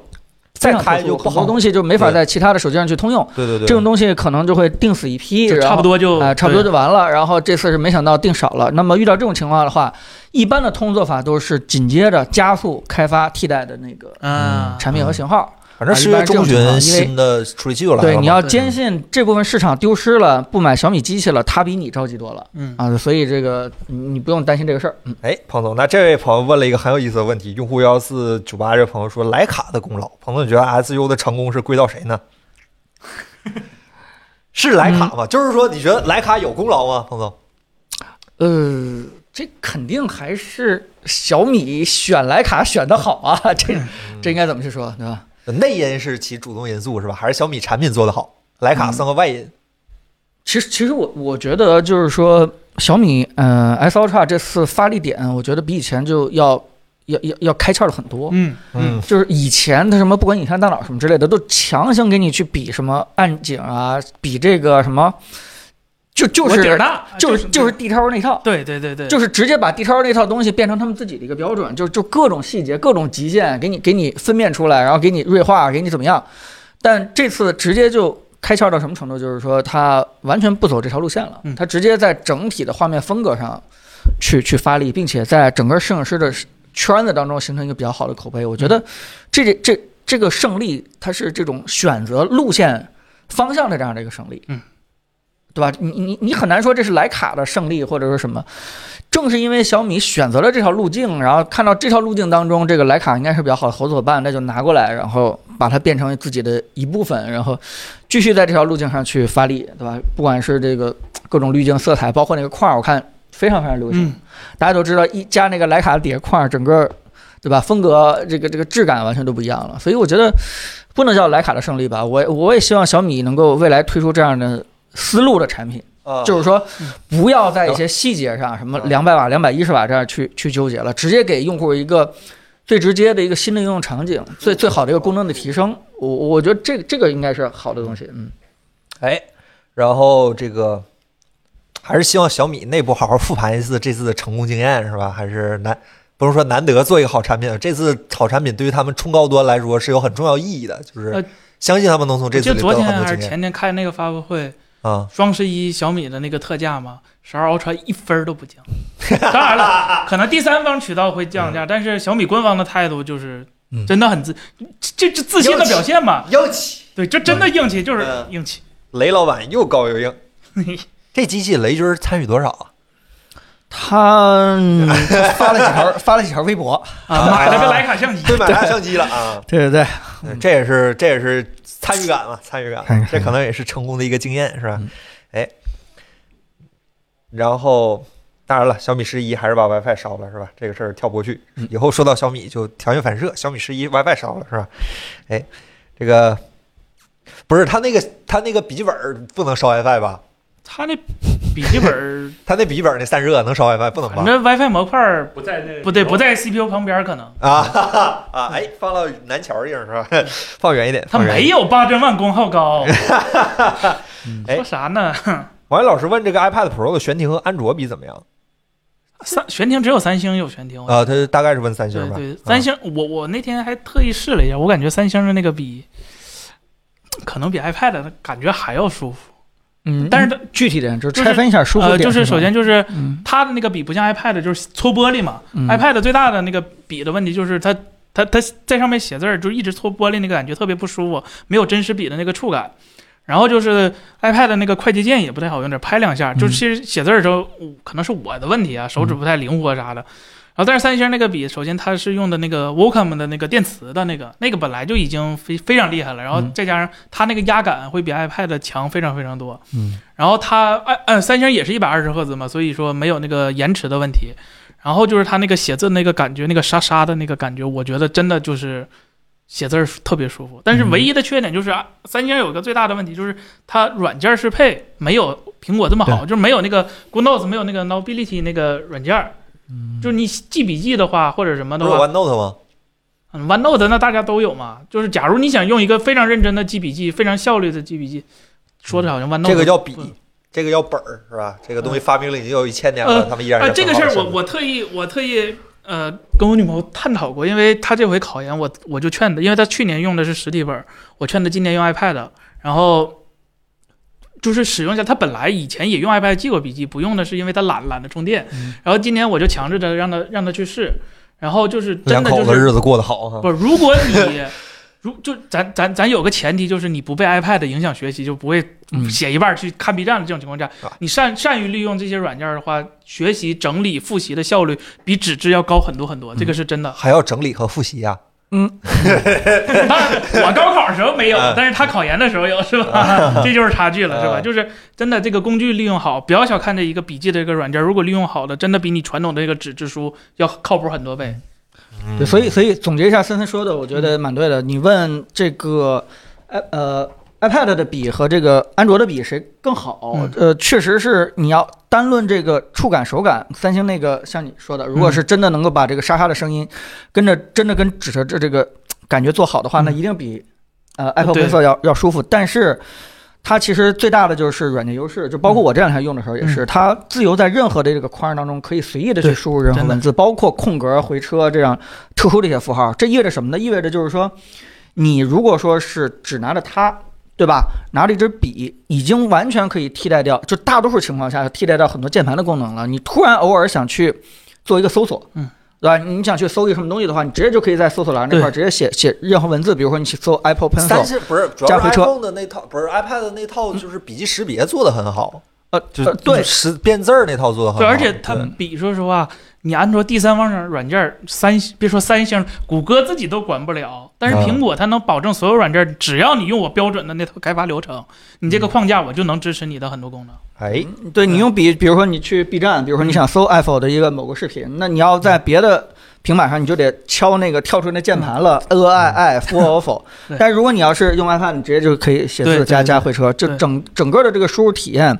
S1: 再
S2: 非常
S1: 开
S2: 特殊
S1: 就不
S2: 很多
S1: 好
S2: 东西就没法
S1: 对
S2: 在其他的手机上去通用，
S1: 对对对，
S2: 这种东西可能就会定死一批，
S3: 就
S2: 然
S3: 差
S2: 后
S3: 不多就
S2: 啊、差不多
S3: 对
S2: 就完了。然后这次是没想到定少了。那么遇到这种情况的话，一般的通用做法都是紧接着加速开发替代的那个
S3: 嗯，
S2: 产品和型号。
S1: 反正
S2: 啊
S1: 十
S2: 一般
S1: 月
S2: 是这种
S1: 中旬
S2: 情况因为
S1: 新的处理器就来了嘛。
S2: 对，你要
S3: 对
S2: 坚信这部分市场丢失了，不买小米机器了，他比你着急多了
S3: 嗯
S2: 啊。所以这个你你不用担心这个事儿。嗯，
S1: 哎，彭总，那这位朋友问了一个很有意思的问题，用户幺四九八这位朋友说徕卡的功劳，彭总你觉得 SU 的成功是归到谁呢？ 是徕卡
S2: 嗯
S1: 吗？就是说，你觉得徕卡有功劳吗？彭总，
S2: 呃，这肯定还是小米选徕卡选的好啊，这这应该怎么去说，对吧？
S1: 内因是其主动因素是吧？还是小米产品做得好？徕
S2: 嗯
S1: 卡算个外因。
S2: 其实，其实我我觉得就是说，小米嗯、呃、S Ultra 这次发力点，我觉得比以前就要要要要开窍了很多。
S3: 嗯
S1: 嗯
S2: 就是以前它什么不管影像大脑什么之类的，都强行给你去比什么暗景啊，比这个什么，就就
S3: 我底儿
S2: 是
S3: 大，啊
S2: 就是就是 D 超那套。
S3: 对对对对，
S2: 就是直接把 D 超那套东西变成他们自己的一个标准，就就各种细节、各种极限给你给你分辨出来，然后给你锐化，给你怎么样？但这次直接就开窍到什么程度？就是说它完全不走这条路线了
S3: 嗯，
S2: 它直接在整体的画面风格上去去发力，并且在整个摄影师的圈子当中形成一个比较好的口碑。我
S3: 嗯
S2: 觉得这这这这个胜利，它是这种选择路线方向的这样的一个胜利。
S3: 嗯。
S2: 对吧？你你你很难说这是徕卡的胜利或者说什么，正是因为小米选择了这条路径，然后看到这条路径当中，这个徕卡应该是比较好的合作伙伴，那就拿过来，然后把它变成自己的一部分，然后继续在这条路径上去发力，对吧？不管是这个各种滤镜、色彩，包括那个框儿，我看非常非常流行。
S3: 嗯
S2: 大家都知道，一加那个徕卡的底下框儿，整个对吧？风格这个这个质感完全都不一样了。所以我觉得不能叫徕卡的胜利吧。我我也希望小米能够未来推出这样的思路的产品。
S1: 啊，
S2: 就是是说，不要在一些细节上，什么
S1: 嗯
S2: 两百瓦、两百一十瓦这样去去纠结了，直接给用户一个最直接的一个新的应用场景，最最好的一个功能的提升。我我觉得这个这个应该是好的东西， 嗯，
S1: 哎，然后这个还是希望小米内部好好复盘一次这次的成功经验，是吧？还是难不能说难得做一个好产品，啊这次好产品对于他们冲高端来说是有很重要意义的，就是
S3: 呃
S1: 相信他们能从这次
S3: 就
S1: 里
S3: 昨
S1: 得到
S3: 天
S1: 很多
S3: 还是
S1: 经验
S3: 前天开那个发布会，
S1: 啊。
S3: 双十一小米的那个特价嘛，十二 Ultra 一分儿都不降。当 然了，可能第三方渠道会降价，但是小米官方的态度就是
S1: 嗯
S3: 真的很自，这这自信的表现嘛。
S1: 又起
S3: 对，这真的硬气，就是
S1: 嗯
S3: 硬气。
S1: 雷老板又高 又硬，这机器雷军参与多少啊？
S2: 他嗯发了几条发了几条微博，
S3: 啊，买了个徕卡相机，
S1: 对，买大相机了啊！
S2: 对对对，
S1: 对这也是这也是参与感嘛，参与
S2: 参与
S1: 感
S2: 感，
S1: 这可能也是成功的一个经验，是吧
S2: 嗯？
S1: 哎，然后当然了，小米十一还是把 WiFi 烧了，是吧？这个事儿跳不过去
S2: 嗯。
S1: 以后说到小米就条件反射，小米十一 WiFi 烧了，是吧？哎，这个不是他那个他那个笔记本儿不能烧 WiFi 吧？
S3: 他那笔记本 儿，
S1: 他那笔记本儿那散热能烧 WiFi 不能吧
S3: 反？正 WiFi 模块儿
S4: 不在那
S3: 不对，不在 CPU 旁边，可能
S1: 啊哈哈啊！哎，放到南桥儿硬是吧？ 放远一点，
S3: 它
S1: 放远一
S3: 没
S1: 点。
S3: 有八珍万功耗 高。嗯
S1: 哎
S3: 说啥呢？
S1: 王岩老师问这个 iPad Pro 的悬停和安卓比怎么样？
S3: 三悬停只有三星有悬停，我
S1: 啊，他大概是问三星
S3: 哦对
S1: 吧。
S3: 对，
S1: 啊
S3: 三星，我我那天还特意试了一下，我感觉三星的那个比，可能比 iPad 的感觉还要舒服。
S2: 嗯，
S3: 但是它
S2: 具体点就是
S3: 就是
S2: 拆分一下舒服
S3: 呃，
S2: 点，
S3: 就是
S2: 吧
S3: 首先，就是
S2: 嗯
S3: 它的那个笔不像 iPad，就是搓玻璃嘛。
S2: 嗯
S3: iPad 最大的那个笔的问题就是它它它在上面写字儿，就一直搓玻璃那个感觉特别不舒服，没有真实笔的那个触感。然后就是 iPad 的那个快捷键也不太好用，得拍两下。
S2: 嗯
S3: 就是其实写字儿的时候，我可能是我的问题啊，手指不太灵活啥的。然后但是三星那个笔，首先它是用的那个 Wacom 的那个电磁的那个，那个本来就已经非非常厉害了，然后
S2: 嗯
S3: 再加上它那个压感会比 iPad 强非常非常多。
S2: 嗯
S3: 然后它按按三星也是一百二十赫兹嘛，所以说没有那个延迟的问题。然后就是它那个写字那个感觉，那个沙沙的那个感觉，我觉得真的就是写字儿特别舒服。但是唯一的缺点就是啊三星有一个最大的问题，就是它软件适配没有苹果这么好，就是没有那个 g o o d Notes 没有那个 Nobility 那个软件儿。
S1: 嗯
S3: 就是你记笔记的话，或者什么
S1: 不
S3: 的
S1: 是
S3: 话，
S1: OneNote 吗？
S3: 嗯，OneNote 那大家都有嘛。就是假如你想用一个非常认真的记笔记，非常效率的记笔记，说的好像 OneNote
S1: 嗯这个叫
S3: 不
S1: 笔，这个叫本儿，是吧？这个东西发明了已经有一千年了，他们依然
S3: 嗯呃，
S1: 是
S3: 这
S1: 很
S3: 个
S1: 好
S3: 事
S1: 的
S3: 儿
S1: 设
S3: 我
S1: 计
S3: 我特意我特意呃跟我女朋友探讨过，因为她这回考研，我我就劝她，因为她去年用的是实体本儿，我劝她今年用 iPad，然后就是使用一下。她本来以前也用 iPad 记过笔记，不用的是因为她懒懒得充电，
S2: 嗯
S3: 然后今年我就强制着让她让她去试，然后就是真
S1: 两
S3: 的就
S1: 口子
S3: 是
S1: 日子过得好啊哈。
S3: 不，如果你如就咱咱咱有个前提，就是你不被 iPad 影响学习，就不会
S2: 嗯
S3: 写一半儿去看 B 站的这种情况下
S1: 啊，
S3: 你善善于利用这些软件儿的话，学习整理复习的效率比纸质要高很多很多，这个是 真的。
S1: 还要整理和复习啊呀、
S3: 当然，我高考时候没有
S1: 嗯，
S3: 但是他考研的时候有，是吧？这就是差距了，是吧？
S1: 嗯
S3: 就是真的这个工具利用好，不要小看这一个笔记的这个软件儿，如果利用好了，真的比你传统的这个纸质书要靠谱很多倍。
S1: 嗯
S2: 对，所以所以总结一下森森说的，我觉得蛮对的。你问这个，呃呃。iPad 的笔和这个安卓的笔谁更好？
S3: 嗯
S2: 呃，确实是你要单论这个触感手感，三星那个像你说的，如
S3: 嗯
S2: 果是真的能够把这个沙沙的声音跟着真的跟指着这这个感觉做好的话，
S3: 嗯啊
S2: 那一定比呃 Apple
S3: 对
S2: Pencil 要要舒服。但是它其实最大的就是软件优势，就包
S3: 嗯
S2: 括我这两天用的时候也是，它自由在任何的这个框当中可以随意的去
S3: 对
S2: 输入任何
S3: 真的
S2: 文字，包括空格、回车这样特殊的一些符号。这意味着什么呢？意味着就是说，你如果说是只拿着它。对吧？拿着一支笔，已经完全可以替代掉，就大多数情况下替代掉很多键盘的功能了。你突然偶尔想去做一个搜索，
S3: 嗯，
S2: 对吧？你想去搜一个什么东西的话，你直接就可以在搜索栏那块儿直接写写任何文字，比如说你去搜 Apple
S1: 三
S2: Pencil，
S1: 星不是主
S2: 加
S1: 要是
S2: 回车
S1: iPhone 的那套，不是 iPad 的那套，
S3: 嗯
S1: 就是笔记识别做的很好，
S2: 呃，
S1: 就
S2: 呃
S1: 是
S2: 对，
S1: 识变字儿那套做的很好。
S3: 对，而且它
S1: 对
S3: 比说实话，你安卓第三方软件儿三星别说三星，谷歌自己都管不了，但是
S1: 嗯
S3: 苹果它能保证所有软件儿，只要你用我标准的那套开发流程，你
S1: 嗯
S3: 这个框架我就能支持你的很多功能。
S1: 哎，
S2: 对你用笔，比如说你去 B 站，比如说你想搜 Apple 的一个某个视频，那你要在别的平板上，你就得敲那个跳出那键盘了，a i i 哎 f o f o
S3: 对。
S2: 但如果你要是用 iPad，你直接就可以写
S3: 对
S2: 字
S3: 对
S2: 加
S3: 对
S2: 加回车，这
S3: 对
S2: 整整个的这个输入体验，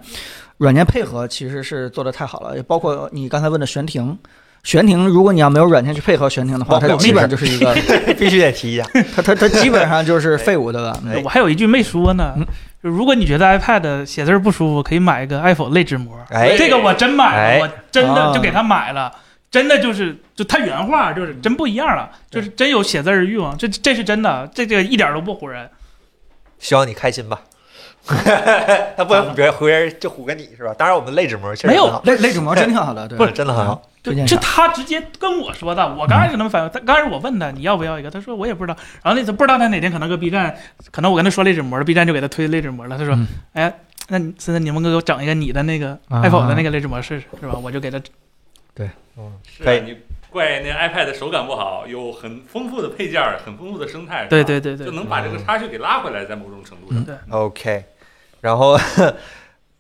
S2: 软件配合其实是做的太好了，也包括你刚才问的悬停。悬停，如果你要没有软件去配合悬停的话，
S1: 忘不
S2: 它
S1: 了
S2: 基本就是一个，
S1: 必须得提 一下。
S2: 它它它基本上就是废物，对吧？
S1: 哎
S3: 我还有一句没说呢
S2: 嗯，
S3: 就如果你觉得 iPad 写字儿不舒服，可以买一个 iPhone 类纸膜。
S1: 哎，
S3: 这个我真买
S1: 哎
S3: 了，我真
S2: 啊
S3: 的就给他买了，真的就是就他原话就是真不一样了，就是真有写字儿的欲望，这这是真的，这这个一点儿都不唬人。
S1: 希望你开心吧。 他不能唬别人，唬别人就唬个你是吧？当然，我们类纸膜确实
S3: 没有
S1: 很好
S2: 类类纸膜真挺好的，对
S1: 不是真的很好。
S3: 对
S2: 推荐，
S3: 这
S2: 上
S3: 他直接跟我说的。我刚开始那么反应，他刚开始我问他你要不要一个，他说我也不知道。然后那次不知道他哪天可能搁 B 站，可能我跟他说类纸膜，B 站就给他推类纸膜了。他说，
S2: 嗯
S3: 哎呀，那你森森，你们给我整一个你的那个
S2: 啊
S3: iPhone 的那个类纸膜试试，是吧？我就给他
S1: 嗯，
S4: 是
S1: 可
S4: 啊
S1: 以
S4: 你怪那 iPad 的手感不好，有很丰富的配件儿，很丰富的生态，是吧
S3: 对对对对
S4: 就，能把这个差距给拉回来，在某种程度
S1: 嗯
S2: 嗯
S4: 上。
S1: OK，然后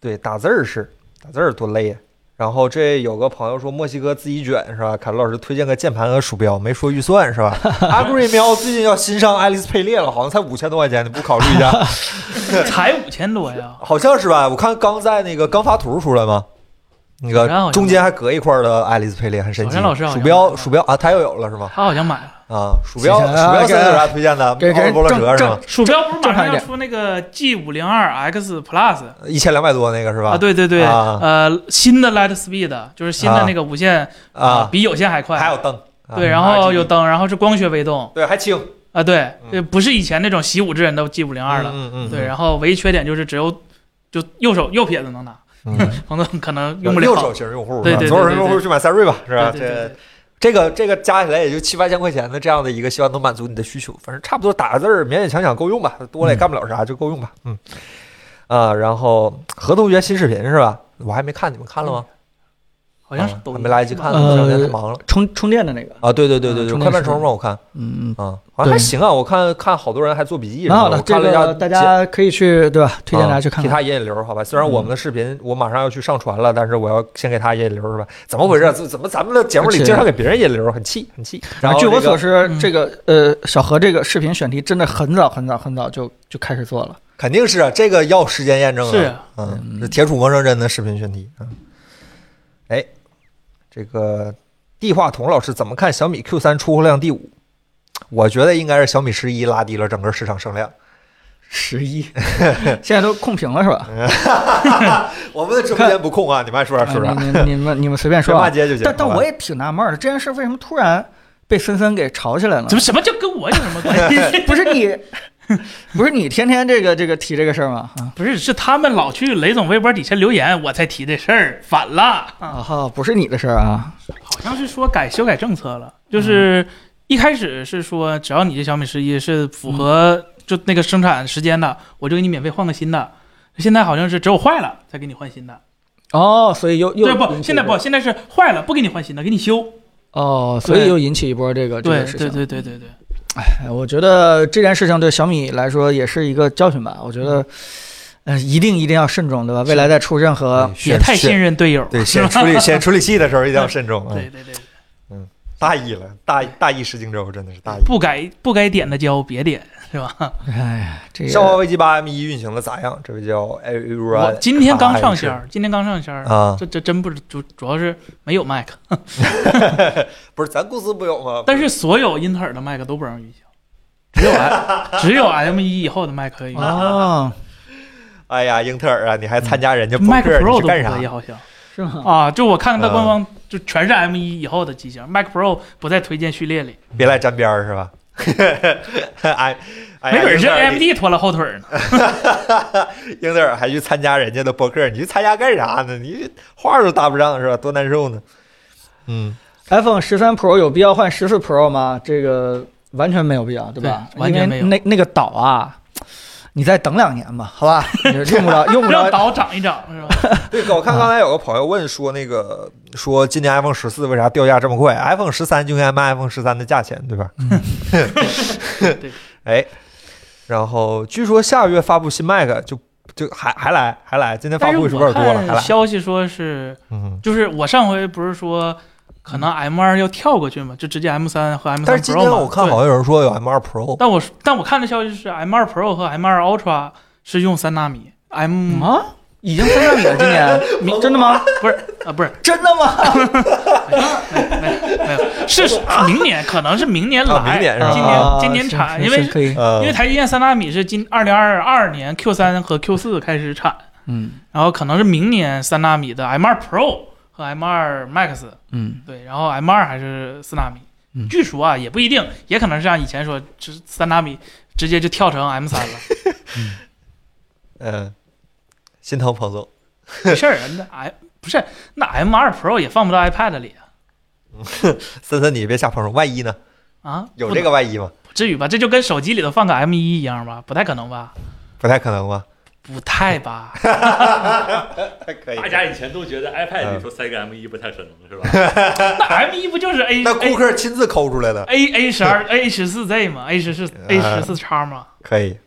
S1: 对打字儿是打字儿多累呀、然后这有个朋友说墨西哥自己卷是吧？凯伦老师推荐个键盘和鼠标，没说预算是吧？Agri 喵最近要新上爱丽丝配列了，好像才五千多块钱，你不考虑一下？
S3: 才五千多呀，
S1: 好像是吧？我看刚在那个刚发图出来吗？那
S3: 好像好
S1: 个
S3: 像
S1: 中间还隔一块儿的爱丽丝配列，很神
S3: 好
S1: 奇。
S3: 像老师好
S1: 鼠
S3: 像
S1: 标
S3: 是
S1: 鼠标啊，他又有了是吗？
S3: 他好像买了。
S1: 啊，鼠标
S2: 谢
S1: 鼠
S2: 谢啊
S1: 标现在有
S2: 给
S1: 啥推荐的？
S2: 给给
S1: 奥尔波洛
S2: 正
S1: 折是
S2: 正
S1: 吗？
S3: 鼠标不是马
S2: 正常
S3: 上
S2: 一
S3: 要
S2: 点
S3: 出那个 G 五零二 X Plus
S1: 一千两百多那个是吧？
S3: 啊？对对对，
S1: 啊
S3: 呃，新的 Light Speed 就是新的那个无线
S1: 啊，
S3: 比有线还快。
S1: 还有灯。啊
S3: 对，然后
S1: RGB
S3: 有灯，然后是光学微动
S1: 对还轻。
S3: 啊，对
S1: 嗯，
S3: 这不是以前那种习武之人的 G 五零二了。
S1: 嗯嗯，嗯
S3: 对，然后唯一缺点就是只有就右手右撇子能拿，
S1: 嗯
S3: 可能可能用不
S1: 右
S3: 了
S1: 手。 型用户，
S3: 对
S1: 是吧
S3: 对对
S1: 左手型
S3: 对
S1: 用户
S3: 对
S1: 去买赛睿吧，是吧？
S3: 对对对
S1: 这这个这个加起来也就七八千块钱的这样的一个，希望能满足你的需求。反正差不多打个字儿，勉勉强强够用吧，多
S3: 嗯
S1: 了也干不了啥，就够用吧。嗯，啊，然后何同学新视频是吧？我还没看，你们看了吗？
S3: 嗯好像是
S1: 啊
S3: 抖
S1: 还
S3: 音
S1: 没来得及看呢，这
S2: 呃
S1: 两天太忙了
S2: 充充电的那个，
S1: 啊。对对对对
S2: 嗯
S1: 对，
S2: 充
S1: 快
S2: 电
S1: 慢
S2: 时
S1: 虫
S2: 间
S1: 嘛，我看
S2: 嗯，
S1: 啊，好像还
S2: 对
S1: 行啊。我看看好多人还做笔记什
S2: 蛮好
S1: 么的，
S2: 的，
S1: 我
S2: 这
S1: 看了一下
S2: 个大家可以去对吧？推荐大家去看
S1: 替
S2: 看。
S1: 啊
S2: 嗯
S1: 他引引流，好吧？虽然我们的视频我马上要去上传了，但是我要先给他引引流，是吧？怎么回
S2: 嗯
S1: 事？怎怎么咱们的节目里
S2: 而且
S1: 经常给别人引流，很气，很气。然后
S2: 啊据我
S1: 这个
S2: 所知
S3: 嗯，
S2: 这个呃，小何这个视频选题真的很早很早很早就就开始做了。
S1: 肯定是啊，这个要时间验证啊。
S3: 是啊
S1: 嗯，这铁杵磨成针的视频选题啊。嗯哎，这个地话筒老师怎么看小米 Q 三出货量第五？我觉得应该是小米十一拉低了整个市场声量。
S2: 十一， 现在都控屏了是吧？
S1: 我们的直播间不控啊，你们爱说啥说啥，
S2: 啊你你你们你们随便
S1: 别
S2: 说
S1: 骂
S2: 啊。
S1: 街就行。
S2: 但但
S1: 好吧
S2: 我也挺纳闷儿的，这件事为什么突然被森森给炒起来了哎
S3: 怎？么什么叫跟我有什么关 系？
S2: 不是你，不是你天天这个这个提这个事儿吗？啊
S3: 不是，是他们老去雷总微博底下留言，我才提这事儿，反了。
S2: 啊哈，不是你的事儿啊。
S3: 好像是说改修改政策了，就是
S1: 嗯
S3: 一开始是说只要你这小米十一是符
S1: 嗯
S3: 合就那个生产时间的，我就给你免费换个新的。现在好像是只有坏了才给你换新的，
S2: 哦，所以又又
S3: 对不？
S2: 引起
S3: 现在不，现在是坏了不给你换新的，给你修。
S2: 哦，所以又引起一波这个这
S3: 对
S2: 个事
S3: 对
S2: 情。
S3: 对对对对，
S2: 哎，我觉得这件事情对小米来说也是一个教训吧。我觉得，呃，一定一定要慎重，对吧？未来再出任何
S1: 嗯
S3: 别
S1: 选
S3: 太
S1: 选
S3: 信任队友，
S1: 对，
S3: 是
S1: 选
S3: 吧？
S1: 处理选处理器的时候一定要慎 重啊。
S3: 对对对，
S1: 大意了，大大意失荆州，真的是大意。
S3: 不该不该点的胶别点，是吧？
S2: 哎呀，这
S1: 上华
S2: 个
S1: 为 G 八 M 一运行的咋样？这位叫 Aaron，
S3: 我今天刚上
S1: 线
S3: 线儿，今天刚上线儿，
S1: 啊，
S3: 这这真不是主主要是没有麦克，
S1: 不是咱公司不有吗？
S3: 但是所有英特尔的麦克都不让预想，只有 M 只有 M 一以后的麦克可以预想，
S2: 哦，
S1: 哎呀，英特尔啊，你还参加人家
S3: 嗯麦克
S1: Poker，你
S3: Pro
S1: 是
S3: 都
S1: 干
S3: 不可以
S1: 啥？
S3: 好像
S2: 是吗？
S3: 啊，就我看看它官方就全是 M 一以后的机型，Mac Pro 不在推荐序列里，
S1: 别来沾边儿是吧？ 哎，哎呀
S3: 没准是
S1: 英特尔
S3: AMD 拖了后腿呢。
S1: 英特尔还去参加人家的博客，你去参加干啥呢？你话都搭不上是吧？多难受呢。嗯，
S2: iPhone 十三 Pro 有必要换十四 Pro 吗？这个完全没有必要，对吧？
S3: 对完全没有
S2: 因为那那个岛啊，你再等两年吧，好吧？你用不着，用不
S3: 让
S2: 着。
S3: 岛长一长是吧？
S1: 对，我看刚才有个朋友问说，那个说今年 iPhone 十四为啥掉价这么快？iPhone 十三就应该卖 iPhone 十三的价钱，对吧？
S3: 嗯 对，
S1: 哎，然后据说下个月发布新 Mac，就就还还来还来，今天发
S3: 但是
S1: 布会是不
S3: 我
S1: 是有点多了？还
S3: 看
S1: 来，
S3: 消息说是，
S1: 嗯。
S3: 就是我上回不是说可能 M 二要跳过去嘛，就直接 M 三和 M
S1: 但
S3: 三
S1: 是今
S3: 嗯 Pro
S1: 天
S3: 嘛。
S1: 我看
S3: 对
S1: 好像有人说有 M 二 Pro，
S3: 但我但我看的消息是 M 二 Pro 和 M 二 Ultra 是用三纳米，M
S2: 啊，已经三纳米了，今 年真的吗？
S3: 不是啊不是
S2: 真的吗？
S3: 没有没 有是是明年可能是明年
S1: 啊
S3: 来，
S1: 明年是吧
S3: 今
S2: 啊
S3: 年今年产，
S2: 是
S3: 因
S2: 是
S3: 为
S2: 是可以，
S1: 呃，
S3: 因为台积电三纳米是今二零二二年 Q 三和 Q 四开始产，
S2: 嗯
S3: 然后可能是明年三纳米的 M 二 Pro 和 M 二 Max，
S2: 嗯
S3: 对，然后 M 二还是四纳米。
S2: 嗯
S3: 据说啊，也不一定，也可能是像以前说，就是三纳米直接就跳成 M 三了，
S1: 嗯，心疼彭总，
S3: 没事儿啊。那 M 不是那 M 二 Pro 也放不到 iPad 里啊
S1: 森森你别吓彭总，万一呢？
S3: 啊，
S1: 有
S3: 不
S1: 这个万一吗？
S3: 不至于吧？这就跟手机里头放个 M 一一样吧？不太可能吧？
S1: 不太可能吧？
S3: 不太 吧？
S1: 太可
S4: 大家以前都觉得 iPad
S1: 嗯
S4: 里头塞个 M 一不太可能，是吧？
S3: 那 M 一不就是 A
S1: 那库
S3: A
S1: 克亲自抠出来的，
S3: A A 十二 A 十四 Z 吗？A 十四
S1: 呃
S3: A 十四叉吗？
S1: 可以。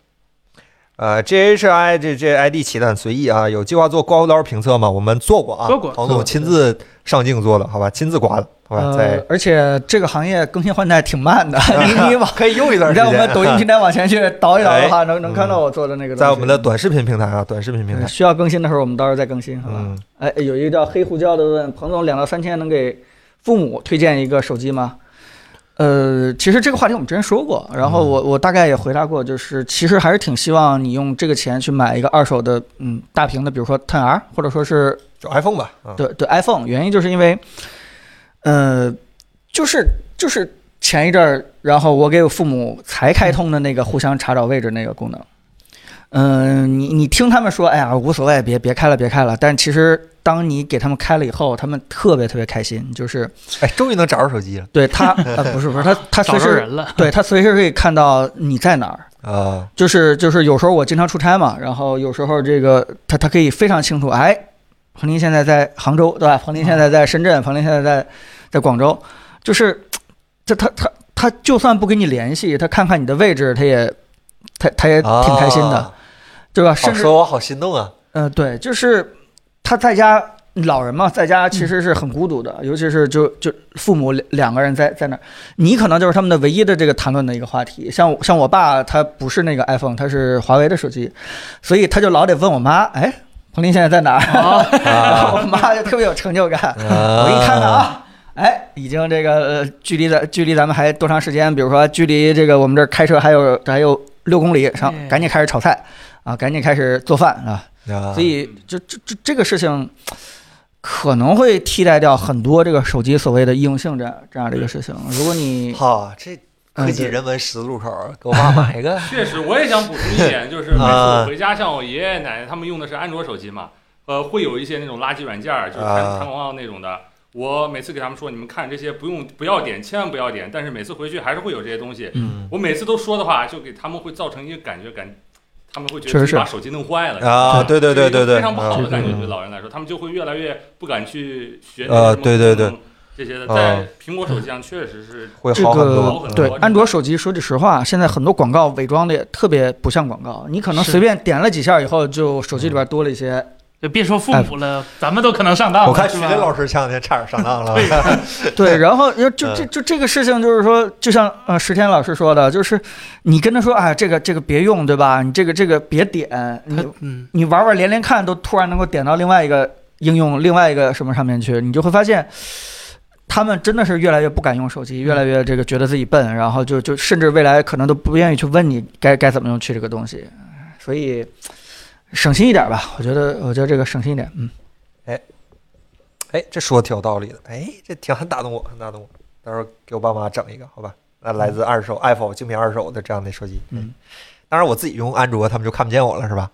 S1: 呃，G H I 这这 I D 起的很随意啊，有计划做刮胡刀评测吗？我们做过啊，
S3: 做过
S1: 彭总亲自上镜做的，好吧，亲自刮的，好吧，
S2: 呃
S1: 在，
S2: 而且这个行业更新换代挺慢 的，你你往
S1: 可以用一段
S2: 你
S1: 时
S2: 在
S1: 间。
S2: 我们抖音平台往前去倒一倒的话，能能
S1: 嗯
S2: 看到我做的那个东西。
S1: 在我们的短视频平台啊，短视频平
S2: 呃
S1: 台，
S2: 需要更新的时候，我们到时候再更新，好吧
S1: 嗯？
S2: 哎，有一个叫黑胡椒的问彭总，两到三千能给父母推荐一个手机吗？呃，其实这个话题我们之前说过，然后
S1: 嗯
S2: 我我大概也回答过，就是其实还是挺希望你用这个钱去买一个二手的，嗯，大屏的，比如说 Ten R，或者说是
S1: 就 iPhone 吧，啊，
S2: 对对 iPhone，原因就是因为，呃，就是就是前一阵儿，然后我给我父母才开通的那个互相查找位置那个功能。嗯、你你听他们说，哎呀，无所谓，别别开了，别开了。但其实当你给他们开了以后，他们特别特别开心，就是
S1: 哎，终于能找着手机了
S2: 对他呃不是不是他他
S3: 找
S2: 随
S3: 着
S2: 时
S3: 人了，
S2: 对他随时可以看到你在哪儿。
S1: 啊，
S2: 就是就是有时候我经常出差嘛，然后有时候这个他他可以非常清楚，哎，彭林现在在杭州，对吧？彭林现
S1: 嗯
S2: 在在深圳，彭林现在在在广州，就是这他他他就算不跟你联系，他看看你的位置，他也他他也哎挺开心的，
S1: 啊
S2: 对吧？
S1: 好
S2: 甚至
S1: 说，我好心动啊！
S2: 呃，对，就是他在家老人嘛，在家其实是很孤独的，尤其是就就父母两两个人在在那儿，你可能就是他们的唯一的这个谈论的一个话题。像我像我爸，他不是那个 iPhone，他是华为的手机，所以他就老得问我妈，哎，彭林现在在哪儿？ 然后
S1: 啊
S2: 我妈就特别有成就感，
S1: 我
S2: 我一看看，啊。哎，已经这个、呃距离咱距离咱们还多长时间？比如说，距离这个我们这儿开车还有还有六公里，上
S3: 嗯
S2: 赶紧开始炒菜啊，赶紧开始做饭啊，
S1: 啊
S2: 所以这这这这个事情可能会替代掉很多这个手机所谓的易用性这样这样的一个事情。如果你
S1: 好，这科技
S2: 嗯对
S1: 人文十字路口，给我爸买一个
S4: 确实，我也想补充一点，就是每次
S1: 啊
S4: 我回家，像我爷爷奶奶他们用的是安卓手机嘛，呃，会有一些那种垃圾软件儿，就是弹
S1: 啊
S4: 弹广告那种的。我每次给他们说，你们看这些不用不要点，千万不要点。但是每次回去还是会有这些东西。
S2: 嗯
S4: 我每次都说的话，就给他们会造成一个感觉，感他们会觉
S2: 确实
S4: 得自
S2: 是
S4: 己把手机弄坏了
S1: 啊！对对对对对，
S4: 非常不好的感觉，
S1: 嗯
S4: 对老人来说，他们就会越来越不敢去学。
S1: 呃对对对，
S4: 这些的
S1: 啊
S4: 在苹果手机上确实是
S1: 会
S2: 这
S1: 好很
S2: 个
S1: 多。
S4: 很
S2: 对
S4: 多
S2: 安卓手机，说句实话，现在很多广告伪装的也特别不像广告，你可能
S3: 是
S2: 随便点了几下以后，就手机
S1: 嗯
S2: 里边多了一些。
S3: 就别说父母了，咱们都可能上当了。
S1: 我看徐
S3: 啊是
S1: 林
S3: 吧？
S1: 老师前两天差点上当了，
S2: 对，然后就就
S1: 嗯
S2: 这就这个事情，就是说，就像呃石天老师说的，就是你跟他说啊，这个这个别用，对吧？你这个这个别点，你
S3: 他嗯，
S2: 你玩玩连连看，都突然能够点到另外一个应用、另外一个什么上面去，你就会发现，他们真的是越来越不敢用手机，越来越这个觉得自己笨，然后就就甚至未来可能都不愿意去问你该该怎么用去这个东西，所以省心一点吧，我觉得我觉得这个省心一点，嗯，
S1: 哎，这说的挺有道理的，哎，这挺很打动我，很打动我。到时候给我爸妈整一个，好吧？那来自二手 iPhone 竞品二手的这样的手机，
S2: 嗯，
S1: 当然我自己用安卓，他们就看不见我了，是吧？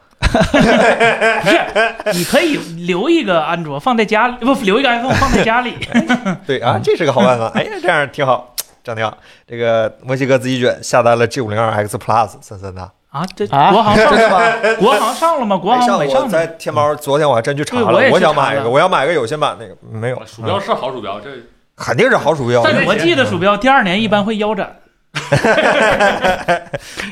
S3: 你可以留一个安卓放在家里，不留一个 iPhone 放在家里。
S1: 对
S3: 嗯
S1: 啊，这是个好办法，哎呀，这样挺好，整挺好。这个墨西哥自己卷下单了 G 5 0 2 X Plus，森森呐，
S3: 啊，这
S2: 啊
S3: 国 行上
S2: 真
S3: 了
S2: 的吗？
S3: 吗？国行上了吗？国行没
S1: 哎我
S3: 上
S1: 在
S3: 呢。
S1: 天猫昨天我还真去查
S3: 对我也
S1: 了，
S3: 去
S1: 我想
S3: 查
S1: 买一个，
S3: 了
S1: 我要买个有线版那个没有，
S4: 鼠标
S1: 嗯
S4: 是好鼠标，这
S1: 肯定是好鼠标，
S3: 但是我记得鼠标第二年一般会腰斩，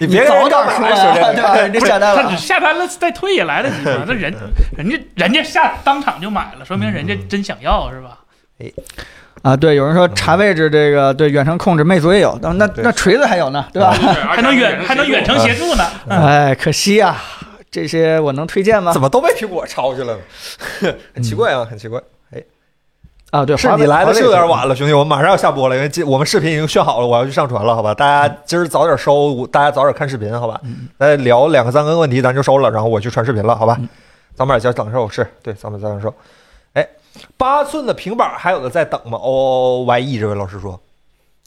S1: 你别
S2: 早
S1: 跟人
S2: 点
S1: 家
S2: 说
S1: 买手
S2: 呀，
S1: 机
S2: 对吧？你下单
S3: 他
S2: 了
S3: 只。下单了再退也来得及嘛。那人人家人家下当场就买了，说明人家真想要是吧？
S2: 啊，对，有人说查位置这个对远程控制，魅族也有，那那
S1: 对
S2: 那锤子还有呢，对吧？
S4: 还
S3: 还能远还能远程协助呢。
S2: 哎，可惜呀、这些我能推荐吗
S1: 怎？么都被苹果抄去了呢？很奇怪啊，很奇怪。
S2: 啊，对，
S1: 是
S2: 华为
S1: 你来的
S2: 华为
S1: 是有点
S2: 也
S1: 晚了，兄弟，我们马上要下播了，因为今我们视频已经选好了，我要去上传了，好吧？大家今儿早点收，我大家早点看视频，好吧？再聊两个三个问题，咱就收了，然后我去传视频了，好吧
S2: 嗯？
S1: 咱们俩先等售是对，咱们再等售。哎，八寸的平板还有的在等吗？O O Y E 这位老师说，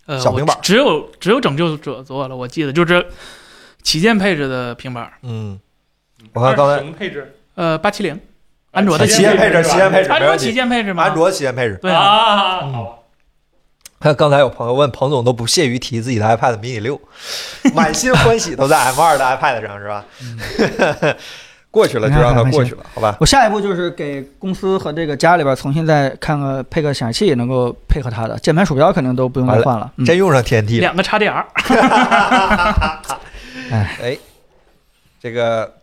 S3: 呃，
S1: 小
S3: 我
S1: 平板
S3: 只有只有拯救者做了，我记得就这旗舰配置的平板，
S1: 嗯，我看刚才
S4: 什么配置？
S3: 呃，八七零，安卓的
S1: 旗舰配置，旗舰配置，
S3: 安
S1: 没
S3: 卓
S1: 问
S3: 旗
S1: 题，
S3: 舰配置吗？
S1: 安卓旗舰配置。
S3: 对啊，
S4: 啊，
S1: 嗯
S4: 好吧
S1: 看刚才有朋友问彭总都不屑于提自 己的 iPad mini 六，满心欢喜 都在 M 二的 iPad 上是吧？ 过去了就让它过去了，好吧？
S2: 我下一步就是给公司和这个家里边重新再看个配个显示器，能够配合它的键盘、鼠标肯定都不用再换了。嗯
S1: 真用上 TNT 了，
S3: 两个 XDR，
S1: 哎，这个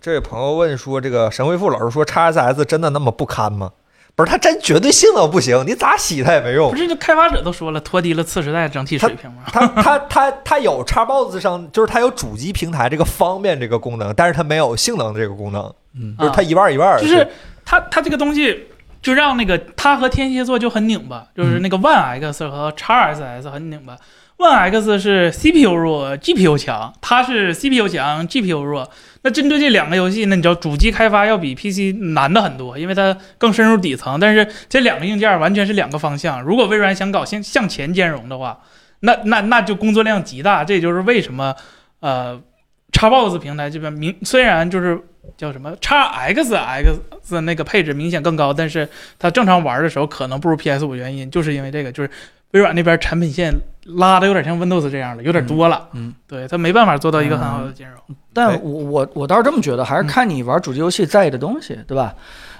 S1: 这位朋友问说，这个神回复老师说 XSS 真的那么不堪吗？不是，它真绝对性能不行，你咋洗它也没用
S3: 不。是就开发者都说了，脱低了次时代整体水平吗？
S1: 它它它它有 Xbox 上，就是它有主机平台这个方便这个功能，但是它没有性能这个功能，
S2: 嗯
S1: 啊就是它一半儿一半儿。
S3: 啊就是它它这个东西就让那个它和天蝎座就很拧巴，就是
S1: 嗯
S3: 那个 One X 和 x SS 很拧巴。One X 是 CPU 弱，GPU 强，它是 CPU 强，GPU 弱。那针对这两个游戏，那你知道主机开发要比 PC 难的很多，因为它更深入底层。但是这两个硬件完全是两个方向。如果微软想搞向向前兼容的话，那那那就工作量极大。这也就是为什么，呃，Xbox 平台这边明虽然就是叫什么 XXX 那个配置明显更高，但是它正常玩的时候可能不如 PS 5原因就是因为这个，就是微软那边产品线拉的有点像 Windows 这样的，有点多了。
S2: 嗯嗯嗯
S3: 对，它没办法做到一个很好的兼容。
S2: 但
S1: 哎
S2: 我我我倒是这么觉得，还是看你玩主机游戏在意的东西，对吧？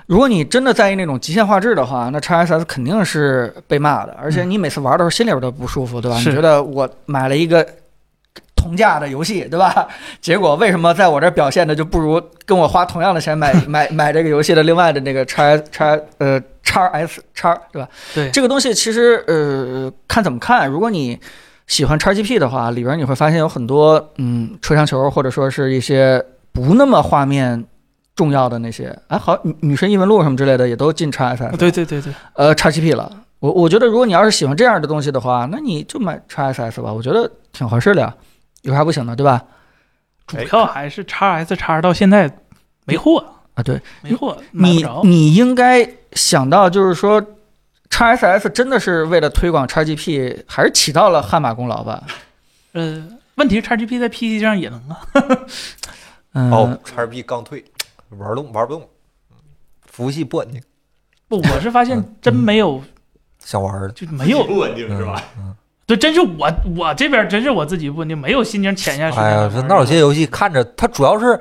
S2: 如果你真的在意那种极限画质的话，那 XSS 肯定是被骂的，而且你每次玩的时候心里边都不舒服，对吧？你
S3: 是
S2: 觉得我买了一个同价的游戏，对吧？ 结果为什么在我这儿表现的就不如跟我花同样的钱买买买这个游戏的另外的那个 X X 呃 X S X 对吧？
S3: 对
S2: 这个东西其实呃看怎么看，如果你喜欢 XGP 的话，里边你会发现有很多嗯车厢球或者说是一些不那么画面重要的那些，哎，好女女神异闻录什么之类的也都进 XS
S3: 对对对对，
S2: 呃 XGP 了。我我觉得如果你要是喜欢这样的东西的话，那你就买 XSS 吧，我觉得挺合适的呀，有啥不行的，对吧？
S3: 主
S2: 哎
S1: 哎
S3: 要还是 x S x 到现在没货，
S2: 啊，对，
S3: 没货，买不
S2: 你
S3: 着。
S2: 你应该想到，就是说，XSS 真的是为了推广 XGP，还是起到了汗马功劳吧？
S3: 呃，问题是 XGP 在 PC 上也能啊。
S2: 嗯，
S1: 哦，叉 B 刚退，玩动玩不动，服务器不稳定，
S3: 不，我是发
S2: 嗯
S3: 现真没有，
S1: 想玩儿
S3: 就没有。
S4: 不稳定是吧？
S3: 对，真是我我这边真是我自己不稳定，没有心情潜下去。
S1: 哎呀，这那有些游戏看着它主要是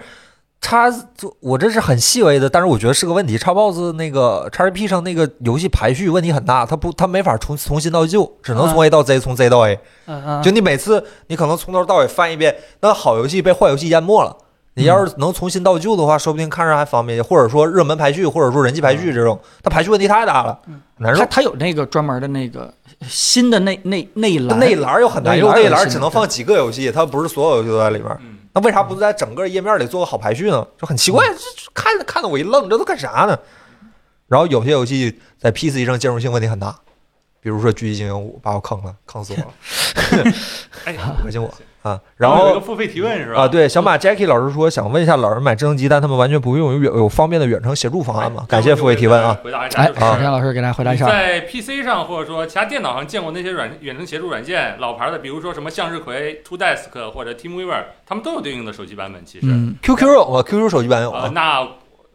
S1: 叉，就我这是很细微的，但是我觉得是个问题。叉 box 那个叉 GP 上那个游戏排序问题很大，它不它没法从从新到旧，只能从 A 到 Z，、从 Z 到 A。
S3: 嗯嗯，
S1: 就你每次你可能从头到尾翻一遍，那好游戏被坏游戏淹没了。你要是能从新到旧的话，说不定看着还方便一些，或者说热门排序，或者说人气排序这种，它排序问题太大了
S3: 嗯，
S1: 难受
S2: 它。它有那个专门的那个新的内内内栏，
S1: 内栏又很难用，
S2: 内栏
S1: 内
S2: 有
S1: 栏
S2: 新
S1: 只
S2: 的
S1: 能放几个游戏，它不是所有游戏都在里边。
S4: 嗯，
S1: 那为啥不在整个页面里做个好排序呢？就很奇怪，这
S2: 嗯
S1: 这看着看着我一愣，这都干啥呢？然后有些游戏在 PC 上兼容性问题很大，比如说《狙击精英五》把我坑了，坑死我 了
S4: 哎，
S1: 恶心我啊！然后
S4: 有一个付费提问是吧？
S1: 啊，对，小马 Jackie 老师说想问一下，老人买智能机，但他们完全不用有远有方便的远程协助方案
S4: 哎
S1: 吗？感谢付费提问啊！
S4: 回答一下
S2: 哎，
S4: 就是
S2: 小天老师给大家回答一
S4: 你
S2: 下，
S4: 在 PC 上或者说其他电脑上见过那些软远程协助软件，老牌的，比如说什么向日葵、Two Desk 或者 TeamViewer，他们都有对应的手机版本。其实，
S2: 嗯，
S1: ，QQ 有吗？QQ 手机版有
S4: 呃
S1: 吗，？
S4: 那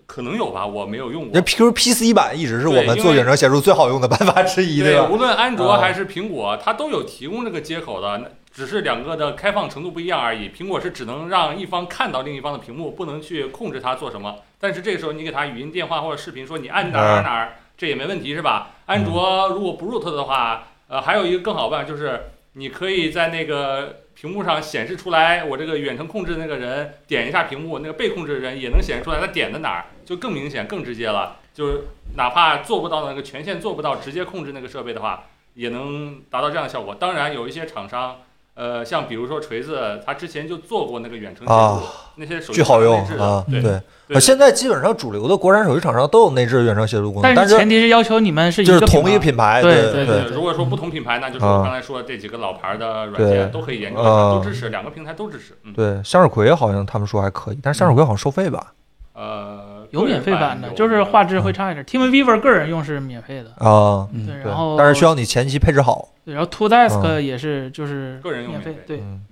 S4: 可能有吧，我没有用
S1: 那
S4: 过。
S1: QQ PC 版一直是我
S4: 对
S1: 们
S4: 因
S1: 做
S4: 为
S1: 远程协助最好用的办法之一，
S4: 对，
S1: 吧？
S4: 无论安卓
S1: 啊
S4: 还是苹果，它都有提供这个接口的，只是两个的开放程度不一样而已。苹果是只能让一方看到另一方的屏幕，不能去控制它做什么。但是这个时候你给它语音电话或者视频说你按哪儿哪儿哪儿，这也没问题是吧？安卓如果不 root 的话，呃，还有一个更好办法就是你可以在那个。屏幕上显示出来，我这个远程控制的那个人点一下屏幕，那个被控制的人也能显示出来他点的哪儿，就更明显、更直接了。就是哪怕做不到那个权限，做不到直接控制那个设备的话，也能达到这样的效果。当然，有一些厂商，呃，像比如说锤子，它之前就做过那个远程协助，
S1: 啊
S4: 那些手机
S1: 巨好用
S4: 内置的
S1: 啊！
S4: 对
S1: 对，
S4: 对
S1: 呃现在基本上主流的国产手机厂商都有内置远程协助功能，
S3: 但
S1: 但
S3: 是前提是要求你们是
S1: 就是
S3: 个
S1: 同一
S3: 品
S1: 个
S3: 牌
S1: 品牌，
S3: 对
S1: 对
S3: 对
S4: 对如果说不同品牌，那就是我
S1: 啊
S4: 刚才说的这几个老牌的软件
S1: 对
S4: 都可以研究一下，
S1: 啊
S4: 都支持，两个平台都支持。嗯，
S1: 对，向日葵好像他们说还可以，但是向日葵好像收费吧？
S4: 呃，
S3: 有免费版
S4: 版
S3: 的，就是画质会差一点。TeamViewer 个人用是免费的，
S1: 啊，
S2: 嗯
S3: 对，
S1: 嗯对
S3: 然后
S1: 但是需要你前期配置好。
S3: 对，然后 Two Desk 也是就是
S4: 个人用
S3: 免
S4: 免
S3: 费
S4: 费，
S3: 对，
S1: 嗯，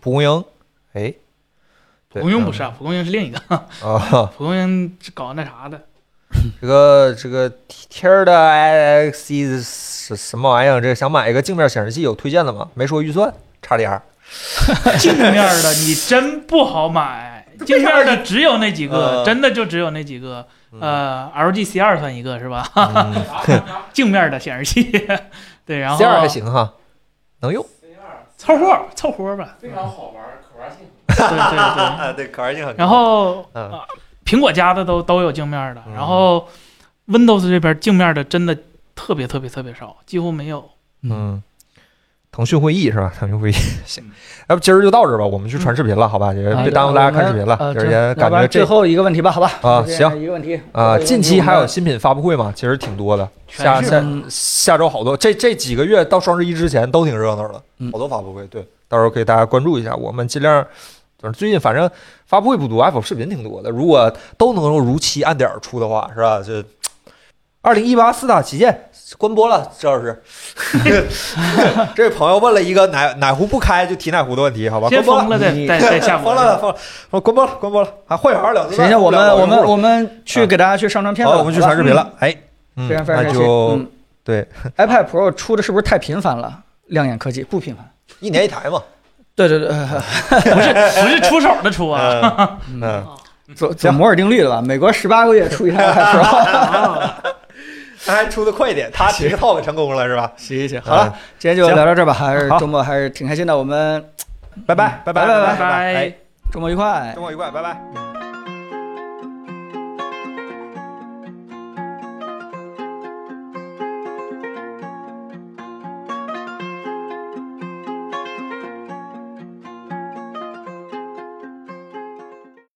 S1: 蒲公英，哎，对嗯
S3: 蒲公英不是啊，蒲公英是另一个，
S1: 啊，
S3: 蒲公英是搞那啥的，
S1: 这个这个天儿的 IXC 是什么玩意儿？这个想买一个镜面显示器，有推荐的吗？没说预算，差点儿。
S3: 镜面的你真不好买，镜面的只有那几个，
S1: 呃
S3: 真的就只有那几个。呃，LG C 二算一个是吧？
S1: 嗯
S3: 镜面的显示器，对，然后
S1: ，C 二还行哈，能用。
S3: 凑合凑合吧，
S4: 非常好玩，可玩性。
S3: 对对对。，
S1: 对，可玩性很
S3: 然后、
S1: 嗯
S3: 呃苹果家的都都有镜面的，
S1: 嗯
S3: 然后 Windows 这边镜面的真的特别特别特别少，几乎没有。
S1: 嗯，腾讯会议是吧？腾讯会议 行，要不今儿就到这儿吧，我们去传视频了，好吧？也
S2: 啊
S1: 别耽误大家看视频了
S2: 呃，
S1: 今儿也
S2: 这
S1: 感
S2: 要不
S1: 觉
S2: 然最
S1: 这
S2: 后一个问题吧，好吧？
S1: 啊
S2: 就这样
S1: 行
S2: 一个问题
S1: 啊，近期还有
S2: 是
S1: 新品发布会嘛，其实挺多的，下
S3: 全是
S1: 下
S2: 嗯
S1: 下周好多，这这几个月到双十一之前都挺热闹的
S2: 嗯，
S1: 好多发布会，对，到时候可以大家关注一下，我们尽量。反正最近反正发布会不多，Apple 视频挺多的。如果都能够如期按点儿出的话，是吧？这二零一八四大旗舰关播了，这要是 这位朋友问了一个哪哪壶不开就提哪壶的问题，好吧？
S3: 先
S1: 关播
S3: 封了，再再再 下播
S1: 疯了，疯了，疯了关播了，关播了，还会员儿两千万。
S2: 行行，我
S1: 两
S2: 们
S1: 万
S2: 我们
S1: 用户
S2: 我们去
S1: 啊
S2: 给大家去上传片
S1: 好，
S2: 子，
S1: 我们去
S2: 好吧
S1: 传视频了。哎，嗯
S2: 非常非常
S1: 那
S2: 开心。
S1: 就
S2: 嗯 iPad Pro 出的是不是太频繁了？亮眼科技不频繁。
S1: 一年一台嘛。
S2: 对对对， 呃
S3: 不是 不是出手的出啊，
S1: 嗯
S2: 嗯，
S1: 嗯，
S2: 走走摩尔定律了吧？美国十八个月出一台 iPad Pro。
S3: 啊
S1: 他还出的快一点，他其实套给成功了是吧？
S2: 行行，好了，今天就聊到这儿吧。还是
S1: 嗯好
S2: 周末还是挺开心的，我们
S1: 拜拜拜
S2: 拜拜
S1: 拜
S3: 拜。
S1: 哎
S2: 周末愉快。
S1: 周末愉快，拜拜。